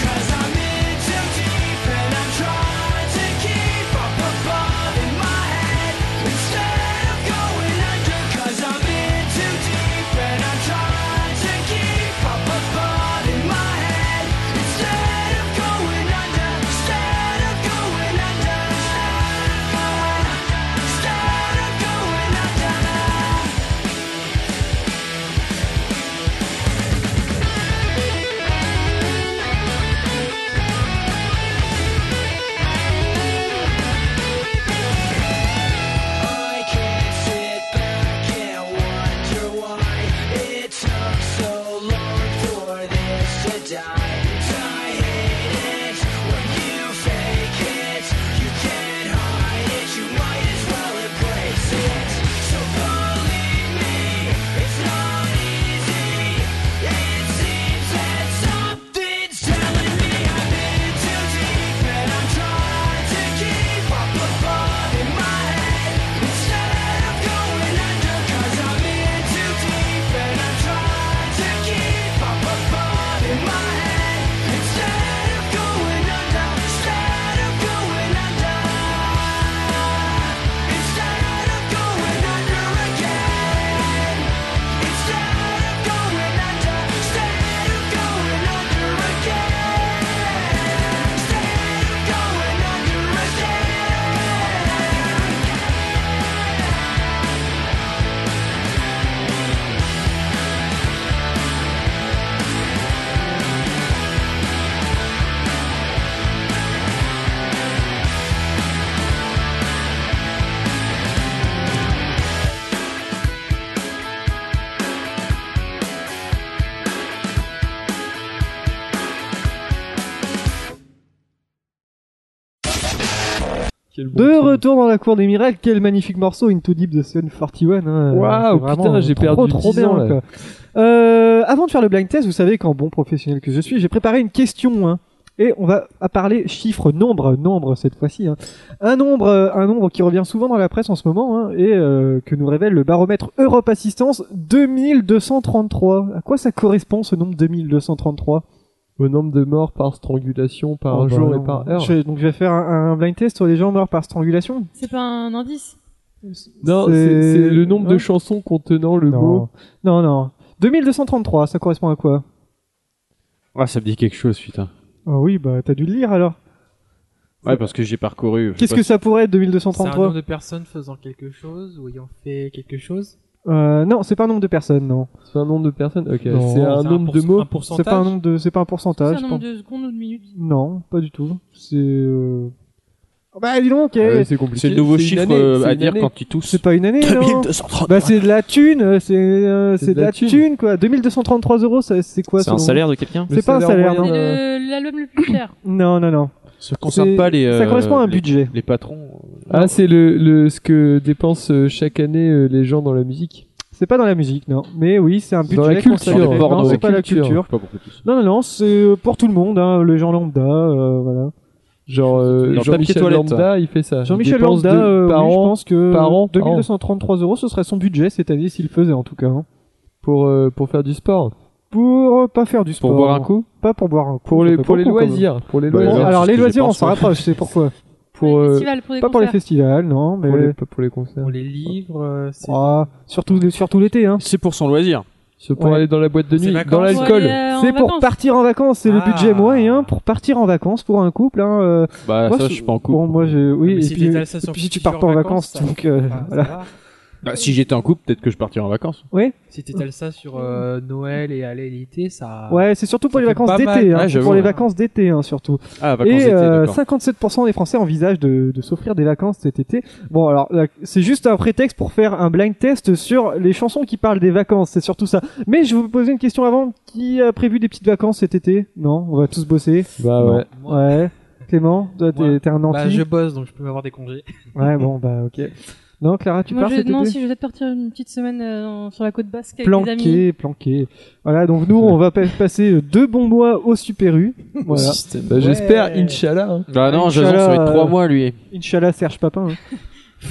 Speaker 10: Cause I'm in too deep and I'm trying to keep up above in my head instead of going under. Cause I'm in too deep and I'm trying to keep up above in my head instead of going under. Instead of going under. Instead of going under. I can't sit back and wonder why it took so long for this to die. I hate it when you fake it. You can't hide it. You might as well embrace it. So believe me, it's not easy. It seems that something's telling me I'm in too deep and I'm trying to keep up above in my head. Instead of going under, cause I'm in too deep and I'm trying to keep up above in my head. Instead of going under, instead of going under, instead of going under again, instead of going under, instead of going under again, instead of going under again.
Speaker 3: De retour dans la cour des miracles, quel magnifique morceau Into Deep de Sun 41. hein.
Speaker 4: Waouh,
Speaker 3: C'est vraiment,
Speaker 4: putain,
Speaker 3: euh,
Speaker 4: j'ai
Speaker 3: trop,
Speaker 4: perdu
Speaker 3: trop
Speaker 4: 10
Speaker 3: bien,
Speaker 4: ans, là.
Speaker 3: quoi. Euh, avant de faire le blind test, vous savez qu'en bon professionnel que je suis, j'ai préparé une question. hein. et on va à parler chiffres, nombres, nombres cette fois-ci. hein. Un nombre, euh, un nombre qui revient souvent dans la presse en ce moment hein, et euh, que nous révèle le baromètre Europe Assistance 2233. À quoi ça correspond ce nombre 2233
Speaker 4: Au nombre de morts par strangulation par
Speaker 3: Oh, bah,
Speaker 4: jour
Speaker 3: non.
Speaker 4: et par heure.
Speaker 3: Je vais- donc je vais faire un, un blind test sur les gens morts par strangulation.
Speaker 6: C'est pas un indice
Speaker 4: Non,
Speaker 3: C'est-
Speaker 4: c'est c'est le nombre
Speaker 3: Hein
Speaker 4: de chansons contenant le
Speaker 3: Non.
Speaker 4: mot.
Speaker 3: Non, non. 2233, ça correspond à quoi
Speaker 7: Ah, ça me dit quelque chose, putain.
Speaker 3: Ah oui, bah t'as dû le lire alors.
Speaker 7: Ouais, parce que j'ai parcouru. je sais
Speaker 3: Qu'est-ce
Speaker 7: pas
Speaker 3: que
Speaker 7: si-
Speaker 3: ça pourrait être
Speaker 5: C'est un nombre
Speaker 3: 2233
Speaker 5: de personnes faisant quelque chose ou ayant fait quelque chose.
Speaker 3: euh, Non, c'est pas un nombre de personnes, non.
Speaker 4: C'est un nombre de personnes. Ok.
Speaker 3: Non.
Speaker 4: C'est un
Speaker 5: C'est un
Speaker 4: nombre de
Speaker 5: pourc-
Speaker 4: mots.
Speaker 5: un pourcentage.
Speaker 3: C'est pas un nombre de, c'est pas un
Speaker 6: C'est
Speaker 3: pourcentage.
Speaker 6: un
Speaker 3: je
Speaker 6: nombre
Speaker 3: pense.
Speaker 6: de secondes ou de minutes
Speaker 3: Non, pas du tout. C'est. euh, Bah dis donc,
Speaker 4: Ah
Speaker 3: eh,
Speaker 4: ouais, c'est compliqué.
Speaker 7: C'est le nouveau
Speaker 4: une
Speaker 7: chiffre
Speaker 4: année,
Speaker 7: euh,
Speaker 4: c'est
Speaker 7: à
Speaker 4: une
Speaker 7: dire
Speaker 4: année.
Speaker 7: quand tu tousses.
Speaker 3: c'est pas une année, non Bah c'est de la thune, euh, c'est euh, c'est de, la thune, quoi. 2233 euros, ça- c'est quoi
Speaker 9: C'est un
Speaker 3: selon-
Speaker 9: salaire de quelqu'un
Speaker 3: C'est pas un salaire,
Speaker 4: salaire
Speaker 3: non.
Speaker 4: moyen
Speaker 3: euh,
Speaker 6: C'est le- l'album le plus cher.
Speaker 3: Non, non, non.
Speaker 7: Ça concerne pas les.
Speaker 3: Ça
Speaker 7: euh,
Speaker 3: correspond à un
Speaker 7: les-
Speaker 3: budget.
Speaker 7: Les patrons. euh,
Speaker 4: Ah, c'est le, le ce que dépensent euh, chaque année euh, les gens dans la musique.
Speaker 3: C'est pas dans la musique, non. Mais oui, c'est un budget.
Speaker 4: C'est dans la
Speaker 3: consacré-
Speaker 4: culture,
Speaker 3: Non,
Speaker 4: dans
Speaker 3: c'est
Speaker 4: la
Speaker 3: pas la
Speaker 4: culture.
Speaker 3: culture.
Speaker 7: pas beaucoup plus.
Speaker 3: Non, non, non, c'est pour tout le monde, hein, les gens lambda, euh, voilà.
Speaker 4: Genre euh,
Speaker 7: Dans le papier
Speaker 4: Jean-Michel
Speaker 7: toilette.
Speaker 4: Lambda, il fait ça.
Speaker 3: Jean-Michel
Speaker 4: Il dépense
Speaker 3: Lambda,
Speaker 4: deux-
Speaker 3: euh,
Speaker 4: par
Speaker 3: oui,
Speaker 4: an
Speaker 3: je pense que
Speaker 4: par an, par an.
Speaker 3: 2233 euros, ce serait son budget cette année s'il le faisait en tout cas. hein.
Speaker 4: pour euh, pour faire du sport,
Speaker 3: Pour euh, pas faire du sport.
Speaker 7: Pour boire un coup
Speaker 3: Pas pour boire un coup.
Speaker 4: pour
Speaker 3: ça
Speaker 4: les
Speaker 3: fait
Speaker 4: pour les
Speaker 3: beaucoup, quand même.
Speaker 4: loisirs, pour les
Speaker 7: Bah,
Speaker 3: Bon,
Speaker 7: les loisirs,
Speaker 4: loisirs,
Speaker 3: alors
Speaker 7: c'est ce
Speaker 3: les
Speaker 7: que je
Speaker 3: loisirs, on
Speaker 7: pense,
Speaker 3: s'en
Speaker 7: ouais.
Speaker 3: rapproche, c'est pourquoi.
Speaker 4: pour
Speaker 6: les
Speaker 4: euh,
Speaker 6: festivals, pour les
Speaker 3: Pas pour les
Speaker 6: concerts.
Speaker 3: festivals, non, mais
Speaker 4: pour les pour les concerts.
Speaker 5: Pour les livres, euh, c'est
Speaker 3: Ah, surtout surtout l'été hein.
Speaker 7: C'est pour son loisir.
Speaker 4: C'est pour
Speaker 3: Ouais.
Speaker 4: aller dans la boîte de
Speaker 5: C'est
Speaker 4: nuit,
Speaker 5: vacances.
Speaker 4: dans
Speaker 5: Pour
Speaker 4: l'alcool.
Speaker 6: aller, euh, en
Speaker 3: C'est pour
Speaker 6: vacances.
Speaker 3: partir en vacances, c'est
Speaker 5: Ah.
Speaker 3: le budget moyen pour partir en vacances pour un couple hein. euh,
Speaker 7: Bah,
Speaker 3: moi,
Speaker 7: ça,
Speaker 3: c'est-
Speaker 7: je suis pas en couple.
Speaker 3: Bon, moi j'ai oui
Speaker 5: Ah, Mais
Speaker 3: et
Speaker 5: si
Speaker 3: puis
Speaker 5: t'étales ça
Speaker 3: et
Speaker 5: sur
Speaker 3: puis si tu
Speaker 5: plusieurs
Speaker 3: pars pas en
Speaker 5: vacances, ça-
Speaker 3: vacances, donc euh,
Speaker 5: Ah, ça
Speaker 3: voilà.
Speaker 5: va.
Speaker 7: Bah, si j'étais en couple, peut-être que je partirais en vacances.
Speaker 5: Si t'étales ça sur euh, Noël et aller l'été, ça.
Speaker 3: Ouais, c'est surtout
Speaker 5: Ça
Speaker 3: pour les
Speaker 5: fait
Speaker 3: vacances
Speaker 5: pas mal.
Speaker 3: d'été hein,
Speaker 7: Ouais,
Speaker 3: c'est
Speaker 7: j'avoue,
Speaker 3: pour les
Speaker 5: ouais.
Speaker 3: vacances d'été hein, surtout.
Speaker 7: Ah, vacances
Speaker 3: Et
Speaker 7: d'été,
Speaker 3: euh,
Speaker 7: d'accord.
Speaker 3: 57% des Français envisagent de, de s'offrir des vacances cet été. Bon, alors là, c'est juste un prétexte pour faire un blind test sur les chansons qui parlent des vacances, c'est surtout ça. Mais je vais vous poser une question avant. Qui a prévu des petites vacances cet été Non, on va tous bosser.
Speaker 4: Bah
Speaker 7: Non.
Speaker 4: ouais.
Speaker 5: Moi,
Speaker 3: Ouais. Clément, toi t'es
Speaker 5: Moi.
Speaker 3: t'es un anti.
Speaker 5: Bah, je bosse donc je peux m'avoir des congés.
Speaker 3: Ouais, bon, bah ok. Non, Clara, tu
Speaker 6: Moi,
Speaker 3: pars
Speaker 6: je,
Speaker 3: cet
Speaker 6: non,
Speaker 3: été
Speaker 6: si je vais partir une petite semaine euh, en- sur la côte basque avec des amis.
Speaker 3: Planqué, planqué. Voilà, donc nous, on va pa- passer euh, deux bons mois au Super U. Voilà.
Speaker 9: système.
Speaker 4: Bah, J'espère,
Speaker 3: Ouais.
Speaker 4: Inch'Allah. hein.
Speaker 9: Bah non, Jason,
Speaker 3: Inch'Allah,
Speaker 9: ça va être trois
Speaker 3: euh,
Speaker 9: mois, lui.
Speaker 3: Inch'Allah, Serge Papin. hein.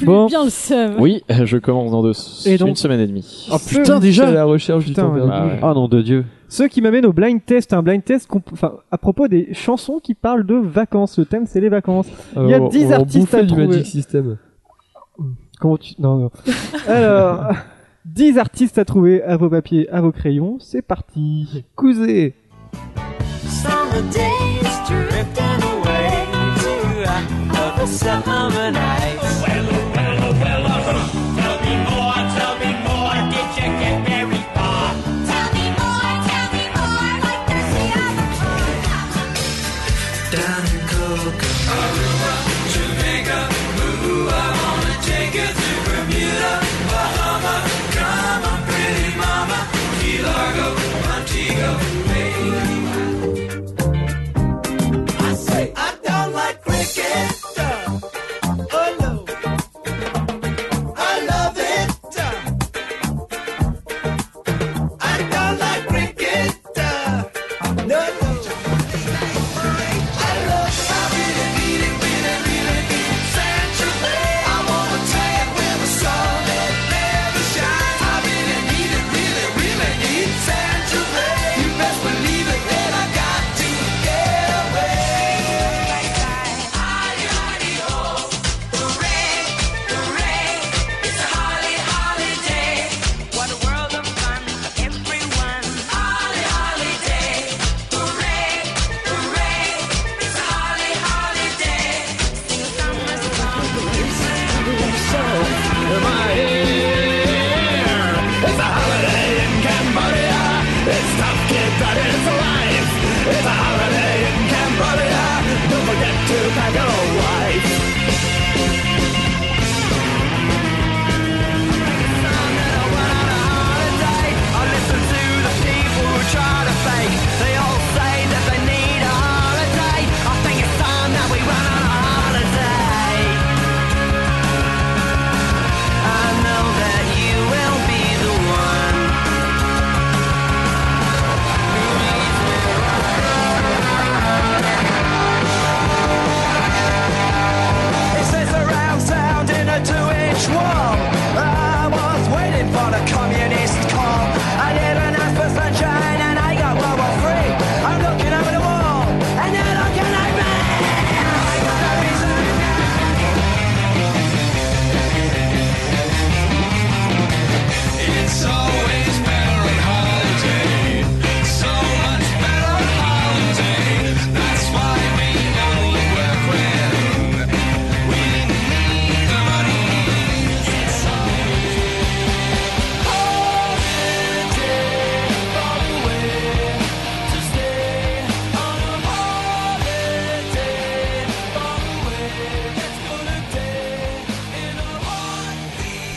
Speaker 6: Bon. Bien le seum.
Speaker 9: Oui, je commence dans deux, s-
Speaker 3: Et donc-
Speaker 9: une semaine et demie.
Speaker 3: Ah,
Speaker 4: putain, déjà à la recherche
Speaker 3: Putain,
Speaker 4: du temps
Speaker 3: ouais.
Speaker 4: perdu.
Speaker 9: Ah ouais.
Speaker 8: Ah non, de Dieu.
Speaker 3: Ce qui m'amène au blind test, un blind test qu'on peut- enfin, à propos des chansons qui parlent de vacances. Le thème, c'est les vacances. Il y a
Speaker 4: Alors,
Speaker 3: 10
Speaker 4: on va en
Speaker 3: artistes
Speaker 4: bouffer
Speaker 3: à
Speaker 4: du
Speaker 3: trouver.
Speaker 4: Magic System.
Speaker 3: Comment tu... Non, non. Alors, 10 artistes à trouver à vos papiers, à vos crayons. C'est parti. Cousé.
Speaker 10: Summer days drifting away to other summer nights. Well, well, well, tell me more, tell me more. Did you get very far? Tell me more, tell me more. Like the sea of Down in Cocoa, Jamaica, ooh, I wanna take you to Bermuda, Bahama. Come on, pretty mama, Key Largo, Montego, baby. I say I don't like cricket. Oh no, I love it. I don't like cricket. No, no. I love having a meeting, meeting, meeting, meeting. Central Bay. I wanna tell you where the sun that never shines. I've been in need it, really, really need Central Bay. You best believe it that I got to get away. I listen to the people who try to fake. They all say that they need a holiday. I think it's time that we went on a holiday. I know that you will be the one. It says a round sound in a two-inch wall. I was waiting for the communist call. I didn't ask for sunshine and I got what was free. I'm looking over the wall and they're looking at me. I got no reason. It's always better on holiday. So much better on holiday. That's why we only work when we need the money. It's always holiday far away to stay on a holiday far away. Let's put a day in a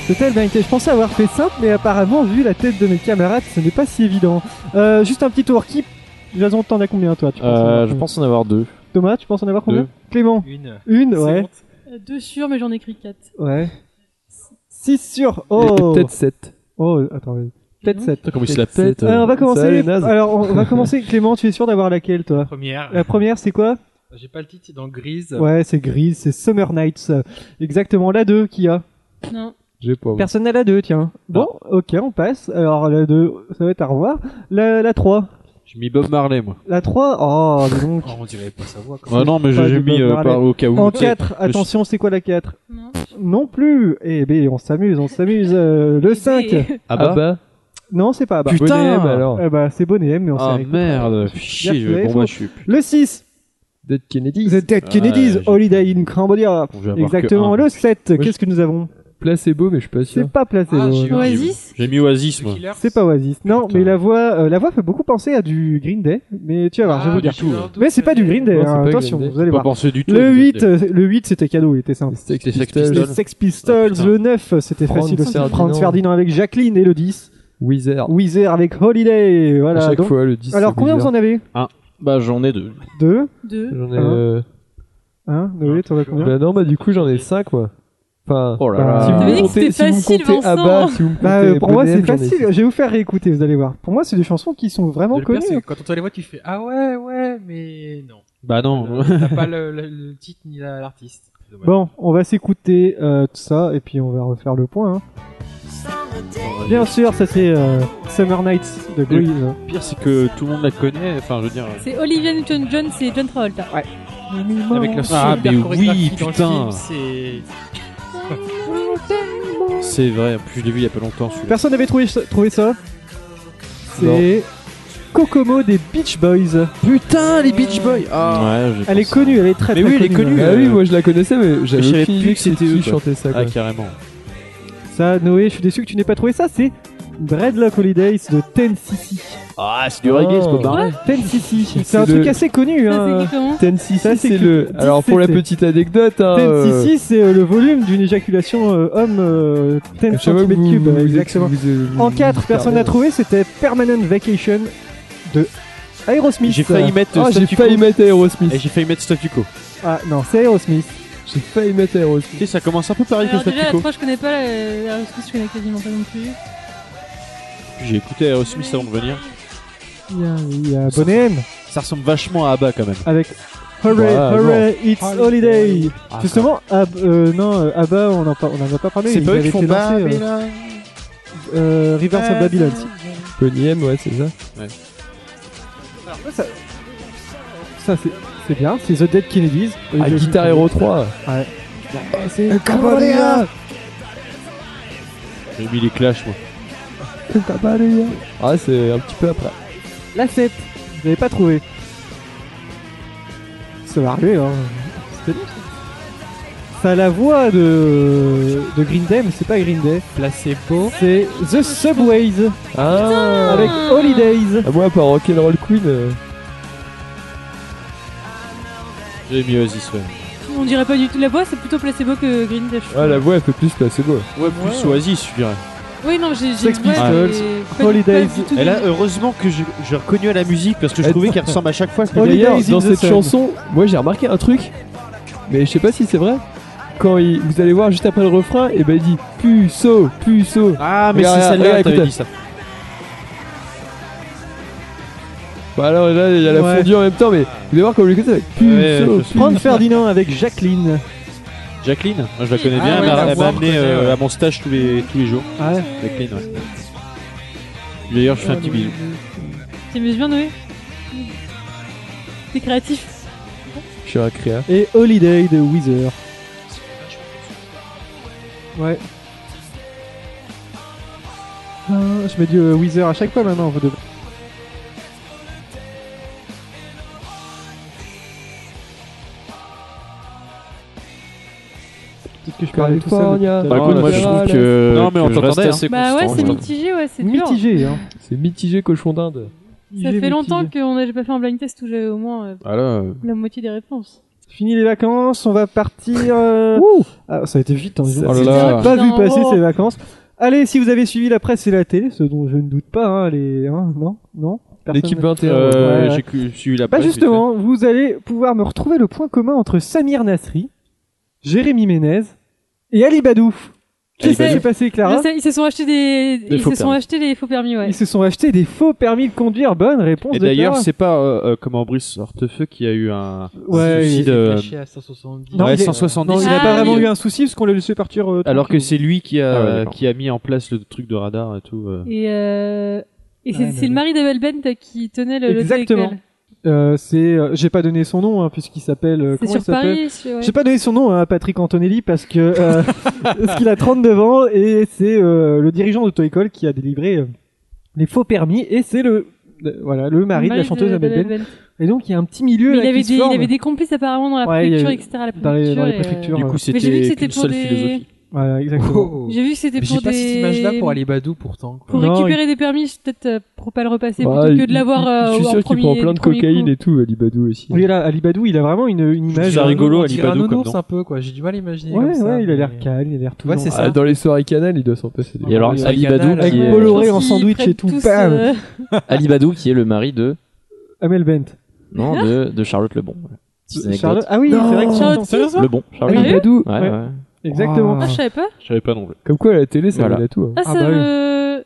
Speaker 3: C'était le blind test. Je pensais avoir fait simple, mais apparemment, vu la tête de mes camarades, ce n'est pas si évident. Euh, juste un petit tour. Qui Jason, t'en as combien, toi tu penses en avoir
Speaker 9: Euh, je
Speaker 3: combien
Speaker 9: pense en avoir deux.
Speaker 3: Thomas, tu penses en avoir combien
Speaker 9: Deux.
Speaker 3: Clément
Speaker 5: Une.
Speaker 3: Une,
Speaker 5: C'est
Speaker 3: ouais.
Speaker 5: bon.
Speaker 6: Euh, Deux sûrs, mais j'en écrit quatre.
Speaker 3: Ouais. 6 sur.
Speaker 4: Et- Et
Speaker 3: Oh
Speaker 4: peut-être 7.
Speaker 3: Oh, attends. Peut-être 7.
Speaker 7: Comment il se la
Speaker 4: Peut-être
Speaker 7: pète
Speaker 4: sept.
Speaker 3: Alors, on va
Speaker 4: Ça, les
Speaker 3: commencer.
Speaker 4: nazes.
Speaker 3: Alors, on va commencer. Clément, tu es sûr d'avoir laquelle, toi
Speaker 5: Première.
Speaker 3: La première, c'est quoi
Speaker 5: J'ai pas le titre, c'est dans Grise.
Speaker 3: Ouais, c'est grise, c'est Summer Nights. Exactement, la 2 qu'il y a.
Speaker 6: Non.
Speaker 4: J'ai pas. moi.
Speaker 3: Personne n'a la 2, tiens. Bon, ok, on passe. Alors, la 2, ça va être à revoir. La, la 3.
Speaker 7: J'ai mis Bob Marley, moi.
Speaker 3: La 3, oh, dis donc.
Speaker 5: Oh, on dirait pas sa voix. Quoi.
Speaker 7: Ah non, mais
Speaker 3: Pas
Speaker 7: j'ai
Speaker 3: du
Speaker 7: mis
Speaker 3: Bob
Speaker 7: euh,
Speaker 3: Marley.
Speaker 7: par- au cas où.
Speaker 3: En
Speaker 7: tu sais,
Speaker 3: 4,
Speaker 7: le-
Speaker 3: attention, c'est quoi la 4
Speaker 6: Non.
Speaker 3: Non plus. Eh ben, on s'amuse, on s'amuse.
Speaker 5: Eh
Speaker 3: Euh,
Speaker 5: ben.
Speaker 3: le 5.
Speaker 6: Et-
Speaker 7: Ah bah.
Speaker 3: Non, c'est pas. Bah,
Speaker 7: Putain
Speaker 4: Bonnet, alors.
Speaker 3: eh bah, c'est Bonnet M, mais on
Speaker 7: Ah
Speaker 3: s'arrête.
Speaker 7: merde,
Speaker 3: Bien
Speaker 7: chier, je
Speaker 3: joué,
Speaker 7: vais. Bon,
Speaker 3: faut-
Speaker 7: bah, je suis.
Speaker 3: Le 6.
Speaker 4: Dead Kennedy.
Speaker 3: The Dead
Speaker 7: Ah,
Speaker 3: Kennedys,
Speaker 7: j'ai-
Speaker 3: Holiday in Cambodia.
Speaker 7: Bon, je vais avoir que
Speaker 3: Exactement.
Speaker 7: un.
Speaker 3: Le 7.
Speaker 4: je-
Speaker 3: Qu'est-ce que nous avons
Speaker 4: Placebo, mais je suis pas sûr.
Speaker 3: C'est pas placé. euh,
Speaker 5: Ah, j'ai eu-
Speaker 6: Oasis
Speaker 7: J'ai mis Oasis,
Speaker 5: The
Speaker 7: moi.
Speaker 5: Killers.
Speaker 3: C'est pas Oasis. Non,
Speaker 7: Putain.
Speaker 3: mais la voix, euh, la voix fait beaucoup penser à du Green Day. Mais tu vas voir, je vais
Speaker 5: Ah,
Speaker 3: vous dire.
Speaker 5: j'ai eu un doute,
Speaker 3: Mais c'est pas du Green Day,
Speaker 4: Non, c'est
Speaker 3: hein,
Speaker 4: pas
Speaker 3: attention,
Speaker 4: Green Day.
Speaker 3: vous allez
Speaker 7: Pas
Speaker 3: voir.
Speaker 7: pensé du tout.
Speaker 3: Le
Speaker 7: à
Speaker 3: 8, euh, le huit, c'était cadeau, il était simple.
Speaker 4: Sex
Speaker 7: Les Sex
Speaker 4: Pistols,
Speaker 3: Les
Speaker 7: Pistols.
Speaker 3: Sex Pistols,
Speaker 7: Ah, putain.
Speaker 3: le 9, c'était
Speaker 4: Franz
Speaker 3: facile aussi.
Speaker 4: Ferdinand.
Speaker 3: Franz Ferdinand avec Jacqueline et le 10.
Speaker 4: Wizard.
Speaker 3: Weezer avec Holiday,
Speaker 4: À
Speaker 3: voilà.
Speaker 4: chaque
Speaker 3: donc-
Speaker 4: fois, le 10.
Speaker 3: Alors
Speaker 4: c'est
Speaker 3: combien vous
Speaker 4: Wizard.
Speaker 3: en avez
Speaker 9: Bah, j'en ai deux.
Speaker 3: Deux
Speaker 6: Deux.
Speaker 4: J'en ai.
Speaker 3: Ah.
Speaker 4: euh,
Speaker 3: Hein Noé, t'en as combien
Speaker 4: Bah non, bah du coup, j'en ai 5 moi. Enfin,
Speaker 9: Oh là là.
Speaker 4: si vous
Speaker 9: T'avais
Speaker 4: me
Speaker 9: dit que c'était
Speaker 4: comptez, si vous me
Speaker 9: facile,
Speaker 4: comptez
Speaker 9: Vincent.
Speaker 4: Abba, si vous me comptez
Speaker 3: Bah, euh, pour moi,
Speaker 4: Bonnet
Speaker 3: c'est
Speaker 4: M, j'en ai
Speaker 3: facile.
Speaker 4: six.
Speaker 3: Je vais vous faire réécouter, vous allez voir. Pour moi, c'est des chansons qui sont vraiment
Speaker 5: Le pire,
Speaker 3: connues.
Speaker 5: c'est que quand on te les voit, tu fais Ah ouais, ouais, mais non.
Speaker 7: Bah non.
Speaker 5: T'as pas le, le- le titre ni la- l'artiste. C'est dommage.
Speaker 3: Bon, on va s'écouter euh, tout ça et puis on va refaire le point. hein. Bien sûr, ça c'est euh, Summer Nights de
Speaker 7: Le
Speaker 3: Grease.
Speaker 7: pire, c'est que tout le monde la connaît. Enfin, je veux dire.
Speaker 6: C'est Olivia Newton-John, c'est John Travolta.
Speaker 3: Ouais.
Speaker 7: Avec la
Speaker 5: super
Speaker 7: Ah, mais oui,
Speaker 5: chorégraphie dans le film,
Speaker 7: putain.
Speaker 5: c'est.
Speaker 7: C'est vrai. En plus, je l'ai vu il y a pas longtemps. celui-là.
Speaker 3: Personne n'avait trouvé, trouvé ça. C'est Kokomo des Beach Boys.
Speaker 7: Putain, les Beach Boys. Ah,
Speaker 9: Ouais, j'ai
Speaker 3: Elle est
Speaker 9: pensé.
Speaker 3: connue, elle est très
Speaker 7: Mais
Speaker 3: très
Speaker 7: oui, elle est
Speaker 3: connue. hein.
Speaker 7: connue. euh.
Speaker 4: Ah oui, moi je la connaissais, mais
Speaker 7: Mais je
Speaker 4: j'avais
Speaker 7: savais
Speaker 4: aucune
Speaker 7: plus
Speaker 4: idée
Speaker 7: que c'était eux,
Speaker 4: qui
Speaker 7: quoi.
Speaker 4: chantait ça.
Speaker 7: Ah,
Speaker 4: quoi.
Speaker 7: carrément.
Speaker 3: Ça, Noé, je suis déçu que tu n'aies pas trouvé ça. C'est Dreadlock Holidays de Tennessee.
Speaker 7: Ah, c'est du reggae,
Speaker 3: Oh.
Speaker 7: c'est pas pareil.
Speaker 3: Tennessee. C'est
Speaker 4: C'est
Speaker 3: un
Speaker 4: le-
Speaker 3: truc assez connu.
Speaker 6: Ça,
Speaker 3: Hein.
Speaker 6: c'est comment
Speaker 4: Tennessee,
Speaker 3: Ça, c'est
Speaker 4: c'est
Speaker 3: que-
Speaker 4: le. Alors pour la
Speaker 3: c'est-
Speaker 4: petite anecdote, hein,
Speaker 7: Oh.
Speaker 4: euh,
Speaker 3: 1066, c'est euh, le volume d'une éjaculation euh, homme euh, 10
Speaker 4: je sais pas, vous-
Speaker 3: cm3.
Speaker 4: vous- vous-
Speaker 3: exactement.
Speaker 4: vous- vous- vous-
Speaker 3: en
Speaker 4: vous-
Speaker 3: 4,
Speaker 4: vous-
Speaker 3: personne
Speaker 4: vous-
Speaker 3: n'a trouvé, c'était Permanent Vacation de Aerosmith.
Speaker 7: J'ai failli mettre.
Speaker 4: Ah, j'ai
Speaker 7: Statu
Speaker 4: failli
Speaker 7: Quo.
Speaker 4: mettre
Speaker 7: Et
Speaker 4: Aerosmith.
Speaker 7: j'ai failli mettre Statu Quo.
Speaker 3: Ah non, c'est Aerosmith.
Speaker 4: J'ai failli mettre
Speaker 7: Tu
Speaker 4: Aerosmith.
Speaker 7: sais, ça commence un peu pareil que
Speaker 6: Alors déjà, la
Speaker 7: Statu Quo.
Speaker 6: 3, je connais pas, la la Aerosmith, je connais quasiment pas non plus.
Speaker 7: J'ai écouté Aerosmith avant de venir.
Speaker 3: Il y a, il y a Bonnet M
Speaker 7: Ça ressemble vachement à ABBA quand même.
Speaker 3: avec Hooray,
Speaker 4: Voilà,
Speaker 3: Hooray, It's Holiday.
Speaker 7: Ah,
Speaker 3: Justement, Ab- euh, non, euh, Abba, on n'en par- on en a pas parlé.
Speaker 7: C'est
Speaker 3: il
Speaker 7: pas eux
Speaker 3: avait
Speaker 7: qui font
Speaker 3: été lancé, euh,
Speaker 7: Babylon.
Speaker 3: euh, Rivers of Babylon.
Speaker 4: Bonnie M, ouais, c'est ça.
Speaker 3: Ça, c'est- c'est bien. C'est The Dead Kennedys.
Speaker 4: Ah,
Speaker 3: Euh,
Speaker 4: Guitar Hero 3.
Speaker 3: Ah, C'est
Speaker 7: J'ai mis les clashs, moi.
Speaker 4: Ah, c'est un petit peu après.
Speaker 3: La 7, vous n'avez pas trouvé. Ça va arriver, hein. C'était bien, ça. Ça a la voix de, de Green Day, mais c'est pas Green Day.
Speaker 5: Placebo.
Speaker 3: C'est The Subways
Speaker 4: Ah,
Speaker 3: avec Holidays.
Speaker 4: Ah, moi, par Rock'n'Roll Queen. euh,
Speaker 7: J'ai mis Oasis, ouais.
Speaker 6: On dirait pas du tout la voix, c'est plutôt placebo que Green Day. je trouve.
Speaker 4: Ah, la voix, elle fait plus placebo.
Speaker 7: Ouais, plus Oasis, je dirais.
Speaker 6: Oui, non, j'ai j'ai
Speaker 3: Sex
Speaker 6: ouais,
Speaker 3: Pistols,
Speaker 6: mais pas-
Speaker 3: Holidays.
Speaker 6: pas du tout
Speaker 7: Et là,
Speaker 6: de-
Speaker 7: heureusement que j'ai j'ai reconnu à la musique parce que je
Speaker 4: Elle-
Speaker 7: trouvais qu'elle ressemble à chaque fois.
Speaker 3: Holidays
Speaker 4: D'ailleurs,
Speaker 3: in
Speaker 4: dans
Speaker 3: the
Speaker 4: cette
Speaker 3: Sun.
Speaker 4: chanson, moi j'ai remarqué un truc, mais je sais pas si c'est vrai. Quand il- vous allez voir juste après le refrain, et ben il dit puceau, puceau.
Speaker 7: Ah, mais
Speaker 4: Regarde,
Speaker 7: c'est celle-là,
Speaker 4: regarde,
Speaker 7: t'avais
Speaker 4: écoute.
Speaker 7: dit ça.
Speaker 4: Bah alors là, il y a la
Speaker 3: Ouais.
Speaker 4: fondue en même temps, mais vous allez voir comme le côté avec puceau.
Speaker 7: Ouais, je sais.
Speaker 4: puceau.
Speaker 3: Franz Ferdinand avec Jacqueline.
Speaker 7: Jacqueline, moi, je la connais
Speaker 5: Ah
Speaker 7: bien,
Speaker 5: ouais,
Speaker 7: elle m'a-
Speaker 5: la
Speaker 7: elle m'a
Speaker 5: voix,
Speaker 7: amené
Speaker 5: je
Speaker 7: euh,
Speaker 5: connais, ouais.
Speaker 7: à mon stage tous les, tous les jours.
Speaker 3: Ah ouais.
Speaker 7: Jacqueline, ouais. D'ailleurs, je fais un petit bisou.
Speaker 6: T'aimes bien Noé T'es créatif.
Speaker 4: Je suis un créa.
Speaker 3: Et Holiday de Weezer. Ouais. Ah, je mets du euh, Weezer à chaque fois maintenant. vous devez- Peut-être que je parlais tout seul.
Speaker 4: California.
Speaker 9: Bah, écoute,
Speaker 4: Oh,
Speaker 9: moi
Speaker 4: la
Speaker 9: je trouve
Speaker 4: dalle.
Speaker 9: que.
Speaker 7: Non, mais on
Speaker 9: que je reste
Speaker 7: t'entendait, hein.
Speaker 9: assez
Speaker 6: Bah ouais,
Speaker 9: constant,
Speaker 6: c'est
Speaker 9: moi.
Speaker 6: mitigé, ouais, c'est dur.
Speaker 3: Mitigé, hein.
Speaker 4: C'est mitigé cochon d'Inde.
Speaker 6: Ça
Speaker 3: Mitigé,
Speaker 6: fait longtemps
Speaker 3: mitigé.
Speaker 6: qu'on n'a pas fait un blind test où j'avais au moins euh,
Speaker 7: Ah là, euh,
Speaker 6: la moitié des réponses.
Speaker 3: Fini les vacances, on va partir. euh, Ah, ça a été vite, hein, disons.
Speaker 4: Ça
Speaker 7: Oh là
Speaker 4: c'est
Speaker 7: là.
Speaker 3: J'ai pas vu
Speaker 6: Putain,
Speaker 3: passer
Speaker 6: oh.
Speaker 3: ces vacances. Allez, si vous avez suivi la presse et la télé, ce dont je ne doute pas, hein, les, hein, non, non, personne
Speaker 4: L'équipe
Speaker 3: n'a-
Speaker 4: 21.
Speaker 7: euh,
Speaker 3: ouais.
Speaker 7: j'ai cru- j'ai suivi la
Speaker 3: Bah
Speaker 7: presse,
Speaker 3: justement, vous allez pouvoir me retrouver le point commun entre Samir Nasri, Jérémy Ménez et Ali Badouf. Qu'est-ce qui
Speaker 6: Badouf.
Speaker 3: s'est passé,
Speaker 6: Je
Speaker 3: Clara
Speaker 6: sais, ils se sont achetés des, ils
Speaker 9: faux
Speaker 6: se sont
Speaker 9: permis.
Speaker 6: achetés des faux permis, ouais.
Speaker 3: Ils se sont achetés des faux permis de conduire. Bonne réponse
Speaker 7: Et
Speaker 3: de
Speaker 7: d'ailleurs,
Speaker 3: Clara.
Speaker 7: c'est pas euh, euh, comment Brice Hortefeux qui a eu un
Speaker 3: Ouais,
Speaker 7: un souci
Speaker 3: il-
Speaker 7: de
Speaker 5: Caché à 170.
Speaker 3: Non,
Speaker 7: ouais,
Speaker 3: il est-
Speaker 7: 170.
Speaker 3: Non, il n'a
Speaker 6: Ah,
Speaker 3: pas vraiment
Speaker 6: oui.
Speaker 3: eu un souci parce qu'on l'a laissé partir. euh,
Speaker 7: Alors que
Speaker 3: tranquille.
Speaker 7: c'est lui qui a
Speaker 9: Ah ouais, d'accord.
Speaker 7: qui a mis en place le truc de radar et tout. euh.
Speaker 6: Et, euh, et c'est
Speaker 3: Ouais,
Speaker 6: c'est
Speaker 3: mais
Speaker 6: le mari d'Abel Bent qui tenait le l'hôtel
Speaker 3: Exactement.
Speaker 6: École.
Speaker 3: Euh, c'est, euh, j'ai pas donné son nom hein, puisqu'il s'appelle. euh,
Speaker 6: C'est
Speaker 3: comment il
Speaker 6: sur
Speaker 3: s'appelle
Speaker 6: Paris. je- ouais.
Speaker 3: J'ai pas donné son nom à Patrick Antonelli parce que euh, parce qu'il a 39 ans et c'est euh, le dirigeant d'auto-école qui a délivré euh, les faux permis et c'est le euh, voilà le mari de la chanteuse Amel Ben.
Speaker 6: d'Abel Bent.
Speaker 3: Et donc il y a un petit milieu
Speaker 6: Mais
Speaker 3: là,
Speaker 6: Il avait
Speaker 3: qui se
Speaker 6: des, il
Speaker 3: forme
Speaker 6: avait des complices apparemment dans la
Speaker 3: Ouais, il y
Speaker 6: préfecture,
Speaker 3: avait-
Speaker 6: etc. à la
Speaker 3: dans les, dans les
Speaker 6: préfecture, et,
Speaker 3: préfectures.
Speaker 6: euh,
Speaker 7: Du
Speaker 3: euh,
Speaker 7: coup,
Speaker 6: mais j'ai vu que
Speaker 7: c'était
Speaker 6: c'était
Speaker 7: qu'une
Speaker 6: pour
Speaker 7: seule
Speaker 6: des-
Speaker 7: philosophie.
Speaker 3: voilà, exactement.
Speaker 5: Oh.
Speaker 6: J'ai vu que c'était
Speaker 5: Mais
Speaker 6: pour
Speaker 5: J'ai pas
Speaker 6: des-
Speaker 5: cette image-là pour aller Badou pourtant. quoi.
Speaker 6: Pour
Speaker 3: Non,
Speaker 6: récupérer des permis, c'est peut-être euh, pour pas le repasser,
Speaker 4: Bah,
Speaker 6: plutôt
Speaker 4: il-
Speaker 6: que de l'avoir euh,
Speaker 4: il- Je suis
Speaker 6: en
Speaker 4: sûr qu'il
Speaker 6: premier-
Speaker 4: prend plein de
Speaker 6: premier
Speaker 4: cocaïne
Speaker 6: coup.
Speaker 4: et tout, Ali Badou aussi.
Speaker 3: Oui là, Ali Badou, il a vraiment une, une
Speaker 7: C'est
Speaker 3: image.
Speaker 7: ça
Speaker 5: On
Speaker 3: Ouais,
Speaker 7: rigolo,
Speaker 5: dirait
Speaker 7: Ali Badou,
Speaker 5: un
Speaker 7: comme
Speaker 5: nounours
Speaker 7: nom.
Speaker 5: un peu quoi. J'ai du mal à imaginer.
Speaker 3: ouais,
Speaker 5: comme ça,
Speaker 3: il a l'air
Speaker 5: mais-
Speaker 3: calme, il a l'air tout.
Speaker 5: Ouais, c'est
Speaker 3: gentil.
Speaker 5: ça.
Speaker 4: Ah, dans les soirées canal, il doit s'en passer. des-
Speaker 9: Et alors,
Speaker 5: Avec
Speaker 9: Ali
Speaker 5: Canal,
Speaker 9: Badou
Speaker 5: avec
Speaker 9: qui est.
Speaker 3: Bolloré.
Speaker 6: Je pense
Speaker 3: en
Speaker 6: qu'ils
Speaker 3: sandwich et
Speaker 6: prennent
Speaker 3: tout,
Speaker 6: tous,
Speaker 3: bam.
Speaker 6: euh,
Speaker 9: Ali Badou qui est le mari de.
Speaker 3: Amel Bent.
Speaker 9: Non,
Speaker 6: Hein
Speaker 9: de, de Charlotte Lebon. Petite anecdote.
Speaker 3: Charlotte- Ah oui, c'est vrai que
Speaker 6: Charlotte-
Speaker 3: Sérieusement
Speaker 9: Lebon, Charlotte
Speaker 3: Ali
Speaker 6: Sérieux
Speaker 3: Badou.
Speaker 9: Ouais,
Speaker 3: ouais.
Speaker 9: ouais.
Speaker 3: Exactement.
Speaker 6: Ah, je savais pas.
Speaker 7: Je savais pas non plus.
Speaker 4: Comme quoi, à la télé, ça
Speaker 9: Voilà.
Speaker 4: mène à tout. hein.
Speaker 6: Ah, ça
Speaker 3: bah oui.
Speaker 6: me-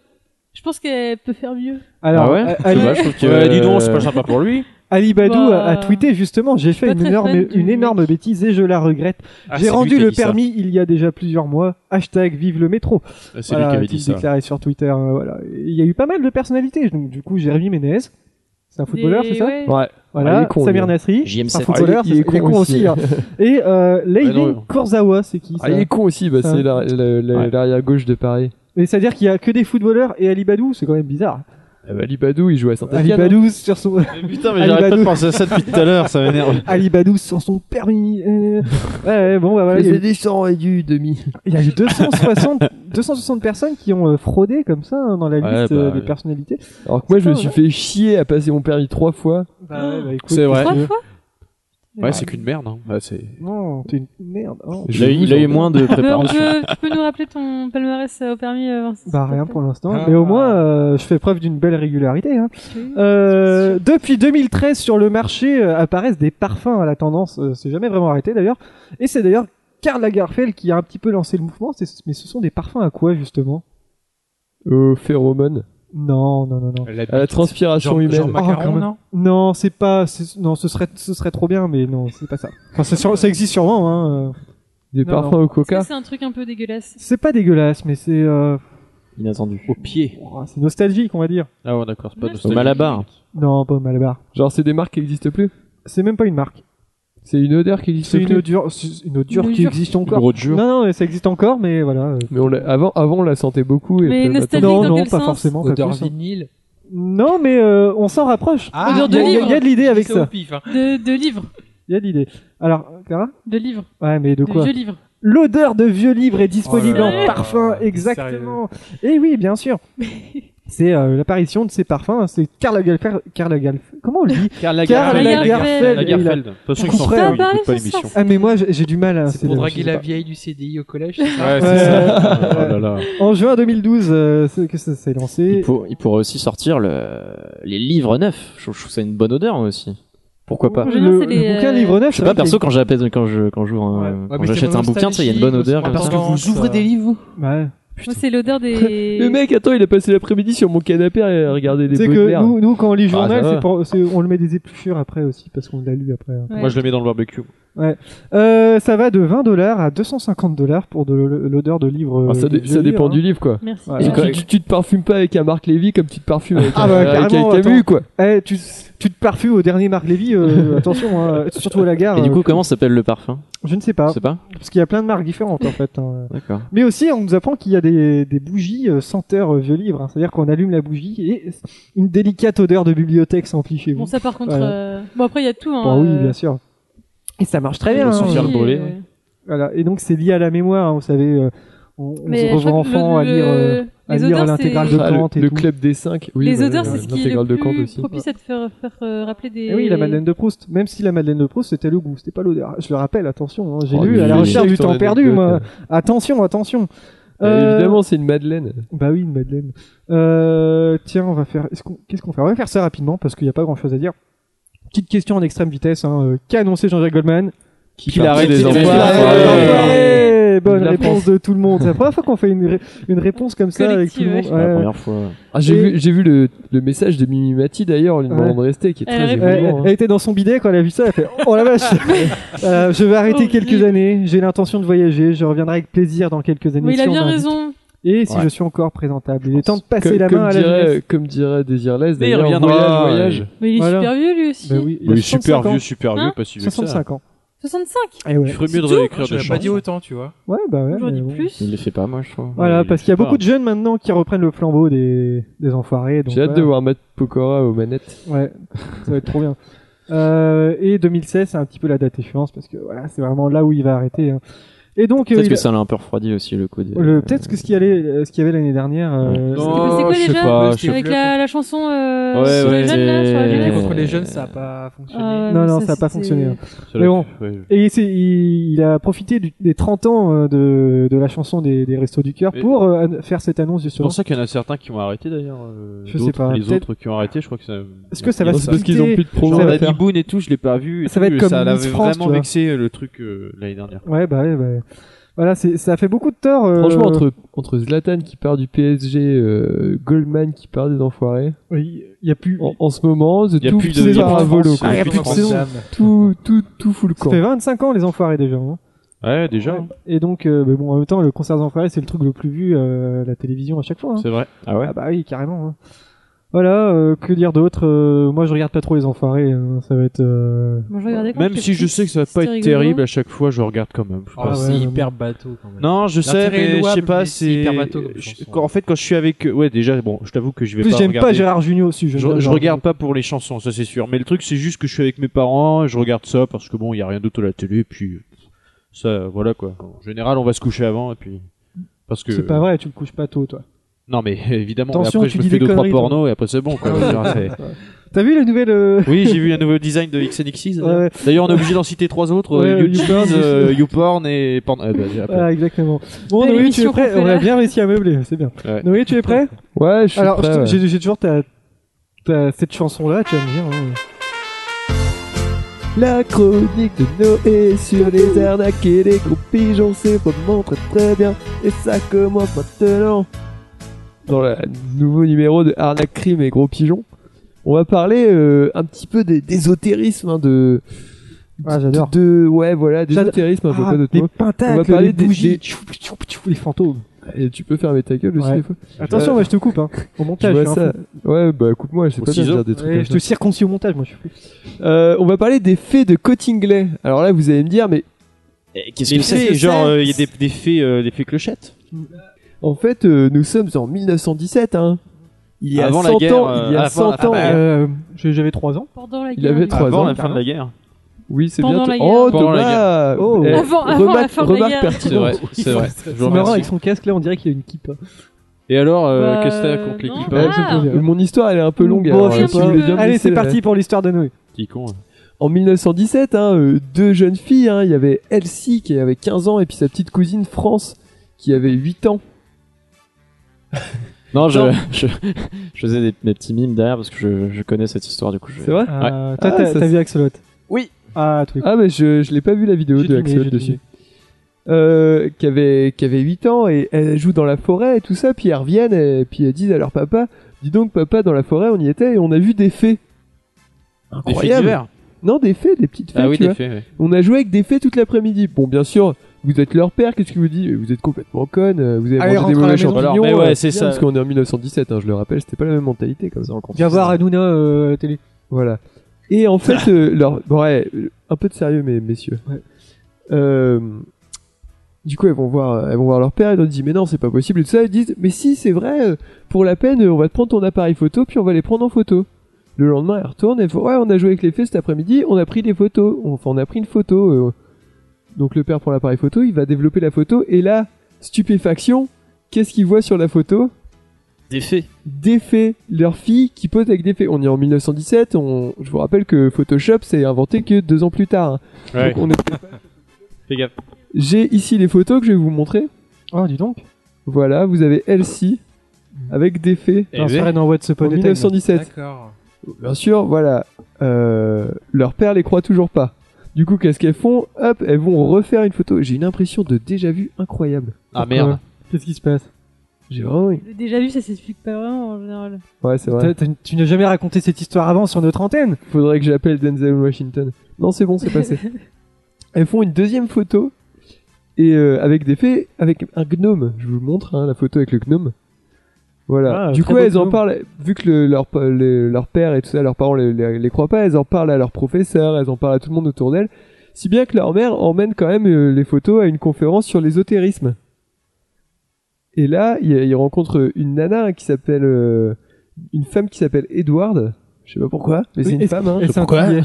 Speaker 6: Je pense qu'elle peut faire mieux.
Speaker 3: Alors,
Speaker 9: ah ouais
Speaker 3: euh, Ali,
Speaker 9: Bah, je trouve que...
Speaker 7: Ouais, dis donc, c'est pas sympa pour lui.
Speaker 3: Ali Badou a, a
Speaker 6: Bah,
Speaker 3: tweeté justement j'ai fait
Speaker 6: pas
Speaker 3: une
Speaker 6: très
Speaker 3: énorme,
Speaker 6: fan du
Speaker 3: une
Speaker 6: mec.
Speaker 3: énorme bêtise et je la regrette.
Speaker 7: Ah,
Speaker 3: j'ai
Speaker 7: c'est lui
Speaker 3: rendu
Speaker 7: qui a
Speaker 3: le
Speaker 7: dit ça.
Speaker 3: permis il y a déjà plusieurs mois. Hashtag vive le métro.
Speaker 7: Ah, C'est
Speaker 3: Voilà,
Speaker 7: lui qui avait dit
Speaker 3: a-t-il
Speaker 7: ça.
Speaker 3: déclaré sur Twitter. euh, voilà. Et Il y a eu pas mal de personnalités. Donc, du coup, Jérémy Ménez, c'est un footballeur,
Speaker 6: Des-
Speaker 3: c'est ça
Speaker 6: ouais.
Speaker 4: Ouais. Ah, il
Speaker 3: Voilà,
Speaker 4: est con,
Speaker 3: Samir
Speaker 4: lui.
Speaker 3: Nasri,
Speaker 9: JM7.
Speaker 3: c'est un footballeur,
Speaker 4: Ah, il est- il est
Speaker 3: c'est- il est
Speaker 4: con
Speaker 3: con aussi.
Speaker 4: aussi.
Speaker 3: hein. Et euh, Leivin
Speaker 7: Ah non.
Speaker 3: Kurzawa, c'est qui ça
Speaker 4: Ah, il est con aussi, bah,
Speaker 3: Ça.
Speaker 4: c'est la- la- la-
Speaker 9: Ouais.
Speaker 4: l'arrière-gauche de Paris.
Speaker 3: Mais c'est-à-dire qu'il y a que des footballeurs et Ali Badou, c'est quand même bizarre.
Speaker 4: Ah bah, Ali Badou, il joue à
Speaker 3: Ali
Speaker 4: Saint-Etienne.
Speaker 3: Badou sur son
Speaker 7: Putain, mais
Speaker 3: Ali
Speaker 7: j'arrête pas de
Speaker 3: Badou.
Speaker 7: penser à ça depuis tout à l'heure, ça m'énerve.
Speaker 3: Ali Badou sur son permis. euh. Ouais, ouais, bon bah voilà, il y a eu-
Speaker 4: des 100 et du demi.
Speaker 3: il y a eu 260 260 personnes qui ont euh, fraudé comme ça hein, dans la
Speaker 7: Ouais,
Speaker 3: liste
Speaker 7: bah,
Speaker 3: euh, des
Speaker 7: ouais.
Speaker 3: personnalités.
Speaker 4: Alors que moi, je me
Speaker 3: Putain,
Speaker 4: suis fait chier à passer mon permis trois fois.
Speaker 3: Bah, ouais, bah, écoute,
Speaker 7: C'est vrai.
Speaker 6: Trois fois
Speaker 7: Ouais, c'est qu'une merde. Hein. Ouais, c'est...
Speaker 3: Non, t'es une merde. oh.
Speaker 9: Il a eu- il a eu moins de
Speaker 6: Tu peux- on
Speaker 9: préparation.
Speaker 6: peut- Tu peux nous rappeler ton palmarès euh, au permis euh, Vincent,
Speaker 3: Bah
Speaker 6: s'il te
Speaker 3: rien
Speaker 6: plaît
Speaker 3: pour l'instant,
Speaker 5: Ah.
Speaker 3: mais au moins euh, je fais preuve d'une belle régularité. Hein. Euh, depuis 2013, sur le marché euh, apparaissent des parfums à la tendance. euh, c'est jamais vraiment arrêté d'ailleurs. Et c'est d'ailleurs Karl Lagerfeld qui a un petit peu lancé le mouvement. c'est- Mais ce sont des parfums à quoi justement
Speaker 4: Au phéromone.
Speaker 3: Non, non, non, non.
Speaker 4: À la transpiration
Speaker 5: Genre, genre
Speaker 4: humaine.
Speaker 3: Oh, quand
Speaker 5: macaron,
Speaker 3: même.
Speaker 5: non
Speaker 3: Non, c'est pas. c'est- Non, ce serait, ce serait trop bien, mais non, c'est pas ça. Enfin, c'est sûr- ça existe sûrement. Hein. euh.
Speaker 4: des
Speaker 3: non,
Speaker 4: parfums au
Speaker 6: Est-ce
Speaker 4: coca.
Speaker 6: que c'est un truc un peu dégueulasse
Speaker 3: C'est pas dégueulasse, mais c'est, euh,
Speaker 9: Inattendu.
Speaker 7: Au pied.
Speaker 3: oh, c'est nostalgique, on va dire.
Speaker 7: Ah ouais, d'accord, c'est pas
Speaker 6: Ouais.
Speaker 9: Au
Speaker 7: nostalgique.
Speaker 9: Malabar.
Speaker 3: Non, pas au Malabar.
Speaker 4: Genre, c'est des marques qui existent plus.
Speaker 3: C'est même pas une marque.
Speaker 4: C'est une odeur qui existe
Speaker 3: C'est une
Speaker 4: plus.
Speaker 3: odeur, c'est une odeur
Speaker 6: Une
Speaker 3: qui
Speaker 6: odeur.
Speaker 3: existe
Speaker 7: Une
Speaker 3: encore.
Speaker 7: grosse jure.
Speaker 3: Non, non, mais ça existe encore, mais voilà. euh,
Speaker 4: Mais on l'a- avant, avant, on la sentait beaucoup. Et
Speaker 6: Mais
Speaker 4: après,
Speaker 6: nostalgique.
Speaker 4: maintenant-
Speaker 3: bah, Non,
Speaker 6: dans
Speaker 3: non,
Speaker 6: quel
Speaker 3: pas
Speaker 6: sens
Speaker 3: forcément. pas
Speaker 5: Odeur
Speaker 3: plus, hein.
Speaker 5: vinyle.
Speaker 3: Non, mais euh, on s'en rapproche.
Speaker 5: Ah,
Speaker 6: Odeur de
Speaker 3: Il y a- il y a-
Speaker 6: livre.
Speaker 3: Il y a de l'idée avec
Speaker 5: C'est au
Speaker 3: ça.
Speaker 5: pif, hein.
Speaker 6: de, de livres,
Speaker 3: Il y a de l'idée. Alors, Clara
Speaker 6: de livres,
Speaker 3: Ouais, mais de
Speaker 6: de
Speaker 3: quoi
Speaker 6: vieux livres.
Speaker 3: L'odeur de vieux livres est disponible
Speaker 6: Oh là
Speaker 3: en
Speaker 6: là.
Speaker 3: parfum,
Speaker 5: Sérieux.
Speaker 3: exactement. Et oui, bien sûr. C'est euh, l'apparition de ces parfums. C'est Karl Lagerfeld. Karl Lagerfeld. Comment on le dit
Speaker 7: Karl
Speaker 3: Karl
Speaker 6: Lagerfeld.
Speaker 3: Lagerfeld.
Speaker 6: Lagerfeld.
Speaker 3: il a-
Speaker 7: Lagerfeld. De toute façon, il s'en fout,
Speaker 3: Pourquoi
Speaker 7: il
Speaker 6: parler
Speaker 7: écoute pas
Speaker 6: sur ça
Speaker 7: l'émission.
Speaker 3: Ah, mais moi, j'ai j'ai du mal. à
Speaker 5: C'est pour draguer
Speaker 3: je sais
Speaker 5: la
Speaker 3: pas.
Speaker 5: vieille du CDI au collège, c'est ça
Speaker 7: Ouais,
Speaker 3: Ouais.
Speaker 7: c'est ça.
Speaker 3: Ouais.
Speaker 7: Oh là là.
Speaker 3: En juin 2012, euh, c'est- que ça s'est lancé.
Speaker 9: Il, pour- il pourrait aussi sortir le, les livres neufs. Je, je trouve ça une bonne odeur moi aussi. Pourquoi pas
Speaker 6: Ouais,
Speaker 3: Le,
Speaker 6: J'aime bien, c'est
Speaker 3: Oh, le
Speaker 6: les,
Speaker 3: bouquin
Speaker 6: euh,
Speaker 3: livre neuf.
Speaker 9: Je sais pas, perso, quand j'appelle, quand je, quand j'ouvre, un-
Speaker 5: Ouais,
Speaker 9: quand
Speaker 5: mais c'est
Speaker 9: j'achète
Speaker 5: vraiment
Speaker 9: un bouquin, tu sais, il y a une bonne odeur comme
Speaker 5: Parce
Speaker 9: ça.
Speaker 5: que vous ouvrez des livres, vous
Speaker 3: Ouais.
Speaker 6: Moi, c'est l'odeur des.
Speaker 4: Le mec, attends, il a passé l'après-midi sur mon canapé à regarder
Speaker 3: Tu
Speaker 4: les
Speaker 3: sais
Speaker 4: Baudelaire.
Speaker 3: que nous, nous, quand on lit
Speaker 9: ça
Speaker 3: journal,
Speaker 9: va.
Speaker 3: c'est pour- c'est- on le met des épluchures après aussi, parce qu'on l'a lu après. hein.
Speaker 6: Ouais.
Speaker 7: Moi, je le mets dans le barbecue.
Speaker 3: Euh, ça va de 20 dollars à 250 dollars pour de l'o- l'odeur de livre.
Speaker 4: Ah, ça,
Speaker 3: de
Speaker 4: dé-
Speaker 3: vieux
Speaker 4: ça dépend
Speaker 3: livre,
Speaker 4: du livre, quoi.
Speaker 6: Merci.
Speaker 3: euh, hein. Voilà.
Speaker 4: Et
Speaker 3: Ouais.
Speaker 4: tu, tu, tu te parfumes pas avec un Marc Lévy comme tu te parfumes avec,
Speaker 3: Ah
Speaker 4: un,
Speaker 3: bah,
Speaker 4: avec un
Speaker 3: carrément,
Speaker 4: Camus,
Speaker 3: attends.
Speaker 4: quoi.
Speaker 3: Eh, tu, tu te parfumes au dernier Marc Lévy, euh, attention, hein, surtout à la gare.
Speaker 9: Et du
Speaker 3: euh,
Speaker 9: coup, comment s'appelle le parfum
Speaker 3: je ne sais pas,
Speaker 9: Je sais pas.
Speaker 3: parce qu'il y a plein de marques différentes en fait. hein.
Speaker 9: D'accord.
Speaker 3: Mais aussi, on nous apprend qu'il y a des, des bougies euh, senteurs euh, vieux livres, hein. c'est-à-dire qu'on allume la bougie et une délicate odeur de bibliothèque s'amplifie chez vous.
Speaker 6: Bon, ça par contre.
Speaker 3: Voilà.
Speaker 6: euh, Bon, après, il y a tout. Hein,
Speaker 3: Bon, oui,
Speaker 6: euh,
Speaker 3: bien sûr. Et ça marche très
Speaker 6: les
Speaker 3: bien. hein.
Speaker 6: filles,
Speaker 7: faire le brûler,
Speaker 6: euh,
Speaker 7: ouais.
Speaker 3: Voilà. Et donc c'est lié à la mémoire, hein, vous savez. euh, on, on
Speaker 6: Mais
Speaker 3: se
Speaker 6: je
Speaker 3: revoit
Speaker 6: crois que
Speaker 3: enfant à
Speaker 6: le-
Speaker 3: lire, euh, à
Speaker 6: les
Speaker 3: lire
Speaker 6: odeurs,
Speaker 3: l'intégrale
Speaker 6: c'est-
Speaker 3: de
Speaker 4: Ah,
Speaker 3: Kant
Speaker 4: le,
Speaker 3: et
Speaker 4: le
Speaker 3: tout.
Speaker 4: club des 5. Oui,
Speaker 6: les
Speaker 4: voilà,
Speaker 6: odeurs,
Speaker 4: ouais,
Speaker 6: c'est ce qui est
Speaker 4: l'intégrale
Speaker 6: le
Speaker 4: de Kant
Speaker 6: plus
Speaker 4: aussi.
Speaker 6: propice à te faire, faire euh, rappeler des.
Speaker 3: Et Eh oui, la Madeleine de Proust. Même si la Madeleine de Proust, c'était le goût, c'était pas l'odeur. Je le rappelle, attention. hein, J'ai
Speaker 4: Oh,
Speaker 3: lu
Speaker 4: mais
Speaker 3: à la
Speaker 4: oui,
Speaker 3: recherche
Speaker 4: oui,
Speaker 3: du
Speaker 4: ton
Speaker 3: temps perdu,
Speaker 4: anecdote,
Speaker 3: moi.
Speaker 9: euh.
Speaker 4: hein.
Speaker 3: Attention, attention.
Speaker 4: Euh,
Speaker 3: Euh,
Speaker 4: Évidemment, c'est une Madeleine.
Speaker 3: Bah oui, une Madeleine. Euh, tiens, on va faire. est-ce qu'on- Qu'est-ce qu'on fait On va faire ça rapidement parce qu'il n'y a pas grand-chose à dire. Petite question en extrême vitesse. Hein. euh, Qu'a annoncé Jean-Jacques Goldman
Speaker 7: Qu'il arrête
Speaker 9: les
Speaker 7: les
Speaker 9: enfoirés.
Speaker 4: Ah,
Speaker 7: enfoirés.
Speaker 3: Ouais, Eh, Bonne
Speaker 5: La
Speaker 3: réponse de tout le monde. C'est la première fois qu'on fait une, ré- une réponse comme ça avec tout
Speaker 6: Collective,
Speaker 3: le monde.
Speaker 6: ouais.
Speaker 9: La
Speaker 3: Ouais.
Speaker 9: première fois.
Speaker 4: Ah, j'ai
Speaker 3: Et-
Speaker 4: vu, j'ai vu le, le message de Mimi Mati d'ailleurs en lui demandant
Speaker 3: Ouais.
Speaker 4: de rester, qui est
Speaker 6: Elle
Speaker 4: très
Speaker 6: répond.
Speaker 3: Elle,
Speaker 4: émouvant. hein.
Speaker 3: elle était dans son bidet quand elle a vu ça, elle a fait Oh la vache Euh, Je vais arrêter
Speaker 6: Horrible.
Speaker 3: quelques années, j'ai l'intention de voyager, je reviendrai avec plaisir dans quelques années.
Speaker 6: Oui, il a
Speaker 3: si on
Speaker 6: bien
Speaker 3: m'invite.
Speaker 6: raison.
Speaker 3: Et si
Speaker 9: Ouais.
Speaker 3: je suis encore présentable, il est temps de
Speaker 4: Comme,
Speaker 3: passer la main
Speaker 4: comme
Speaker 3: à la
Speaker 4: dirait,
Speaker 3: jeunesse.
Speaker 4: comme dirait Désirless,
Speaker 7: Mais il
Speaker 4: d'ailleurs,
Speaker 7: reviendra,
Speaker 4: voyage,
Speaker 7: ouais.
Speaker 4: voyage.
Speaker 6: Mais il est
Speaker 3: Voilà.
Speaker 6: super vieux, lui aussi.
Speaker 3: Bah oui, il a
Speaker 7: Oui, super
Speaker 3: 65 ans.
Speaker 7: vieux, super vieux,
Speaker 6: Hein
Speaker 7: pas si vieux que ça.
Speaker 3: 65 ans.
Speaker 6: 65
Speaker 3: Eh ouais.
Speaker 7: Tu ferais mieux de
Speaker 6: C'est tout
Speaker 7: réécrire
Speaker 5: Je
Speaker 7: de
Speaker 5: l'ai pas dit
Speaker 7: chansons.
Speaker 5: autant, tu vois.
Speaker 3: Ouais, bah ouais. mais
Speaker 6: Aujourd'hui
Speaker 3: bon.
Speaker 6: plus.
Speaker 9: Il le fait pas, moi, je trouve.
Speaker 3: Voilà,
Speaker 7: Ouais,
Speaker 3: parce
Speaker 7: je
Speaker 3: qu'il y a
Speaker 7: sais pas.
Speaker 3: beaucoup de jeunes maintenant qui reprennent le flambeau des, des enfoirés. donc
Speaker 4: J'ai hâte
Speaker 3: voilà.
Speaker 4: de voir Matt Pokora aux manettes.
Speaker 3: Ouais, ça va être trop bien. Euh, et 2016, c'est un petit peu la date échéance parce que voilà, c'est vraiment là où il va arrêter. hein. Et donc, euh,
Speaker 9: Peut-être
Speaker 3: il
Speaker 9: que
Speaker 3: a-
Speaker 9: ça l'a un peu refroidi aussi le coup. de-
Speaker 3: le- peut-être que ce qu'il y allait, euh, ce qu'il y avait l'année dernière. euh,
Speaker 6: C'est quoi
Speaker 7: je sais
Speaker 6: déjà
Speaker 7: pas, je sais
Speaker 6: Avec
Speaker 5: plus.
Speaker 6: la, la chanson euh,
Speaker 7: Ouais,
Speaker 6: sur les
Speaker 7: ouais,
Speaker 6: jeunes, là, sur la
Speaker 9: c'est-
Speaker 5: Et
Speaker 6: jeunesse.
Speaker 5: contre
Speaker 9: Euh,
Speaker 5: les jeunes, ça a pas fonctionné.
Speaker 6: Ah,
Speaker 3: Non,
Speaker 6: mais
Speaker 3: non, ça a pas
Speaker 6: c'était-
Speaker 3: fonctionné, hein.
Speaker 7: Ça l'a-
Speaker 3: Mais bon.
Speaker 7: ouais.
Speaker 3: Et c'est, il, il a profité du- des 30 ans euh, de, de la chanson des, des Restos du Cœur
Speaker 7: Et-
Speaker 3: pour euh, an- faire cette annonce
Speaker 7: C'est
Speaker 3: justement.
Speaker 7: pour ça qu'il y en a certains qui ont arrêté d'ailleurs. euh,
Speaker 3: Je sais
Speaker 7: d'autres-
Speaker 3: pas,
Speaker 7: Les
Speaker 3: peut-être-
Speaker 7: autres qui ont arrêté, je crois que ça.
Speaker 3: Est-ce que ça va
Speaker 7: Ils ont-
Speaker 3: se
Speaker 4: Parce qu'ils ont
Speaker 3: splitter
Speaker 4: plus de promo
Speaker 3: Ça va
Speaker 4: à
Speaker 7: Genre
Speaker 4: faire.
Speaker 7: Danny Boone et tout, je l'ai pas vu. et
Speaker 3: Ça
Speaker 7: tout,
Speaker 3: va être
Speaker 7: et
Speaker 3: comme
Speaker 7: Ça
Speaker 3: Miss
Speaker 7: l'avait
Speaker 3: France, tu
Speaker 7: vraiment
Speaker 3: vois.
Speaker 7: vexé euh, le truc euh, l'année dernière.
Speaker 3: Ouais, bah ouais, bah. Voilà, c'est- ça fait beaucoup de tort. euh,
Speaker 4: Franchement, entre, entre Zlatan qui part du PSG, euh, Goldman qui part des Enfoirés,
Speaker 3: Oui, il y a plus.
Speaker 4: en, en ce moment, the
Speaker 3: Y a
Speaker 4: tout
Speaker 3: plus de-
Speaker 4: c'est
Speaker 3: y a
Speaker 4: dans
Speaker 3: plus
Speaker 4: un
Speaker 3: de
Speaker 4: volo.
Speaker 3: France.
Speaker 4: quoi.
Speaker 3: Ah, y a
Speaker 4: Toute
Speaker 3: plus de
Speaker 4: saison,
Speaker 3: France.
Speaker 4: Tout, tout, tout fout le
Speaker 3: Ça
Speaker 4: camp.
Speaker 3: fait 25 ans les enfoirés déjà. hein.
Speaker 7: Ouais, déjà. hein.
Speaker 3: Ouais. Et donc, euh, mais bon, en même temps, le concert des enfoirés, c'est le truc le plus vu euh, à la télévision à chaque fois. hein.
Speaker 7: C'est vrai. Ah ouais
Speaker 3: Ah bah oui, carrément. hein. Voilà, euh, que dire d'autre Euh, Moi, je regarde pas trop les enfoirés. hein, Ça va être. euh,
Speaker 6: Moi, je regardais quand
Speaker 7: Même
Speaker 6: j'étais
Speaker 7: si je
Speaker 6: petite,
Speaker 7: sais que ça va pas
Speaker 6: c'était
Speaker 7: être
Speaker 6: rigolo.
Speaker 7: terrible à chaque fois, je regarde quand même.
Speaker 5: Ah, c'est hyper bateau quand même.
Speaker 7: Non, je sais,
Speaker 5: L'intérêt est
Speaker 7: mais je sais
Speaker 5: louable,
Speaker 7: pas,
Speaker 5: mais
Speaker 7: c'est.
Speaker 5: hyper bateau comme
Speaker 7: je- quand- En fait, quand je suis avec. Ouais, déjà, bon, je t'avoue que je vais
Speaker 3: En plus,
Speaker 7: pas.
Speaker 3: j'aime pas
Speaker 7: regarder-
Speaker 3: Gérard Jugnot aussi, j'aime
Speaker 7: Je,
Speaker 3: bien
Speaker 7: je
Speaker 3: Gérard
Speaker 7: regarde pas pour les chansons, ça c'est sûr. Mais le truc, c'est juste que je suis avec mes parents, et je regarde ça parce que bon, il y a rien d'autre à la télé, et puis. Ça, voilà quoi. En général, on va se coucher avant, et puis. Parce que.
Speaker 3: C'est pas vrai, tu le couches pas tôt, toi.
Speaker 7: Non, mais évidemment, mais
Speaker 3: Attention,
Speaker 7: après,
Speaker 3: tu
Speaker 7: je me
Speaker 3: dis
Speaker 7: fais
Speaker 3: des
Speaker 7: deux, trois
Speaker 3: conneries, toi. Ah
Speaker 7: pornos, et après, c'est bon quoi. Je veux dire, c'est-
Speaker 3: T'as vu la nouvelle euh,
Speaker 7: Oui, j'ai vu un nouveau design de XNXX.
Speaker 3: Ouais.
Speaker 7: D'ailleurs, on est obligé d'en citer trois autres
Speaker 3: Ouais,
Speaker 7: euh, YouTube,
Speaker 3: YouPorn,
Speaker 7: euh, YouPorn et Porn. Ah, bah, j'ai appelé.
Speaker 3: Voilà, exactement. Bon,
Speaker 6: Belle
Speaker 3: Noé, tu es
Speaker 6: émission
Speaker 3: prêt
Speaker 6: qu'on fait
Speaker 3: On a
Speaker 6: là.
Speaker 3: bien réussi à meubler, c'est bien.
Speaker 7: Ouais.
Speaker 3: Noé, tu es prêt
Speaker 4: Ouais, je suis
Speaker 3: Alors,
Speaker 4: prêt,
Speaker 3: je te-
Speaker 4: ouais.
Speaker 3: j'ai j'ai toujours ta, ta- cette chanson-là, tu vas me dire. hein.
Speaker 4: La chronique de Noé sur les arnaques et les gros pigeons, c'est vraiment très très bien. Et ça commence maintenant. Dans le nouveau numéro de Arnaque Crime et Gros Pigeons, on va parler euh, un petit peu des- d'ésotérisme, hein, de.
Speaker 3: Ah, j'adore.
Speaker 4: De, ouais, voilà, d'ésotérisme, hein, je vois
Speaker 3: Ah,
Speaker 4: pas d'autre
Speaker 3: les
Speaker 4: mot.
Speaker 3: pentacles,
Speaker 4: On va parler
Speaker 3: les
Speaker 4: des-
Speaker 3: bougies,
Speaker 4: des-
Speaker 3: tchou, tchou, tchou, les fantômes.
Speaker 4: Et tu peux fermer ta gueule aussi
Speaker 3: Ouais.
Speaker 4: des fois.
Speaker 3: Attention,
Speaker 4: Euh,
Speaker 3: moi je te coupe, hein. Au
Speaker 4: Tu
Speaker 3: montage,
Speaker 4: vois
Speaker 3: je suis un
Speaker 4: ça Ouais, bah coupe-moi, je sais
Speaker 7: Au
Speaker 4: pas bien
Speaker 7: ciseau.
Speaker 4: dire des
Speaker 3: fou.
Speaker 4: trucs.
Speaker 3: Ouais,
Speaker 4: comme
Speaker 3: je
Speaker 4: ça.
Speaker 3: te circoncis au montage, moi je suis fou.
Speaker 4: Euh, on va parler des fées de Cottingley. Alors là, vous allez me dire, mais
Speaker 9: Qu'est-ce
Speaker 7: Les
Speaker 9: que c'est
Speaker 7: fées, genre, euh, il y a des, des fées, euh, des fées clochettes.
Speaker 4: en fait, euh, nous sommes en 1917, hein. Il y a
Speaker 7: Avant la
Speaker 4: 100
Speaker 7: guerre,
Speaker 4: ans,
Speaker 7: euh,
Speaker 4: il y
Speaker 7: avant
Speaker 4: a
Speaker 7: la
Speaker 4: 100
Speaker 7: fin de
Speaker 4: ans.
Speaker 7: la guerre.
Speaker 4: euh,
Speaker 3: Euh, j'ai- J'avais 3 ans.
Speaker 6: Pendant la
Speaker 4: Il
Speaker 6: guerre.
Speaker 4: avait
Speaker 6: du-
Speaker 4: trois
Speaker 7: Avant
Speaker 4: ans,
Speaker 7: la fin de la guerre.
Speaker 4: Oui, c'est
Speaker 6: Pendant
Speaker 4: bien.
Speaker 6: la
Speaker 4: Oh,
Speaker 7: guerre. Pendant la
Speaker 4: Thomas
Speaker 3: Oh.
Speaker 4: Eh,
Speaker 6: Avant- avant la
Speaker 4: remarque-
Speaker 6: fin de la
Speaker 4: remarque
Speaker 6: guerre.
Speaker 7: C'est
Speaker 4: pertinente.
Speaker 7: vrai, c'est vrai. Je vous
Speaker 3: C'est marrant, avec
Speaker 7: remercie.
Speaker 3: son casque là, on dirait qu'il a une kippa.
Speaker 7: Et alors, euh,
Speaker 6: Bah,
Speaker 7: qu'est-ce que t'as contre euh, les
Speaker 6: non.
Speaker 7: kippas
Speaker 4: Ouais, c'est
Speaker 6: Ah.
Speaker 4: pour dire. Mon histoire, elle est un peu longue.
Speaker 3: Bon,
Speaker 4: alors,
Speaker 3: c'est
Speaker 4: euh, si
Speaker 3: pas-
Speaker 4: vous voulez bien me
Speaker 3: Allez,
Speaker 4: laisser
Speaker 3: c'est
Speaker 4: la-
Speaker 3: parti pour l'histoire de Noé.
Speaker 7: Petit con. hein.
Speaker 4: En 1917, hein, euh, deux jeunes filles, hein, il y avait Elsie qui avait 15 ans et puis sa petite cousine France qui avait 8 ans.
Speaker 9: Non, je, je, je faisais des, mes petits mimes derrière parce que je, je connais cette histoire du coup. je-
Speaker 4: C'est vrai
Speaker 3: Euh, Toi,
Speaker 4: Ah,
Speaker 3: t'as
Speaker 4: ça,
Speaker 3: t'as
Speaker 4: c'est-
Speaker 3: vu Axolot
Speaker 9: Oui.
Speaker 3: Ah, tous les coups.
Speaker 4: Ah mais je, je l'ai pas vu la vidéo
Speaker 3: J'ai
Speaker 4: de
Speaker 3: deviné,
Speaker 4: Axel
Speaker 3: j'ai
Speaker 4: dessus.
Speaker 3: deviné.
Speaker 4: Euh, qui avait qui avait 8 ans et elle joue dans la forêt et tout ça puis elles reviennent et puis elles disent à leur papa dis donc papa dans la forêt on y était et on a vu des
Speaker 7: Des
Speaker 4: fées
Speaker 7: fées
Speaker 4: Incroyable.
Speaker 7: d'hiver.
Speaker 4: non des fées des petites fées
Speaker 7: Ah oui,
Speaker 4: tu
Speaker 7: des
Speaker 4: vois.
Speaker 7: fées. ouais.
Speaker 4: on a joué avec des fées toute l'après-midi bon bien sûr vous êtes leur père qu'est-ce que vous dites vous êtes complètement conne euh, vous avez
Speaker 3: Allez,
Speaker 4: mangé des
Speaker 3: rentre à la
Speaker 4: mauvais
Speaker 3: maison.
Speaker 7: Alors,
Speaker 4: champignons
Speaker 7: mais ouais,
Speaker 4: euh,
Speaker 7: c'est
Speaker 4: bien,
Speaker 7: ça.
Speaker 4: parce qu'on est en 1917 hein, je le rappelle c'était pas la même mentalité comme ça
Speaker 3: Viens voir Hanouna euh, à la télé.
Speaker 4: voilà. Et en fait, euh, leur... bon, ouais, euh, un peu de sérieux, mes messieurs.
Speaker 3: Ouais.
Speaker 4: Euh, du coup, elles vont voir, elles vont voir leur père. Elles leur disent, mais non, c'est pas possible. Et tout ça, elles disent, mais si, c'est vrai. euh, Pour la peine, euh, on va te prendre ton appareil photo, puis on va les prendre en photo. Le lendemain, elles retournent. Elles font, ouais, on a joué avec les fées cet après-midi. On a pris des photos. Enfin, on a pris une photo. euh. donc le père prend l'appareil photo. Il va développer la photo. Et là, stupéfaction, qu'est-ce qu'il voit sur la photo
Speaker 9: Des fées.
Speaker 4: des fées, leurs filles qui posent avec des fées. On est en 1917, on... je vous rappelle que Photoshop s'est inventé que deux ans plus tard. hein.
Speaker 7: Ouais.
Speaker 4: Donc on est-
Speaker 7: Fais gaffe.
Speaker 4: J'ai ici les photos que je vais vous montrer.
Speaker 3: Oh, dis donc. Hmm.
Speaker 4: Voilà, vous avez Elsie avec des fées
Speaker 7: Eh
Speaker 3: Non, c'est
Speaker 7: ben.
Speaker 3: vrai, dans What's Up
Speaker 4: en
Speaker 3: on a Time.
Speaker 4: 1917.
Speaker 5: D'accord.
Speaker 4: Bien sûr, voilà, euh, leur père les croit toujours pas. Du coup, qu'est-ce qu'elles font Hop, elles vont refaire une photo. J'ai une impression de déjà vu incroyable.
Speaker 7: Ah merde.
Speaker 3: hein. Qu'est-ce qui se passe
Speaker 4: J'ai vraiment. une-
Speaker 6: Le déjà vu, ça s'explique pas vraiment en général.
Speaker 4: Ouais, c'est vrai.
Speaker 3: T'as- t'as- Tu n'as jamais raconté cette histoire avant sur notre antenne
Speaker 4: Faudrait que j'appelle Denzel Washington. Non, c'est bon, c'est passé. Elles font une deuxième photo et euh, avec des fées, avec un gnome. Je vous montre hein, la photo avec le gnome. Voilà.
Speaker 3: Ah,
Speaker 4: du
Speaker 3: très
Speaker 4: coup,
Speaker 3: beau
Speaker 4: elles en
Speaker 3: gnome.
Speaker 4: parlent. Vu que le- leur, pa- le- leur père et tout ça, leurs parents les, les- les croient pas, elles en parlent à leur professeur, elles en parlent à tout le monde autour d'elles. Si bien que leur mère emmène quand même euh, les photos à une conférence sur l'ésotérisme. Et là, il, il rencontre une nana qui s'appelle euh, une femme qui s'appelle Edward. Je sais pas pourquoi, mais
Speaker 3: Oui,
Speaker 4: c'est une
Speaker 3: est-ce-
Speaker 4: femme. Hein.
Speaker 3: est-ce un pilier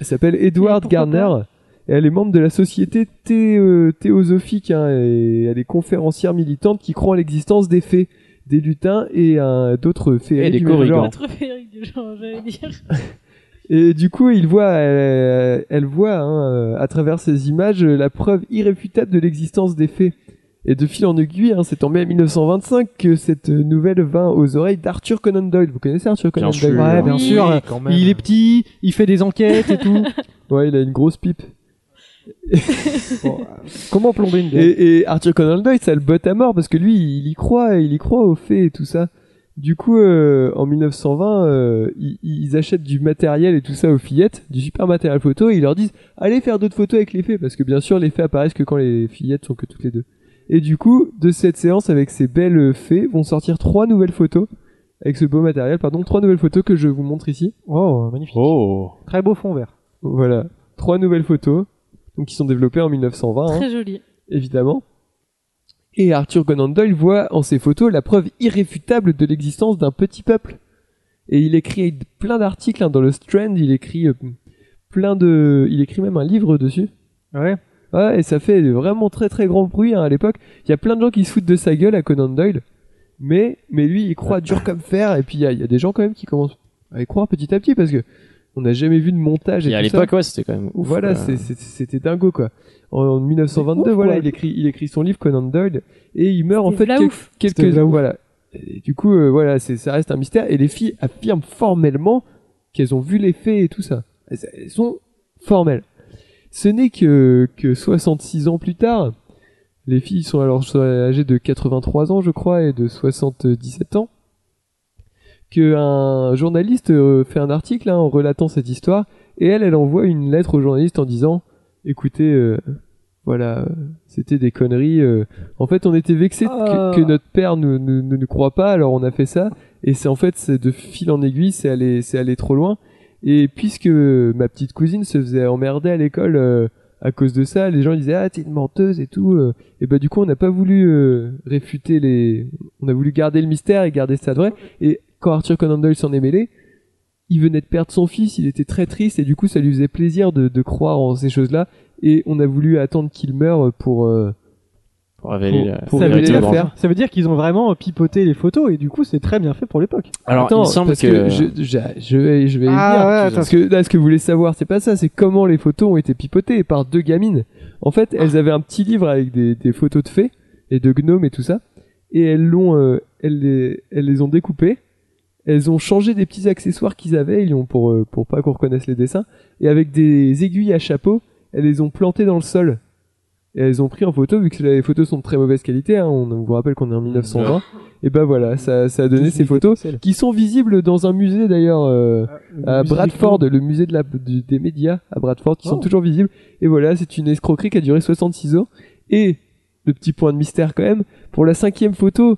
Speaker 4: Elle s'appelle Edward
Speaker 6: pourquoi
Speaker 4: Garner et elle est membre de la société thé- euh, théosophique hein, et elle est conférencière militante qui croit en l'existence des fées, des lutins et euh, d'autres
Speaker 9: Et
Speaker 4: féeries
Speaker 9: des
Speaker 4: du même
Speaker 9: corrigans.
Speaker 4: genre.
Speaker 6: Pas trop féerique du genre,
Speaker 3: Ah.
Speaker 6: j'allais dire.
Speaker 4: Et du coup, il voit, elle, elle voit hein, euh, à travers ces images euh, la preuve irréfutable de l'existence des fées. Et de fil en aiguille, hein, c'est en mai 1925 que cette nouvelle vint aux oreilles d'Arthur Conan Doyle. Vous connaissez Arthur Conan
Speaker 9: Bien
Speaker 4: Doyle
Speaker 9: sûr.
Speaker 3: Ouais, bien
Speaker 6: Oui,
Speaker 3: sûr.
Speaker 5: quand même.
Speaker 3: Il est petit, il fait des enquêtes et tout.
Speaker 4: Ouais, il a une grosse pipe. euh,
Speaker 3: Comment plomber une blague
Speaker 4: Et, et Arthur Conan Doyle, ça le botte à mort parce que lui, il y croit, il y croit aux faits et tout ça. Du coup, euh, en 1920, euh, ils, ils achètent du matériel et tout ça aux fillettes, du super matériel photo, et ils leur disent allez faire d'autres photos avec les fées, parce que bien sûr, les fées apparaissent que quand les fillettes sont que toutes les deux. Et du coup, de cette séance avec ces belles fées, vont sortir trois nouvelles photos avec ce beau matériel, pardon, trois nouvelles photos que je vous montre ici.
Speaker 3: Oh, magnifique.
Speaker 7: Oh.
Speaker 3: Très beau fond vert.
Speaker 4: Voilà, trois nouvelles photos, donc qui sont développées en 1920.
Speaker 3: Ah.
Speaker 4: hein
Speaker 6: Très joli.
Speaker 4: évidemment. Et Arthur Conan Doyle voit en ces photos la preuve irréfutable de l'existence d'un petit peuple. Et il écrit plein d'articles hein, dans le Strand, il écrit euh, plein de... Il écrit même un livre dessus.
Speaker 3: Ouais.
Speaker 4: Ouais, et ça fait vraiment très très grand bruit hein, à l'époque. Il y a plein de gens qui se foutent de sa gueule à Conan Doyle. Mais, mais lui, il croit dur comme fer. Et puis il y, a- il y a des gens quand même qui commencent à y croire petit à petit parce que on n'a jamais vu de montage. Et,
Speaker 9: Et à
Speaker 4: tout ça.
Speaker 9: l'époque, ouais, c'était quand même ouf.
Speaker 4: Voilà,
Speaker 9: euh,
Speaker 4: c'est- c'est- c'était dingo quoi. En, en 1922,
Speaker 3: C'est ouf,
Speaker 4: voilà,
Speaker 3: quoi.
Speaker 4: il écrit, il écrit son livre Conan Doyle et il meurt en
Speaker 6: C'était
Speaker 4: fait
Speaker 6: de la
Speaker 4: quel-
Speaker 6: ouf.
Speaker 3: C'était
Speaker 4: quelques
Speaker 3: de la ouf.
Speaker 4: voilà. Et du coup, euh, voilà, c'est- ça reste un mystère et les filles affirment formellement qu'elles ont vu les faits et tout ça. Elles, elles sont formelles. Ce n'est que que 66 ans plus tard, les filles sont alors so- âgées de 83 ans, je crois, et de 77 ans, qu'un journaliste euh, fait un article hein, en relatant cette histoire, et elle, elle envoie une lettre au journaliste en disant Écoutez, euh, voilà, euh, c'était des conneries. euh, en fait, on était vexés
Speaker 3: Ah.
Speaker 4: que, que notre père ne nous, nous, nous croit pas, alors on a fait ça, et c'est en fait, c'est de fil en aiguille, c'est allé, c'est allé trop loin. Et puisque ma petite cousine se faisait emmerder à l'école euh, à cause de ça, les gens disaient Ah, t'es une menteuse et tout. euh, et bah du coup on n'a pas voulu euh, réfuter les on a voulu garder le mystère et garder ça de vrai et quand Arthur Conan Doyle s'en est mêlé il venait de perdre son fils il était très triste et du coup ça lui faisait plaisir de, de croire en ces choses là et on a voulu attendre qu'il meure pour euh,
Speaker 9: Pour révéler
Speaker 4: Pour-
Speaker 9: la-
Speaker 4: pour
Speaker 9: la
Speaker 4: révéler
Speaker 9: vérité
Speaker 4: la
Speaker 9: aux
Speaker 4: l'affaire.
Speaker 9: grands.
Speaker 3: Ça veut dire qu'ils ont vraiment pipoté les photos et du coup c'est très bien fait pour l'époque.
Speaker 9: Alors,
Speaker 4: Attends,
Speaker 9: il semble
Speaker 4: parce
Speaker 9: que.
Speaker 4: que, je, j'a- je vais je vais y
Speaker 3: Ah,
Speaker 4: venir.
Speaker 3: ouais, attends.
Speaker 4: parce que là ce que vous voulez savoir c'est pas ça c'est comment les photos ont été pipotées par deux gamines en fait elles avaient un petit livre avec des, des photos de fées et de gnomes et tout ça et elles l'ont euh, elles, les, elles les ont découpées elles ont changé des petits accessoires qu'ils avaient ils ont pour euh, pour pas qu'on reconnaisse les dessins et avec des aiguilles à chapeau elles les ont plantées dans le sol et elles ont pris en photo vu que les photos sont de très mauvaise qualité hein, on vous rappelle qu'on est en 1920 et ben voilà ça ça a donné ces photos qui sont visibles dans un musée d'ailleurs euh, à Bradford, le musée de la, du- des médias à Bradford, qui sont
Speaker 3: Oh.
Speaker 4: toujours visibles. Et voilà, c'est une escroquerie qui a duré 66 ans. Et, le petit point de mystère quand même, pour la cinquième photo,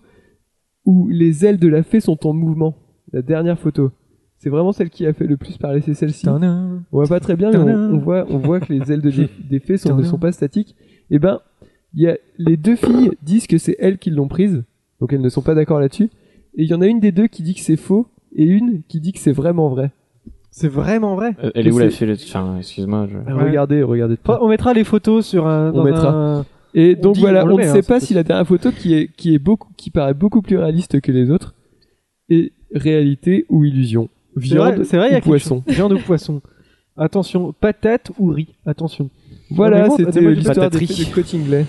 Speaker 4: où les ailes de la fée sont en mouvement, la dernière photo. C'est vraiment celle qui a fait le plus parler, c'est celle-ci.
Speaker 3: Tadam.
Speaker 4: On voit pas très bien, mais
Speaker 3: Tadam.
Speaker 4: on, on voit, on voit que les ailes de- des, des fées sont- ne
Speaker 3: Tadam.
Speaker 4: sont pas statiques. Et ben, il y a, les deux filles disent que c'est elles qui l'ont prise, donc elles ne sont pas d'accord là-dessus. Et il y en a une des deux qui dit que c'est faux, et une qui dit que c'est vraiment vrai.
Speaker 3: C'est vraiment vrai.
Speaker 9: Euh, Elle est où
Speaker 4: C'est-
Speaker 9: la fille là- Enfin, excuse-moi. je-
Speaker 3: Ouais.
Speaker 4: Regardez, regardez. de près.
Speaker 3: Enfin, on mettra les photos sur un.
Speaker 4: On
Speaker 3: dans
Speaker 4: mettra.
Speaker 3: un-
Speaker 4: Oh, Et
Speaker 3: on
Speaker 4: donc
Speaker 3: dit,
Speaker 4: voilà,
Speaker 3: on le
Speaker 4: on ne
Speaker 3: met, hein,
Speaker 4: sait
Speaker 3: c'est
Speaker 4: pas
Speaker 3: possible.
Speaker 4: si la dernière photo qui est qui est beaucoup qui paraît beaucoup plus réaliste que les autres est réalité ou illusion.
Speaker 3: C'est vrai-
Speaker 4: Viande
Speaker 3: c'est vrai, il y a
Speaker 4: ou
Speaker 3: quelque
Speaker 4: poisson.
Speaker 3: chose. Viande ou poisson. Attention, patate ou riz. Attention.
Speaker 4: Voilà,
Speaker 3: Mais bon,
Speaker 4: c'était
Speaker 3: des
Speaker 4: l'histoire des
Speaker 3: patateries.
Speaker 4: faits de Cottingley.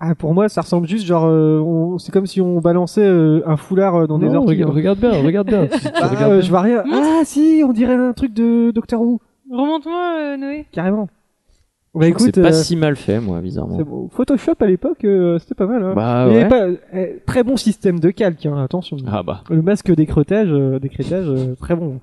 Speaker 3: Ah, pour moi, ça ressemble juste genre. euh, on- C'est comme si on balançait euh, un foulard euh, dans des
Speaker 4: Non,
Speaker 3: orties.
Speaker 4: regarde,
Speaker 3: hein.
Speaker 4: regarde bien, regarde bien. Tu- tu
Speaker 3: Ah,
Speaker 4: regardes
Speaker 3: euh,
Speaker 4: bien.
Speaker 3: je vois rien. Ah, si, on dirait un truc de Doctor Who.
Speaker 6: Remonte-moi, euh, Noé.
Speaker 3: Carrément. Bah
Speaker 9: Je trouve que
Speaker 3: écoute,
Speaker 9: c'est pas
Speaker 3: euh,
Speaker 9: si mal fait, moi, bizarrement.
Speaker 3: c'est bon. Photoshop à l'époque, euh, c'était pas mal. hein.
Speaker 9: Bah
Speaker 3: Il y avait
Speaker 9: ouais.
Speaker 3: pas- euh, très bon système de calque, hein, attention.
Speaker 9: Ah bah.
Speaker 3: Le masque d'écrétage, euh, d'écrétage, euh, très bon.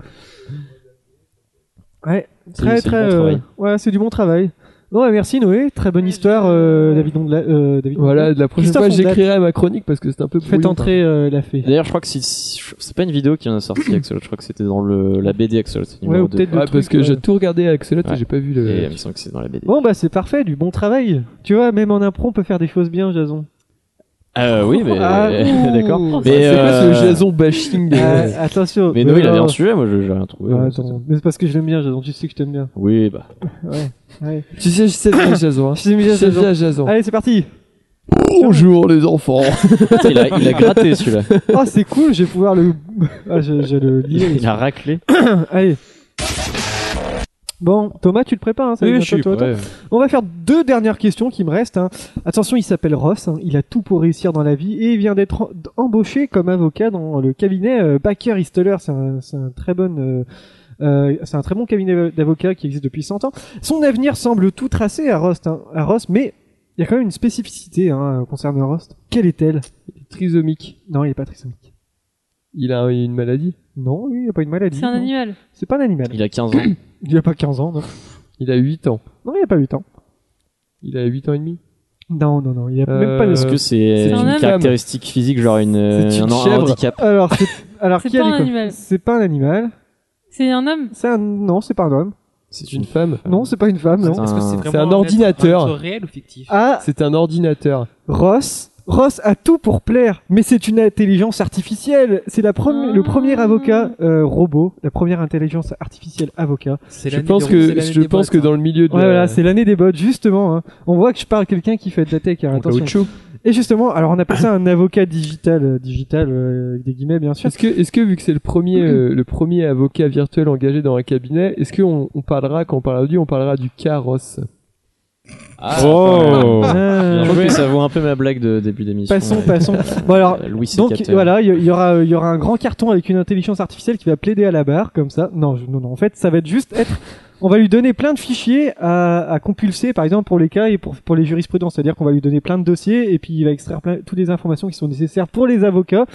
Speaker 3: Ouais,
Speaker 9: C'est-
Speaker 3: très
Speaker 9: c'est du
Speaker 3: très.
Speaker 9: bon
Speaker 3: euh,
Speaker 9: travail.
Speaker 3: ouais, c'est du bon travail. Non, bah, merci Noé, très bonne histoire, euh, David Ondela- euh, David
Speaker 4: Voilà, de la prochaine
Speaker 3: Christophe
Speaker 4: fois
Speaker 3: Ondelat.
Speaker 4: j'écrirai ma chronique parce que c'est un peu
Speaker 3: Ondela. Faites
Speaker 4: brouillon.
Speaker 3: entrer euh, la fée.
Speaker 9: D'ailleurs, je crois que si, si- je- c'est pas une vidéo qui en a sorti Axel. Je crois que c'était dans le, la BD Axel. c'est
Speaker 3: Ouais,
Speaker 9: numéro
Speaker 3: ou
Speaker 9: deux.
Speaker 3: peut-être
Speaker 4: Ouais,
Speaker 3: le
Speaker 4: parce
Speaker 3: truc,
Speaker 4: que
Speaker 3: euh,
Speaker 4: j'ai tout regardé avec Axelot
Speaker 9: Ouais.
Speaker 4: et j'ai pas vu
Speaker 9: Et euh,
Speaker 4: le.
Speaker 9: il me semble que c'est dans la BD.
Speaker 3: Bon bah c'est parfait, du bon travail. Tu vois, même en impro, on peut faire des choses bien, Jason.
Speaker 9: Euh, oui, mais.
Speaker 3: Ah, ouh.
Speaker 9: D'accord.
Speaker 6: Oh,
Speaker 9: Mais,
Speaker 4: C'est quoi ce
Speaker 9: euh,
Speaker 4: Jason bashing des-
Speaker 3: Ah, attention.
Speaker 9: Mais non, il avait
Speaker 3: non.
Speaker 9: un sujet, moi je- j'ai rien trouvé.
Speaker 3: Non, Ah, attends, mais c'est parce que je l'aime bien, Jason. Tu sais que je t'aime bien.
Speaker 9: Oui, bah.
Speaker 4: Tu sais, je sais bien Jason. hein.
Speaker 3: Je sais bien,
Speaker 4: Je sais
Speaker 3: Jason.
Speaker 4: bien Jason.
Speaker 3: Allez, c'est parti.
Speaker 4: Bonjour les enfants.
Speaker 9: Putain, il, a, il a gratté celui-là.
Speaker 3: Oh, c'est cool, je vais pouvoir le. Ah, je, je le lis.
Speaker 9: Il a raclé.
Speaker 3: Allez. Bon, Thomas, tu le prépares, hein, ça va être toi, toi, toi. On va faire deux dernières questions qui me restent. hein. Attention, il s'appelle Ross, hein, il a tout pour réussir dans la vie et il vient d'être en- embauché comme avocat dans le cabinet euh, Baker Histeler. C'est un, c'est un très bon euh, Euh, c'est un très bon cabinet d'avocats qui existe depuis 100 ans. Son avenir semble tout tracé à Rust, hein, à Rust mais il y a quand même une spécificité hein, concernant Rust. Quelle est-elle
Speaker 4: Trisomique.
Speaker 3: Non, il n'est pas trisomique.
Speaker 4: Il a une maladie
Speaker 3: Non, il n'y a pas une maladie.
Speaker 6: C'est un
Speaker 3: non.
Speaker 6: animal.
Speaker 3: C'est pas un animal.
Speaker 9: Il a 15 ans.
Speaker 3: Il n'y a pas 15 ans, non.
Speaker 4: Il a 8 ans.
Speaker 3: Non, il n'y a pas 8 ans.
Speaker 4: Il a 8 ans et demi.
Speaker 3: Non, non, non, il n'y a même
Speaker 4: Euh,
Speaker 3: pas de...
Speaker 9: Est-ce que c'est
Speaker 6: c'est un
Speaker 9: une
Speaker 6: homme.
Speaker 9: caractéristique physique, genre une,
Speaker 4: C'est une
Speaker 9: un, un
Speaker 4: chèvre.
Speaker 9: handicap
Speaker 3: Alors, c'est- alors
Speaker 6: C'est
Speaker 3: qui
Speaker 6: pas
Speaker 3: a dit
Speaker 6: un
Speaker 3: quoi
Speaker 6: animal.
Speaker 3: C'est pas un animal.
Speaker 6: C'est un homme.
Speaker 3: C'est un... Non, c'est pas un homme.
Speaker 4: C'est une femme.
Speaker 3: Non, Ah c'est pas une femme, non.
Speaker 9: un-
Speaker 5: Est-ce que c'est vraiment
Speaker 4: C'est un
Speaker 5: être-
Speaker 4: ordinateur.
Speaker 5: être réel ou fictif
Speaker 3: Ah,
Speaker 4: C'est un ordinateur.
Speaker 3: Ross. Ross a tout pour plaire, mais c'est une intelligence artificielle. C'est la premi-
Speaker 6: Ah.
Speaker 3: le premier avocat euh, robot, la première intelligence artificielle avocat. Euh,
Speaker 5: C'est
Speaker 4: Je
Speaker 5: l'année
Speaker 4: pense
Speaker 5: des- c'est
Speaker 4: que
Speaker 5: l'année
Speaker 4: je
Speaker 5: des
Speaker 4: pense
Speaker 5: boîtes,
Speaker 4: que
Speaker 5: hein.
Speaker 4: dans le milieu de
Speaker 3: Ouais,
Speaker 4: la-
Speaker 3: voilà, c'est l'année des bots, justement. hein. On voit que je parle à quelqu'un qui fait de la tech. hein,
Speaker 4: en
Speaker 3: attention.
Speaker 4: caoutchouc.
Speaker 3: Et justement, alors on appelle ça un avocat digital, euh, digital euh, avec des guillemets bien sûr.
Speaker 4: Est-ce que, est-ce que vu que c'est le premier, euh, le premier avocat virtuel engagé dans un cabinet, est-ce qu'on on parlera, quand on parlera de lui, on parlera du carrosse
Speaker 7: Oh
Speaker 3: Ah,
Speaker 9: Je pense que ça vaut un peu ma blague de début d'émission.
Speaker 3: Passons, passons. Bon alors,
Speaker 9: Euh, Louis, c'est
Speaker 3: Ah, Donc
Speaker 9: capteur.
Speaker 3: voilà, il y, il y aura, il y aura un grand carton avec une intelligence artificielle qui va plaider à la barre, comme ça. Non, je- non, non. En fait, ça va être juste être. On va lui donner plein de fichiers à, à compulser, par exemple pour les cas et pour, pour les jurisprudences. C'est-à-dire qu'on va lui donner plein de dossiers et puis il va extraire plein, toutes les informations qui sont nécessaires pour les avocats.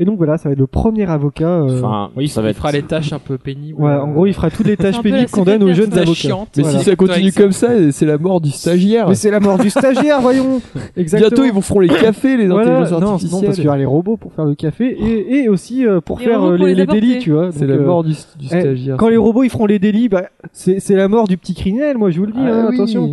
Speaker 3: Et donc voilà, ça va être le premier avocat. euh,
Speaker 9: Enfin,
Speaker 5: Oui,
Speaker 9: ça va
Speaker 5: il
Speaker 9: être.
Speaker 5: fera les tâches un peu pénibles.
Speaker 3: ouais, en gros, il fera toutes les tâches
Speaker 6: un peu la
Speaker 3: pénibles qu'on donne aux jeunes
Speaker 6: secrétaire,
Speaker 5: Tâches
Speaker 3: avocats.
Speaker 5: chiantes.
Speaker 4: Mais
Speaker 3: Voilà.
Speaker 4: si ça continue comme ça, c'est la mort du stagiaire.
Speaker 3: Mais c'est la mort du stagiaire, voyons. Exactement.
Speaker 4: Bientôt, ils vous feront les cafés, les
Speaker 3: Voilà,
Speaker 4: intelligences
Speaker 3: non, non, parce qu'il y
Speaker 4: artificielles.
Speaker 3: aura les robots pour faire le café et, et aussi euh, pour
Speaker 6: Les
Speaker 3: faire
Speaker 6: robots
Speaker 3: euh,
Speaker 6: pour
Speaker 3: les,
Speaker 6: les
Speaker 3: les délits,
Speaker 6: apporter.
Speaker 3: tu vois.
Speaker 4: C'est
Speaker 3: Donc,
Speaker 4: la
Speaker 3: euh,
Speaker 4: mort du, du
Speaker 3: eh,
Speaker 4: stagiaire.
Speaker 3: Quand les robots ils feront les délits, bah, c'est c'est la mort du petit criminel, moi je vous le dis,
Speaker 4: Ah
Speaker 3: hein,
Speaker 4: oui.
Speaker 3: attention.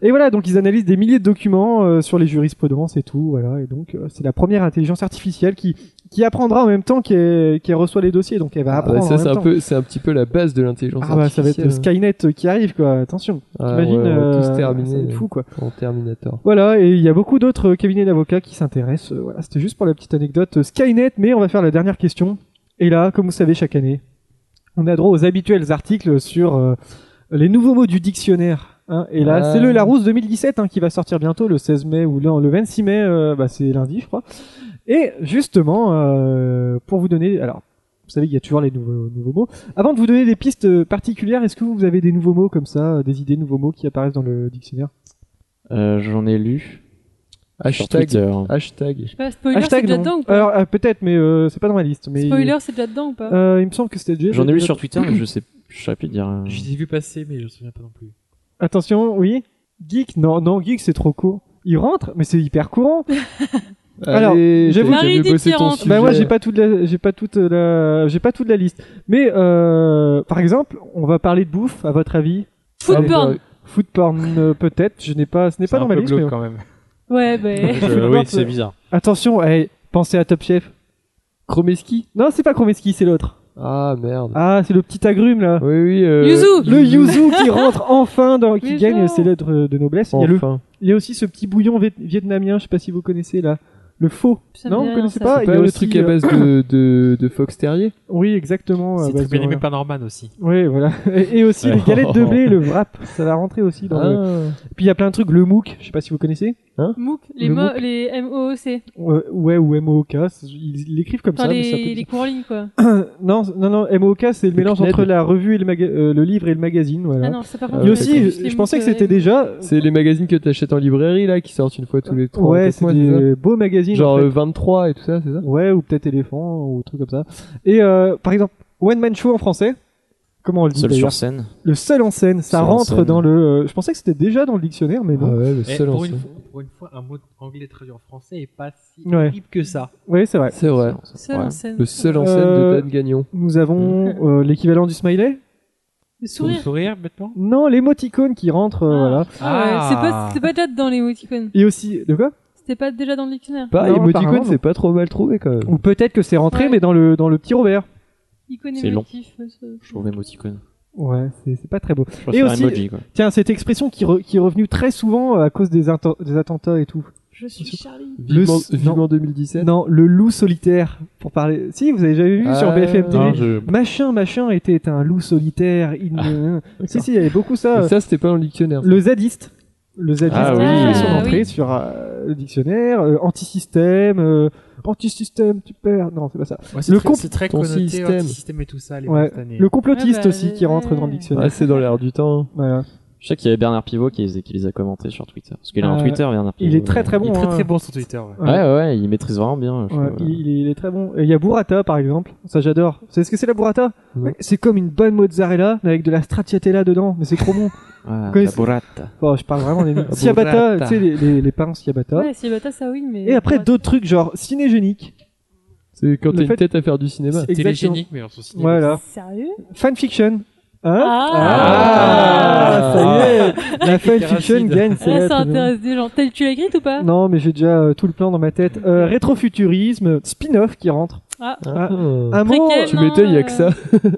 Speaker 3: Et voilà, donc ils analysent des milliers de documents euh, sur les jurisprudences et tout, voilà. Et donc euh, c'est la première intelligence artificielle qui qui apprendra en même temps qu'elle qu'elle reçoit les dossiers, donc elle va
Speaker 4: Ah bah
Speaker 3: apprendre
Speaker 4: ça,
Speaker 3: en
Speaker 4: c'est
Speaker 3: même
Speaker 4: un
Speaker 3: temps.
Speaker 4: peu, c'est un petit peu la base de l'intelligence
Speaker 3: Ah bah ça va être le
Speaker 4: artificielle.
Speaker 3: Skynet qui arrive quoi, attention.
Speaker 4: Ah
Speaker 3: T'imagines,
Speaker 4: ouais, on va
Speaker 3: euh,
Speaker 4: tous
Speaker 3: ça va
Speaker 4: terminer
Speaker 3: être fou quoi.
Speaker 4: en Terminator.
Speaker 3: Voilà, et il y a beaucoup d'autres euh, cabinets d'avocats qui s'intéressent. euh, Voilà, c'était juste pour la petite anecdote euh, Skynet, mais on va faire la dernière question. Et là, comme vous savez, chaque année, on a droit aux habituels articles sur euh, les nouveaux mots du dictionnaire. hein. et là,
Speaker 4: Ah.
Speaker 3: c'est le Larousse 2017 hein, qui va sortir bientôt, le 16 mai ou non, le 26 mai, euh, bah, c'est lundi, je crois. Et justement, euh, pour vous donner, alors, vous savez qu'il y a toujours les nouveaux, nouveaux mots. Avant de vous donner des pistes euh, particulières, est-ce que vous avez des nouveaux mots comme ça, euh, des idées, de nouveaux mots qui apparaissent dans le dictionnaire
Speaker 9: Euh, J'en ai lu. Sur
Speaker 4: Hashtag.
Speaker 9: Twitter.
Speaker 4: Hashtag.
Speaker 6: Je sais pas, spoiler, c'est déjà
Speaker 3: non.
Speaker 6: dedans ou pas
Speaker 3: Alors euh, peut-être, mais euh, c'est pas dans ma liste. Mais
Speaker 6: Spoiler, c'est déjà dedans ou pas
Speaker 3: Euh, il me semble que c'était déjà.
Speaker 9: J'en ai lu sur Twitter, mais je sais, je saurais plus dire. euh,
Speaker 5: Je l'ai vu passer, mais je me souviens pas non plus.
Speaker 3: Attention, oui. Geek, non, non, geek, c'est trop court. Il rentre, mais c'est hyper courant. Alors,
Speaker 4: Allez,
Speaker 3: j'avoue-
Speaker 4: t'as jamais
Speaker 6: Marie
Speaker 4: bossé ton
Speaker 6: Dittirante.
Speaker 4: sujet.
Speaker 3: Bah moi, j'ai pas toute la, j'ai pas toute la, j'ai pas toute la liste. Mais euh, par exemple, on va parler de bouffe. À votre avis,
Speaker 6: Food
Speaker 4: Ah,
Speaker 6: porn.
Speaker 4: bah,
Speaker 3: food porn euh, peut-être. Je n'ai pas, ce n'est pas dans ma liste. mais-
Speaker 5: quand même.
Speaker 6: Ouais, bah.
Speaker 7: Euh, Oui, c'est bizarre.
Speaker 3: Attention, hey, pensez à Top Chef.
Speaker 4: Kromeski.
Speaker 3: Non, c'est pas Kromeski, c'est l'autre.
Speaker 4: Ah merde.
Speaker 3: Ah, c'est le petit agrume là.
Speaker 4: Oui oui. euh,
Speaker 6: Yuzu
Speaker 3: Le Yuzu qui rentre enfin dans, qui
Speaker 6: Mais
Speaker 3: gagne
Speaker 6: non.
Speaker 3: ses lettres de noblesse. Il y a le
Speaker 4: Enfin.
Speaker 3: Il y a aussi ce petit bouillon viet- vietnamien, je sais pas si vous connaissez là. Le faux.
Speaker 6: Ça me
Speaker 3: non,
Speaker 6: dit
Speaker 3: vous
Speaker 6: rien,
Speaker 3: connaissez
Speaker 6: ça.
Speaker 3: pas Il y
Speaker 4: C'est pas
Speaker 3: a
Speaker 4: le
Speaker 3: aussi,
Speaker 4: truc à
Speaker 3: euh,
Speaker 4: base de, de, de Fox Terrier
Speaker 3: Oui,
Speaker 4: bah,
Speaker 3: exactement. euh, à
Speaker 5: C'est
Speaker 3: base
Speaker 5: très
Speaker 3: de-
Speaker 5: bien aimé par Norman aussi.
Speaker 3: Oui, voilà. Et, et aussi les galettes de blé, le wrap, ça va rentrer aussi dans le...
Speaker 4: Ah.
Speaker 3: Puis il y a plein de trucs, le MOOC, je sais pas si vous connaissez.
Speaker 6: MOOC, les
Speaker 3: Le
Speaker 6: mo-
Speaker 3: MOOC.
Speaker 6: les MOOC.
Speaker 3: Euh, ouais, ou MOOK, c'est- ils ils l'écrivent comme
Speaker 6: Enfin,
Speaker 3: ça. mais ça
Speaker 6: les
Speaker 3: peut-
Speaker 6: les cours en ligne, quoi.
Speaker 3: Non, non, non, MOOK, c'est le, mélange
Speaker 4: CNED.
Speaker 3: entre la revue et le, maga- euh, le livre et le magazine,
Speaker 6: Ah
Speaker 3: voilà.
Speaker 6: non, c'est euh, pas
Speaker 4: Ah
Speaker 3: et
Speaker 4: ouais,
Speaker 3: aussi, je, je pensais que c'était déjà...
Speaker 4: C'est les magazines que t'achètes en librairie là qui sortent une fois tous les trois
Speaker 3: Ouais,
Speaker 4: quatre
Speaker 3: c'est
Speaker 4: mois, c'est ça
Speaker 3: des beaux magazines.
Speaker 4: Genre
Speaker 3: en fait.
Speaker 4: euh, 23 et tout ça, c'est ça
Speaker 3: Ouais, ou peut-être éléphant, ou truc comme ça. Et euh, par exemple, One Man Show en français, comment on le dit
Speaker 9: Seul
Speaker 3: d'ailleurs
Speaker 9: sur scène.
Speaker 3: Le seul en scène, ça
Speaker 9: Seul en
Speaker 3: rentre
Speaker 9: scène.
Speaker 3: dans le. euh, je pensais que c'était déjà dans le dictionnaire, mais non.
Speaker 4: Ah ouais, le
Speaker 5: Eh,
Speaker 4: seul en
Speaker 5: pour, une
Speaker 4: scène.
Speaker 5: fois, pour une fois, un mot anglais traduit en français est pas si
Speaker 3: Ouais.
Speaker 5: horrible que ça.
Speaker 3: Ouais, c'est vrai.
Speaker 4: C'est vrai.
Speaker 6: Seul en scène.
Speaker 4: Le seul en scène
Speaker 3: Euh,
Speaker 4: de Dan Gagnon.
Speaker 3: Nous avons
Speaker 4: Mm.
Speaker 3: euh, l'équivalent du smiley.
Speaker 6: Le
Speaker 5: Pour
Speaker 6: sourire.
Speaker 5: sourire maintenant
Speaker 3: Non, l'émoticône qui rentre, euh,
Speaker 6: Ah.
Speaker 3: voilà.
Speaker 6: Ah ouais, c'est pas, c'était pas déjà dans les emoticons.
Speaker 3: Et aussi, de quoi
Speaker 6: C'était pas déjà dans le dictionnaire.
Speaker 4: Pas
Speaker 3: non,
Speaker 4: émoticône,
Speaker 3: apparemment,
Speaker 4: c'est pas trop mal trouvé quand même.
Speaker 3: Ou peut-être que c'est rentré,
Speaker 6: Ouais.
Speaker 3: mais dans le dans le petit Robert.
Speaker 6: Icône
Speaker 9: C'est long.
Speaker 6: émotif. euh, ça-
Speaker 9: Je trouve émoticône.
Speaker 3: Ouais, c'est c'est pas très beau.
Speaker 9: Je crois
Speaker 3: Et
Speaker 9: que c'est un
Speaker 3: aussi-
Speaker 9: emoji, quoi.
Speaker 3: Tiens, cette expression qui, re- qui est revenue très souvent euh, à cause des, atten- des attentats et tout.
Speaker 6: Je suis Charlie.
Speaker 4: Vivement,
Speaker 3: s- non.
Speaker 4: vivement 2017.
Speaker 3: Non, le loup solitaire. Pour parler. Si, vous avez jamais vu sur
Speaker 4: Ah,
Speaker 3: BFM TV.
Speaker 7: Non, je-
Speaker 3: Machin, machin était un loup solitaire. Il... ne- si, si, il y avait beaucoup ça.
Speaker 4: Et ça, c'était pas dans le dictionnaire.
Speaker 3: Le zadiste. Le zadiste
Speaker 9: Ah oui.
Speaker 3: il fait son
Speaker 9: Ah
Speaker 3: entrée
Speaker 9: oui.
Speaker 3: sur euh, le dictionnaire, euh, anti-système, euh, anti-système, tu perds. Non, c'est pas ça.
Speaker 5: Ouais, c'est
Speaker 3: le
Speaker 5: très-
Speaker 3: com-
Speaker 5: c'est très
Speaker 3: ton
Speaker 5: connoté,
Speaker 3: système.
Speaker 5: anti-système et tout ça, les
Speaker 3: Ouais.
Speaker 5: pakistanais.
Speaker 3: Le complotiste
Speaker 5: Ah bah,
Speaker 3: aussi qui rentre dans le dictionnaire.
Speaker 4: Ouais, c'est dans l'air du temps.
Speaker 3: Voilà.
Speaker 9: Je sais qu'il y avait Bernard Pivot qui les, qui les a commentés sur Twitter. Parce qu'il a un
Speaker 3: Euh,
Speaker 9: Twitter, Bernard Pivot.
Speaker 3: il est très très bon.
Speaker 5: Il est très
Speaker 3: hein.
Speaker 5: très bon sur Twitter. ouais.
Speaker 9: Ouais, ouais, ouais, il maîtrise vraiment bien. je
Speaker 3: Ouais,
Speaker 9: trouve.
Speaker 3: il, il est- il est très bon. Et Il y a burrata par exemple, ça j'adore. Vous savez ce que c'est la burrata Mais C'est comme une bonne mozzarella mais avec de la stracciatella dedans, mais c'est trop bon.
Speaker 9: Ah,
Speaker 3: Connaissez-
Speaker 9: la burrata.
Speaker 3: Bon, je parle vraiment des
Speaker 9: La
Speaker 3: ciabatta,
Speaker 9: burrata.
Speaker 3: tu sais les, les, les pains ciabatta.
Speaker 6: Ouais, si, bah, t'as ça, oui, mais.
Speaker 3: Et après d'autres trucs genre cinégénique.
Speaker 4: C'est quand
Speaker 3: Le
Speaker 4: t'as une
Speaker 3: fait-
Speaker 4: tête à faire du cinéma.
Speaker 5: C'est
Speaker 3: Exactement.
Speaker 5: télégénique, mais dans son cinéma.
Speaker 3: Voilà.
Speaker 6: Sérieux
Speaker 3: Fanfiction. Hein
Speaker 6: Ah.
Speaker 3: ça y est, la fanfiction
Speaker 5: Caracide.
Speaker 3: gagne ses
Speaker 6: Ah, ça
Speaker 3: lettres.
Speaker 6: intéresse des gens. T'as- Tu l'as écrite ou pas
Speaker 3: Non, mais j'ai déjà euh, tout le plan dans ma tête. Euh, rétrofuturisme, spin-off qui rentre.
Speaker 6: Ah,
Speaker 3: Ah.
Speaker 4: Ah.
Speaker 3: Un mot,
Speaker 6: Préquel,
Speaker 4: Tu
Speaker 6: non,
Speaker 4: m'étais, il y a que
Speaker 6: euh,
Speaker 4: ça.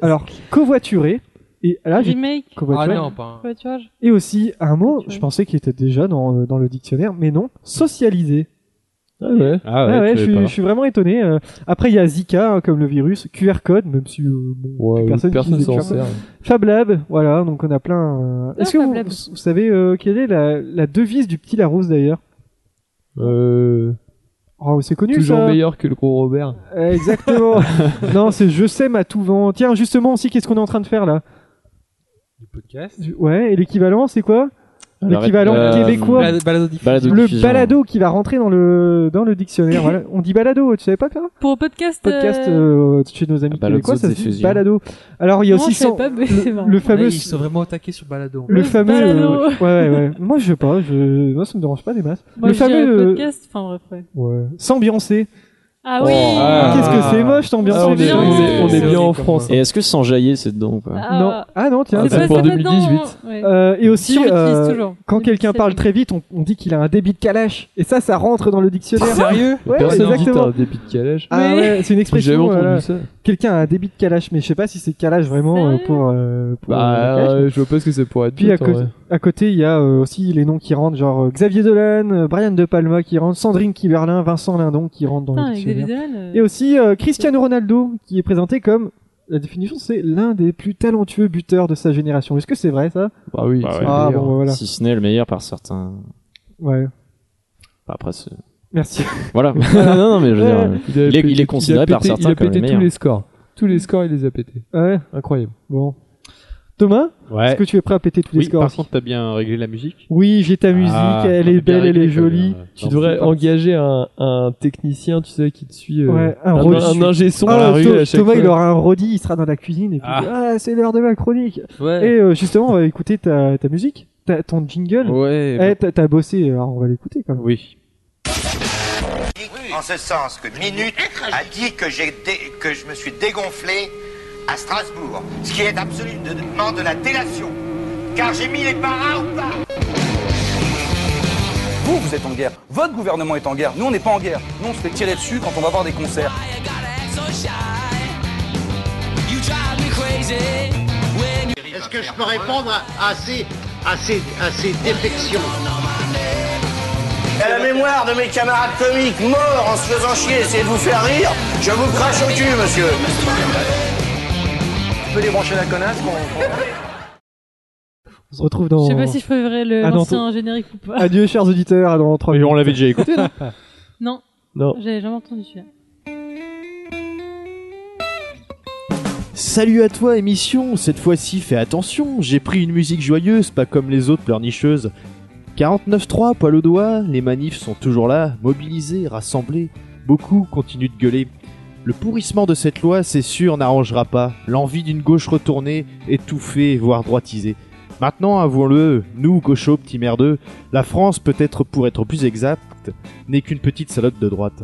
Speaker 3: alors covoituré. Et là, j'ai
Speaker 6: Remake,
Speaker 5: Ah
Speaker 3: covoituré.
Speaker 5: non, pas
Speaker 6: quoi, tu vois. je-
Speaker 3: Et aussi, un mot,
Speaker 6: Covoituré.
Speaker 3: je pensais qu'il était déjà dans, euh, dans le dictionnaire, mais non, socialiser.
Speaker 4: Ah ouais.
Speaker 7: Ah
Speaker 3: Ah ouais,
Speaker 7: tu
Speaker 3: je,
Speaker 7: l'avais
Speaker 3: suis,
Speaker 7: pas.
Speaker 3: je suis vraiment étonné. euh. Après, il y a Zika, hein, comme le virus, QR code, même si euh, bon,
Speaker 4: Ouais,
Speaker 3: personne
Speaker 4: personne,
Speaker 3: qui les
Speaker 4: s'en
Speaker 3: écrit.
Speaker 4: sert.
Speaker 3: Fab Lab, voilà, donc on a plein. euh,
Speaker 6: Ah,
Speaker 3: Est-ce que
Speaker 6: Fab
Speaker 3: vous,
Speaker 6: Lab.
Speaker 3: vous savez euh, quelle est la, la devise du petit Larousse d'ailleurs
Speaker 4: Euh,
Speaker 3: Oh, c'est connu
Speaker 4: toujours
Speaker 3: ça
Speaker 4: meilleur que le gros Robert.
Speaker 3: Euh, Exactement Non, c'est je sème à tout vent. Tiens, justement aussi, qu'est-ce qu'on est en train de faire là
Speaker 5: du podcast.
Speaker 3: Ouais, et l'équivalent, c'est quoi
Speaker 9: Alors,
Speaker 3: L'équivalent
Speaker 9: euh,
Speaker 3: québécois
Speaker 5: Balado- Balado
Speaker 9: Balado
Speaker 3: Le
Speaker 9: diffusion.
Speaker 3: balado qui va rentrer dans le, dans le dictionnaire. voilà. On dit balado, tu savais pas ça
Speaker 6: Pour podcast. euh,
Speaker 3: Podcast euh, chez nos amis
Speaker 9: Ah, balado
Speaker 3: québécois, ça se dit
Speaker 9: diffusion.
Speaker 3: balado. Alors, il y a
Speaker 6: non,
Speaker 3: aussi
Speaker 6: je savais
Speaker 3: cent-
Speaker 6: pas, mais c'est marrant.
Speaker 3: le fameux.
Speaker 5: Ils sont vraiment attaqués sur Balado.
Speaker 3: Le
Speaker 6: Le
Speaker 3: fameux.
Speaker 6: balado.
Speaker 3: euh, ouais, ouais, ouais. Moi, je sais pas. Je... Moi, ça me dérange pas des masses.
Speaker 6: Moi,
Speaker 3: le
Speaker 6: je dirais
Speaker 3: fameux. euh,
Speaker 6: podcast. Enfin, bref, ouais.
Speaker 3: Ouais. S'ambiancer.
Speaker 6: Ah oui
Speaker 7: Ah.
Speaker 3: Oh. Qu'est-ce que c'est moche,
Speaker 4: Ah, on,
Speaker 3: s'ambiancer.
Speaker 4: est,
Speaker 6: bien.
Speaker 4: on est- on est
Speaker 5: C'est
Speaker 4: bien en
Speaker 5: horrible,
Speaker 4: France.
Speaker 9: Et est-ce que sans jaillir, c'est dedans ou pas
Speaker 6: Ah,
Speaker 3: Non. Ah non, tiens.
Speaker 6: C'est
Speaker 4: c'est
Speaker 6: pas
Speaker 4: pour
Speaker 6: ça, maintenant,
Speaker 4: 2018.
Speaker 6: ouais.
Speaker 3: Euh, et aussi,
Speaker 6: Sur
Speaker 3: euh,
Speaker 6: Netflix, toujours.
Speaker 3: quand
Speaker 6: Depuis
Speaker 3: quelqu'un
Speaker 6: sept
Speaker 3: parle
Speaker 6: ans.
Speaker 3: très vite, on, on dit qu'il a un débit de calache. Et ça, ça rentre dans le dictionnaire.
Speaker 5: Sérieux
Speaker 3: Ouais,
Speaker 4: Personne dit t'as
Speaker 3: exactement.
Speaker 4: un débit de calèche.
Speaker 3: Ah
Speaker 6: Mais-
Speaker 3: ouais, c'est une
Speaker 4: J'ai
Speaker 3: expression.
Speaker 4: jamais entendu
Speaker 3: voilà.
Speaker 4: ça.
Speaker 3: Quelqu'un a un débit de calache, mais je sais pas si c'est calache vraiment euh,
Speaker 6: Sérieux
Speaker 3: pour. euh, pour euh,
Speaker 4: Bah,
Speaker 3: calache.
Speaker 4: euh, je vois pas ce que ça pourrait être.
Speaker 3: Puis à,
Speaker 4: d'autre,
Speaker 3: co-
Speaker 4: en vrai.
Speaker 3: à côté, il y a euh, aussi les noms qui rentrent, genre euh, Xavier Dolan, euh, Brian De Palma qui rentre, Sandrine Kiberlin, Vincent Lindon qui rentre dans
Speaker 6: Putain,
Speaker 3: le
Speaker 6: avec David
Speaker 3: dictionnaire.
Speaker 6: Allen, euh,
Speaker 3: Et aussi euh, Cristiano Ronaldo qui est présenté comme la définition c'est l'un des plus talentueux buteurs de sa génération. Est-ce que c'est vrai ça
Speaker 4: Bah oui.
Speaker 7: Bah
Speaker 4: c'est
Speaker 7: ouais.
Speaker 4: le
Speaker 3: Ah
Speaker 4: meilleur.
Speaker 3: bon voilà.
Speaker 9: Si ce n'est le meilleur par certains.
Speaker 3: Ouais.
Speaker 9: Bah, Après, c'est-
Speaker 3: Merci.
Speaker 9: voilà. non, non, mais je veux dire. euh,
Speaker 4: a
Speaker 9: Il est-
Speaker 4: pété-
Speaker 9: il est considéré
Speaker 4: a
Speaker 9: par
Speaker 4: pété-
Speaker 9: certains
Speaker 4: Il a
Speaker 9: comme le
Speaker 4: pété tous
Speaker 9: meilleur.
Speaker 4: les scores. Tous les scores, il les a pétés.
Speaker 3: Ah Ouais,
Speaker 4: Incroyable.
Speaker 3: bon. Thomas, est-ce
Speaker 7: Ouais.
Speaker 3: que tu es prêt à péter tous les
Speaker 7: Oui,
Speaker 3: scores
Speaker 7: par
Speaker 3: aussi
Speaker 7: contre, t'as bien réglé la musique.
Speaker 3: Oui, j'ai ta musique,
Speaker 7: Ah,
Speaker 3: elle
Speaker 7: t'as
Speaker 3: est
Speaker 7: bien
Speaker 3: belle, elle
Speaker 7: réglé,
Speaker 3: est
Speaker 7: t'as
Speaker 3: jolie.
Speaker 7: bien-
Speaker 4: Tu
Speaker 7: Non,
Speaker 4: devrais
Speaker 7: c'est pas-
Speaker 4: engager un, un technicien, tu sais, qui te suit. euh,
Speaker 3: Ouais, un
Speaker 4: un,
Speaker 3: Rodi.
Speaker 4: un ingé son
Speaker 3: Ah,
Speaker 4: dans la
Speaker 3: Tho-
Speaker 4: rue à chaque
Speaker 3: Thomas, il
Speaker 4: fois.
Speaker 3: aura un rodi, il sera dans la cuisine et puis ah, c'est l'heure de ma chronique.
Speaker 5: Ouais.
Speaker 3: Et euh, justement, on va écouter ta, ta musique, ta, ton jingle.
Speaker 9: Ouais.
Speaker 3: Eh, t'as- t'as bossé, alors on va l'écouter quand même.
Speaker 7: Oui.
Speaker 12: En ce sens que Minute a dit que, j'ai dé- que je me suis dégonflé à Strasbourg. Ce qui est absolument de la délation. Car j'ai mis les paras au pas.
Speaker 13: Vous, vous êtes en guerre. Votre gouvernement est en guerre. Nous, on n'est pas en guerre. Nous, on se fait tirer dessus quand on va voir des concerts.
Speaker 1: Est-ce que je peux répondre à, à ces, à ces- à ces défections
Speaker 12: À la mémoire de mes camarades comiques morts en se faisant chier, essayer de vous faire rire, je vous crache au cul, monsieur.
Speaker 13: Tu peux débrancher la connasse qu'on- qu'on-
Speaker 3: On se retrouve dans.
Speaker 6: euh, Je sais pas si je ferais le-
Speaker 3: Ah, non,
Speaker 6: l'ancien générique ou pas.
Speaker 3: Adieu, chers auditeurs, à dans 3
Speaker 7: Mais on l'avait déjà écouté, non
Speaker 6: Non,
Speaker 4: Non.
Speaker 6: j'avais jamais entendu celui-là.
Speaker 7: Salut à toi émission, cette fois-ci fais attention, j'ai pris une musique joyeuse, pas comme les autres pleurnicheuses. 49.3, poil au doigt, les manifs sont toujours là, mobilisés, rassemblés, beaucoup continuent de gueuler. Le pourrissement de cette loi, c'est sûr, n'arrangera pas, l'envie d'une gauche retournée, étouffée, voire droitisée. Maintenant, avouons-le, nous, gauchos, petits merdeux, la France, peut-être pour être plus exact, n'est qu'une petite salope de droite.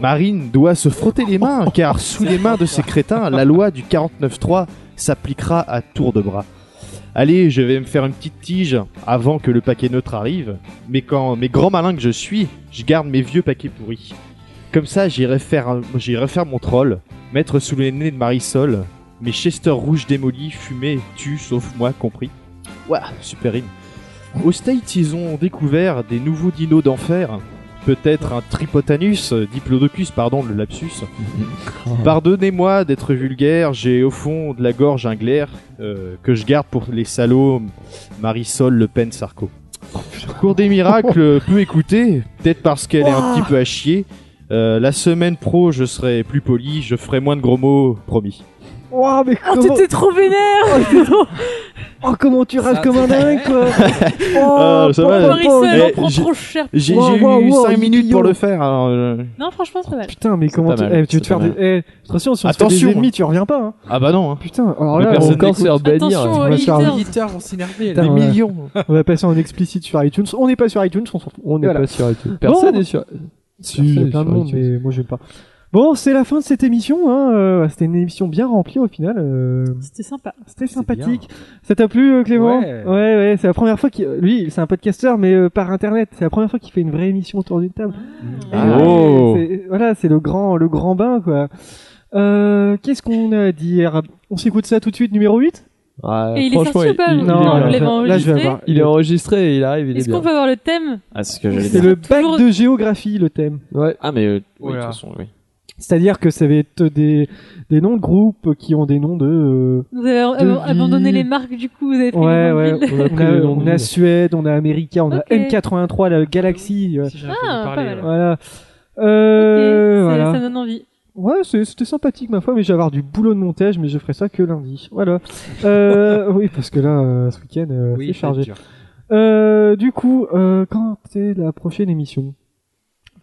Speaker 7: Marine doit se frotter les mains car sous les mains de ces crétins, la loi du 49.3 s'appliquera à tour de bras. Allez, je vais me faire une petite tige avant que le paquet neutre arrive, mais quand mes grands malins que je suis, je garde mes vieux paquets pourris. Comme ça, j'irai faire, un- j'irai faire mon troll, mettre sous les nez de Marisol, mes Chester rouges démolis, fumés, tu, sauf moi, compris. Ouah, super rime. Au States, ils ont découvert des nouveaux dinos d'enfer, peut-être un tripotanus, euh, diplodocus, pardon, le lapsus. Pardonnez-moi d'être vulgaire, j'ai au fond de la gorge un glaire euh, que je garde pour les salauds Marisol, Le Pen, Sarko. Cours des miracles, euh, peu écoutée, peut-être parce qu'elle est un
Speaker 3: Ouah.
Speaker 7: petit peu à chier. Euh, la semaine pro, je serai plus poli, je ferai moins de gros mots, promis.
Speaker 3: Ouah, mais
Speaker 6: Oh,
Speaker 3: comment...
Speaker 6: t'étais trop vénère
Speaker 3: Oh, comment tu rages comme un dingue, quoi Oh.
Speaker 7: Ah, ça
Speaker 3: Euh,
Speaker 7: va,
Speaker 6: Morrison, on
Speaker 7: eh,
Speaker 6: prend
Speaker 7: j'ai-
Speaker 6: trop cher.
Speaker 7: J'ai
Speaker 6: Wow,
Speaker 7: j'ai
Speaker 6: wow,
Speaker 7: eu
Speaker 6: wow,
Speaker 7: 5 minutes pour
Speaker 6: Yukio.
Speaker 7: le faire. alors, euh,
Speaker 6: Non, franchement, c'est pas mal.
Speaker 3: Putain, mais comment
Speaker 7: pas
Speaker 3: tu...
Speaker 7: mal,
Speaker 3: eh, tu veux
Speaker 7: c'est
Speaker 3: te faire
Speaker 7: pas
Speaker 3: des...
Speaker 7: mal.
Speaker 3: eh, attention, si on se fait
Speaker 7: Attention,
Speaker 3: des ennemis,
Speaker 7: hein.
Speaker 3: tu reviens pas, hein
Speaker 7: Ah bah non. hein.
Speaker 3: Putain, alors
Speaker 7: Mais
Speaker 3: là,
Speaker 7: personne
Speaker 3: on-
Speaker 7: n'écoute.
Speaker 3: on
Speaker 6: Attention
Speaker 3: va
Speaker 6: euh, aux
Speaker 3: se faire-
Speaker 6: haters.
Speaker 5: Les auditeurs vont s'énerver.
Speaker 3: Putain,
Speaker 5: là.
Speaker 3: on va- On va passer en explicite sur iTunes. On n'est pas sur iTunes, on s'en fout. On
Speaker 4: n'est pas sur iTunes. Personne n'est sur-
Speaker 3: Si, il y a
Speaker 4: personne
Speaker 3: plein de
Speaker 4: est sur
Speaker 3: monde,
Speaker 4: iTunes.
Speaker 3: mais moi j'aime pas. Bon, c'est la fin de cette émission. Hein. euh, C'était une émission bien remplie au final. euh,
Speaker 6: C'était sympa.
Speaker 3: C'était sympathique. Ça t'a plu, euh, Clément
Speaker 6: Ouais.
Speaker 3: ouais, ouais, c'est la première fois qu'il. Lui, c'est un podcasteur, mais euh, par internet. C'est la première fois qu'il fait une vraie émission autour d'une table.
Speaker 7: Ah.
Speaker 3: Et, euh,
Speaker 7: Oh.
Speaker 3: c'est- Voilà, c'est le grand, le grand bain, quoi. Euh, Qu'est-ce qu'on a à dire On s'écoute ça tout de suite, numéro 8
Speaker 7: Ah,
Speaker 6: Et il est franchement, sorti ou pas, il- ou il- on l'avait
Speaker 3: là, je vais
Speaker 6: enregistré
Speaker 3: avoir.
Speaker 4: Il est enregistré et il arrive, il est,
Speaker 6: Est-ce
Speaker 4: bien.
Speaker 6: qu'on peut avoir le thème
Speaker 9: Ah, c'est ce que j'allais
Speaker 3: C'est
Speaker 9: dire.
Speaker 3: le bac de géographie, le thème.
Speaker 4: Ouais.
Speaker 9: Ah, mais euh, oui, de
Speaker 3: Voilà.
Speaker 9: toute façon, oui.
Speaker 3: C'est-à-dire que ça va être des, des noms de groupes qui ont des noms de. euh,
Speaker 6: Vous avez
Speaker 3: de
Speaker 6: euh, abandonné
Speaker 3: villes.
Speaker 6: les marques, du coup, vous avez pris
Speaker 3: Ouais,
Speaker 6: les
Speaker 3: ouais.
Speaker 6: noms de villes.
Speaker 3: On a, on a Suède, on a America, on
Speaker 6: Ok.
Speaker 3: a M83, la Galaxie. euh,
Speaker 6: Ah, pas mal.
Speaker 3: Voilà. Euh,
Speaker 6: C'est-
Speaker 3: voilà.
Speaker 6: Ça donne envie.
Speaker 3: Ouais, c'est- c'était sympathique ma foi, mais je vais avoir du boulot de montage, mais je ferai ça que lundi. Voilà. Euh, oui, parce que là, euh, ce week-end, euh,
Speaker 5: Oui,
Speaker 3: c'est
Speaker 5: ça
Speaker 3: chargé.
Speaker 5: va être dur.
Speaker 3: Euh, du coup, euh, quand c'est la prochaine émission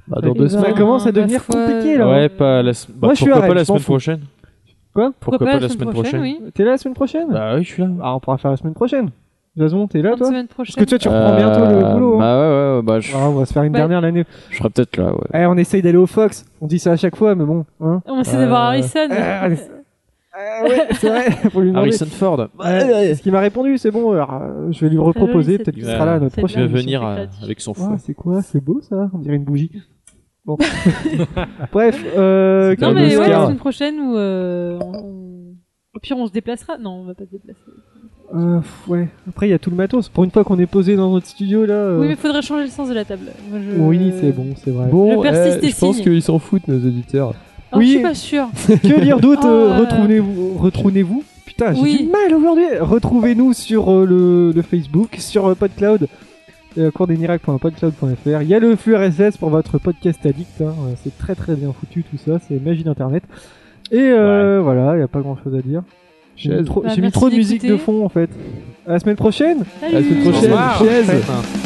Speaker 9: Bah, dans
Speaker 6: Eh
Speaker 9: deux
Speaker 3: Ça
Speaker 6: ben,
Speaker 9: semaines.
Speaker 3: commence à
Speaker 9: Bah,
Speaker 3: devenir
Speaker 9: foi-
Speaker 3: compliqué là.
Speaker 9: Ouais, pas la se- bah,
Speaker 3: Moi, je suis
Speaker 9: pourquoi
Speaker 3: à
Speaker 9: pas la
Speaker 3: Rennes, je m'en
Speaker 9: semaine
Speaker 3: fous.
Speaker 9: prochaine
Speaker 3: Quoi
Speaker 9: Pourquoi Pourquoi pas pas la la semaine semaine prochaine, prochaine
Speaker 3: T'es là la semaine prochaine
Speaker 9: Bah oui, je suis là.
Speaker 3: Ah, on pourra faire la semaine prochaine. Jason, t'es là toi
Speaker 6: semaine
Speaker 3: Parce que toi, tu reprends bientôt le
Speaker 9: Euh,
Speaker 3: boulot. hein.
Speaker 9: Bah ouais, ouais, ouais, bah je.
Speaker 3: Ah, on va se faire une
Speaker 9: Ouais.
Speaker 3: dernière l'année.
Speaker 9: Je serais peut-être là, ouais.
Speaker 3: Eh, on essaye d'aller au Fox. On dit ça à chaque fois, mais bon. Hein
Speaker 6: On essaie d'avoir Harrison.
Speaker 3: Ah, allez. ouais, c'est vrai. Faut
Speaker 7: Ah,
Speaker 3: lui demander.
Speaker 9: Harrison Ford.
Speaker 3: Ouais, ce qu'il m'a répondu, c'est bon. alors, euh, je vais lui reproposer. Peut-être qu'il
Speaker 9: Il va-
Speaker 3: sera là à notre prochaine.
Speaker 9: Il va venir
Speaker 3: émission.
Speaker 9: euh, avec son
Speaker 3: Ouah,
Speaker 9: fouet.
Speaker 3: c'est quoi C'est beau ça On dirait une bougie. Bon. Bref. Euh,
Speaker 6: Non,
Speaker 3: Carlos
Speaker 6: mais ouais, la
Speaker 3: Ghosn.
Speaker 6: semaine prochaine où euh, on... Au pire, on se déplacera. Non, on va pas se déplacer.
Speaker 3: Euh, pff, ouais. Après, il y a tout le matos. Pour une fois qu'on est posé dans notre studio là. euh,
Speaker 6: Oui, euh, mais faudrait changer le sens de la table. Moi, je-
Speaker 3: oui, c'est bon, c'est vrai.
Speaker 4: Bon,
Speaker 6: Je persiste
Speaker 4: eh,
Speaker 6: et
Speaker 4: je pense
Speaker 6: signe.
Speaker 4: qu'ils s'en foutent, nos auditeurs.
Speaker 6: Alors,
Speaker 3: Oui.
Speaker 6: Ah, Je suis pas sûre.
Speaker 3: Que dire d'autre euh,
Speaker 6: Ah, euh.
Speaker 3: Retrouvez-vous. retrouvez-vous Putain, j'ai
Speaker 6: Oui.
Speaker 3: du mal aujourd'hui. Retrouvez-nous sur euh, le, le Facebook, sur euh, PodCloud, euh, coursdesmiracles.podcloud.fr. Il y a le flux RSS pour votre podcast addict. hein, euh, C'est très très bien foutu tout ça. C'est magie d'internet. Et euh, voilà, il n'y a pas grand chose à dire. J'ai mis
Speaker 4: Chaise.
Speaker 3: trop,
Speaker 6: Bah,
Speaker 3: j'ai mis
Speaker 6: merci
Speaker 3: trop de musique
Speaker 6: d'écouter.
Speaker 3: de fond en fait. À la semaine prochaine
Speaker 6: Salut.
Speaker 4: À la semaine prochaine.
Speaker 3: Au revoir.
Speaker 4: Chaise.
Speaker 3: Au revoir.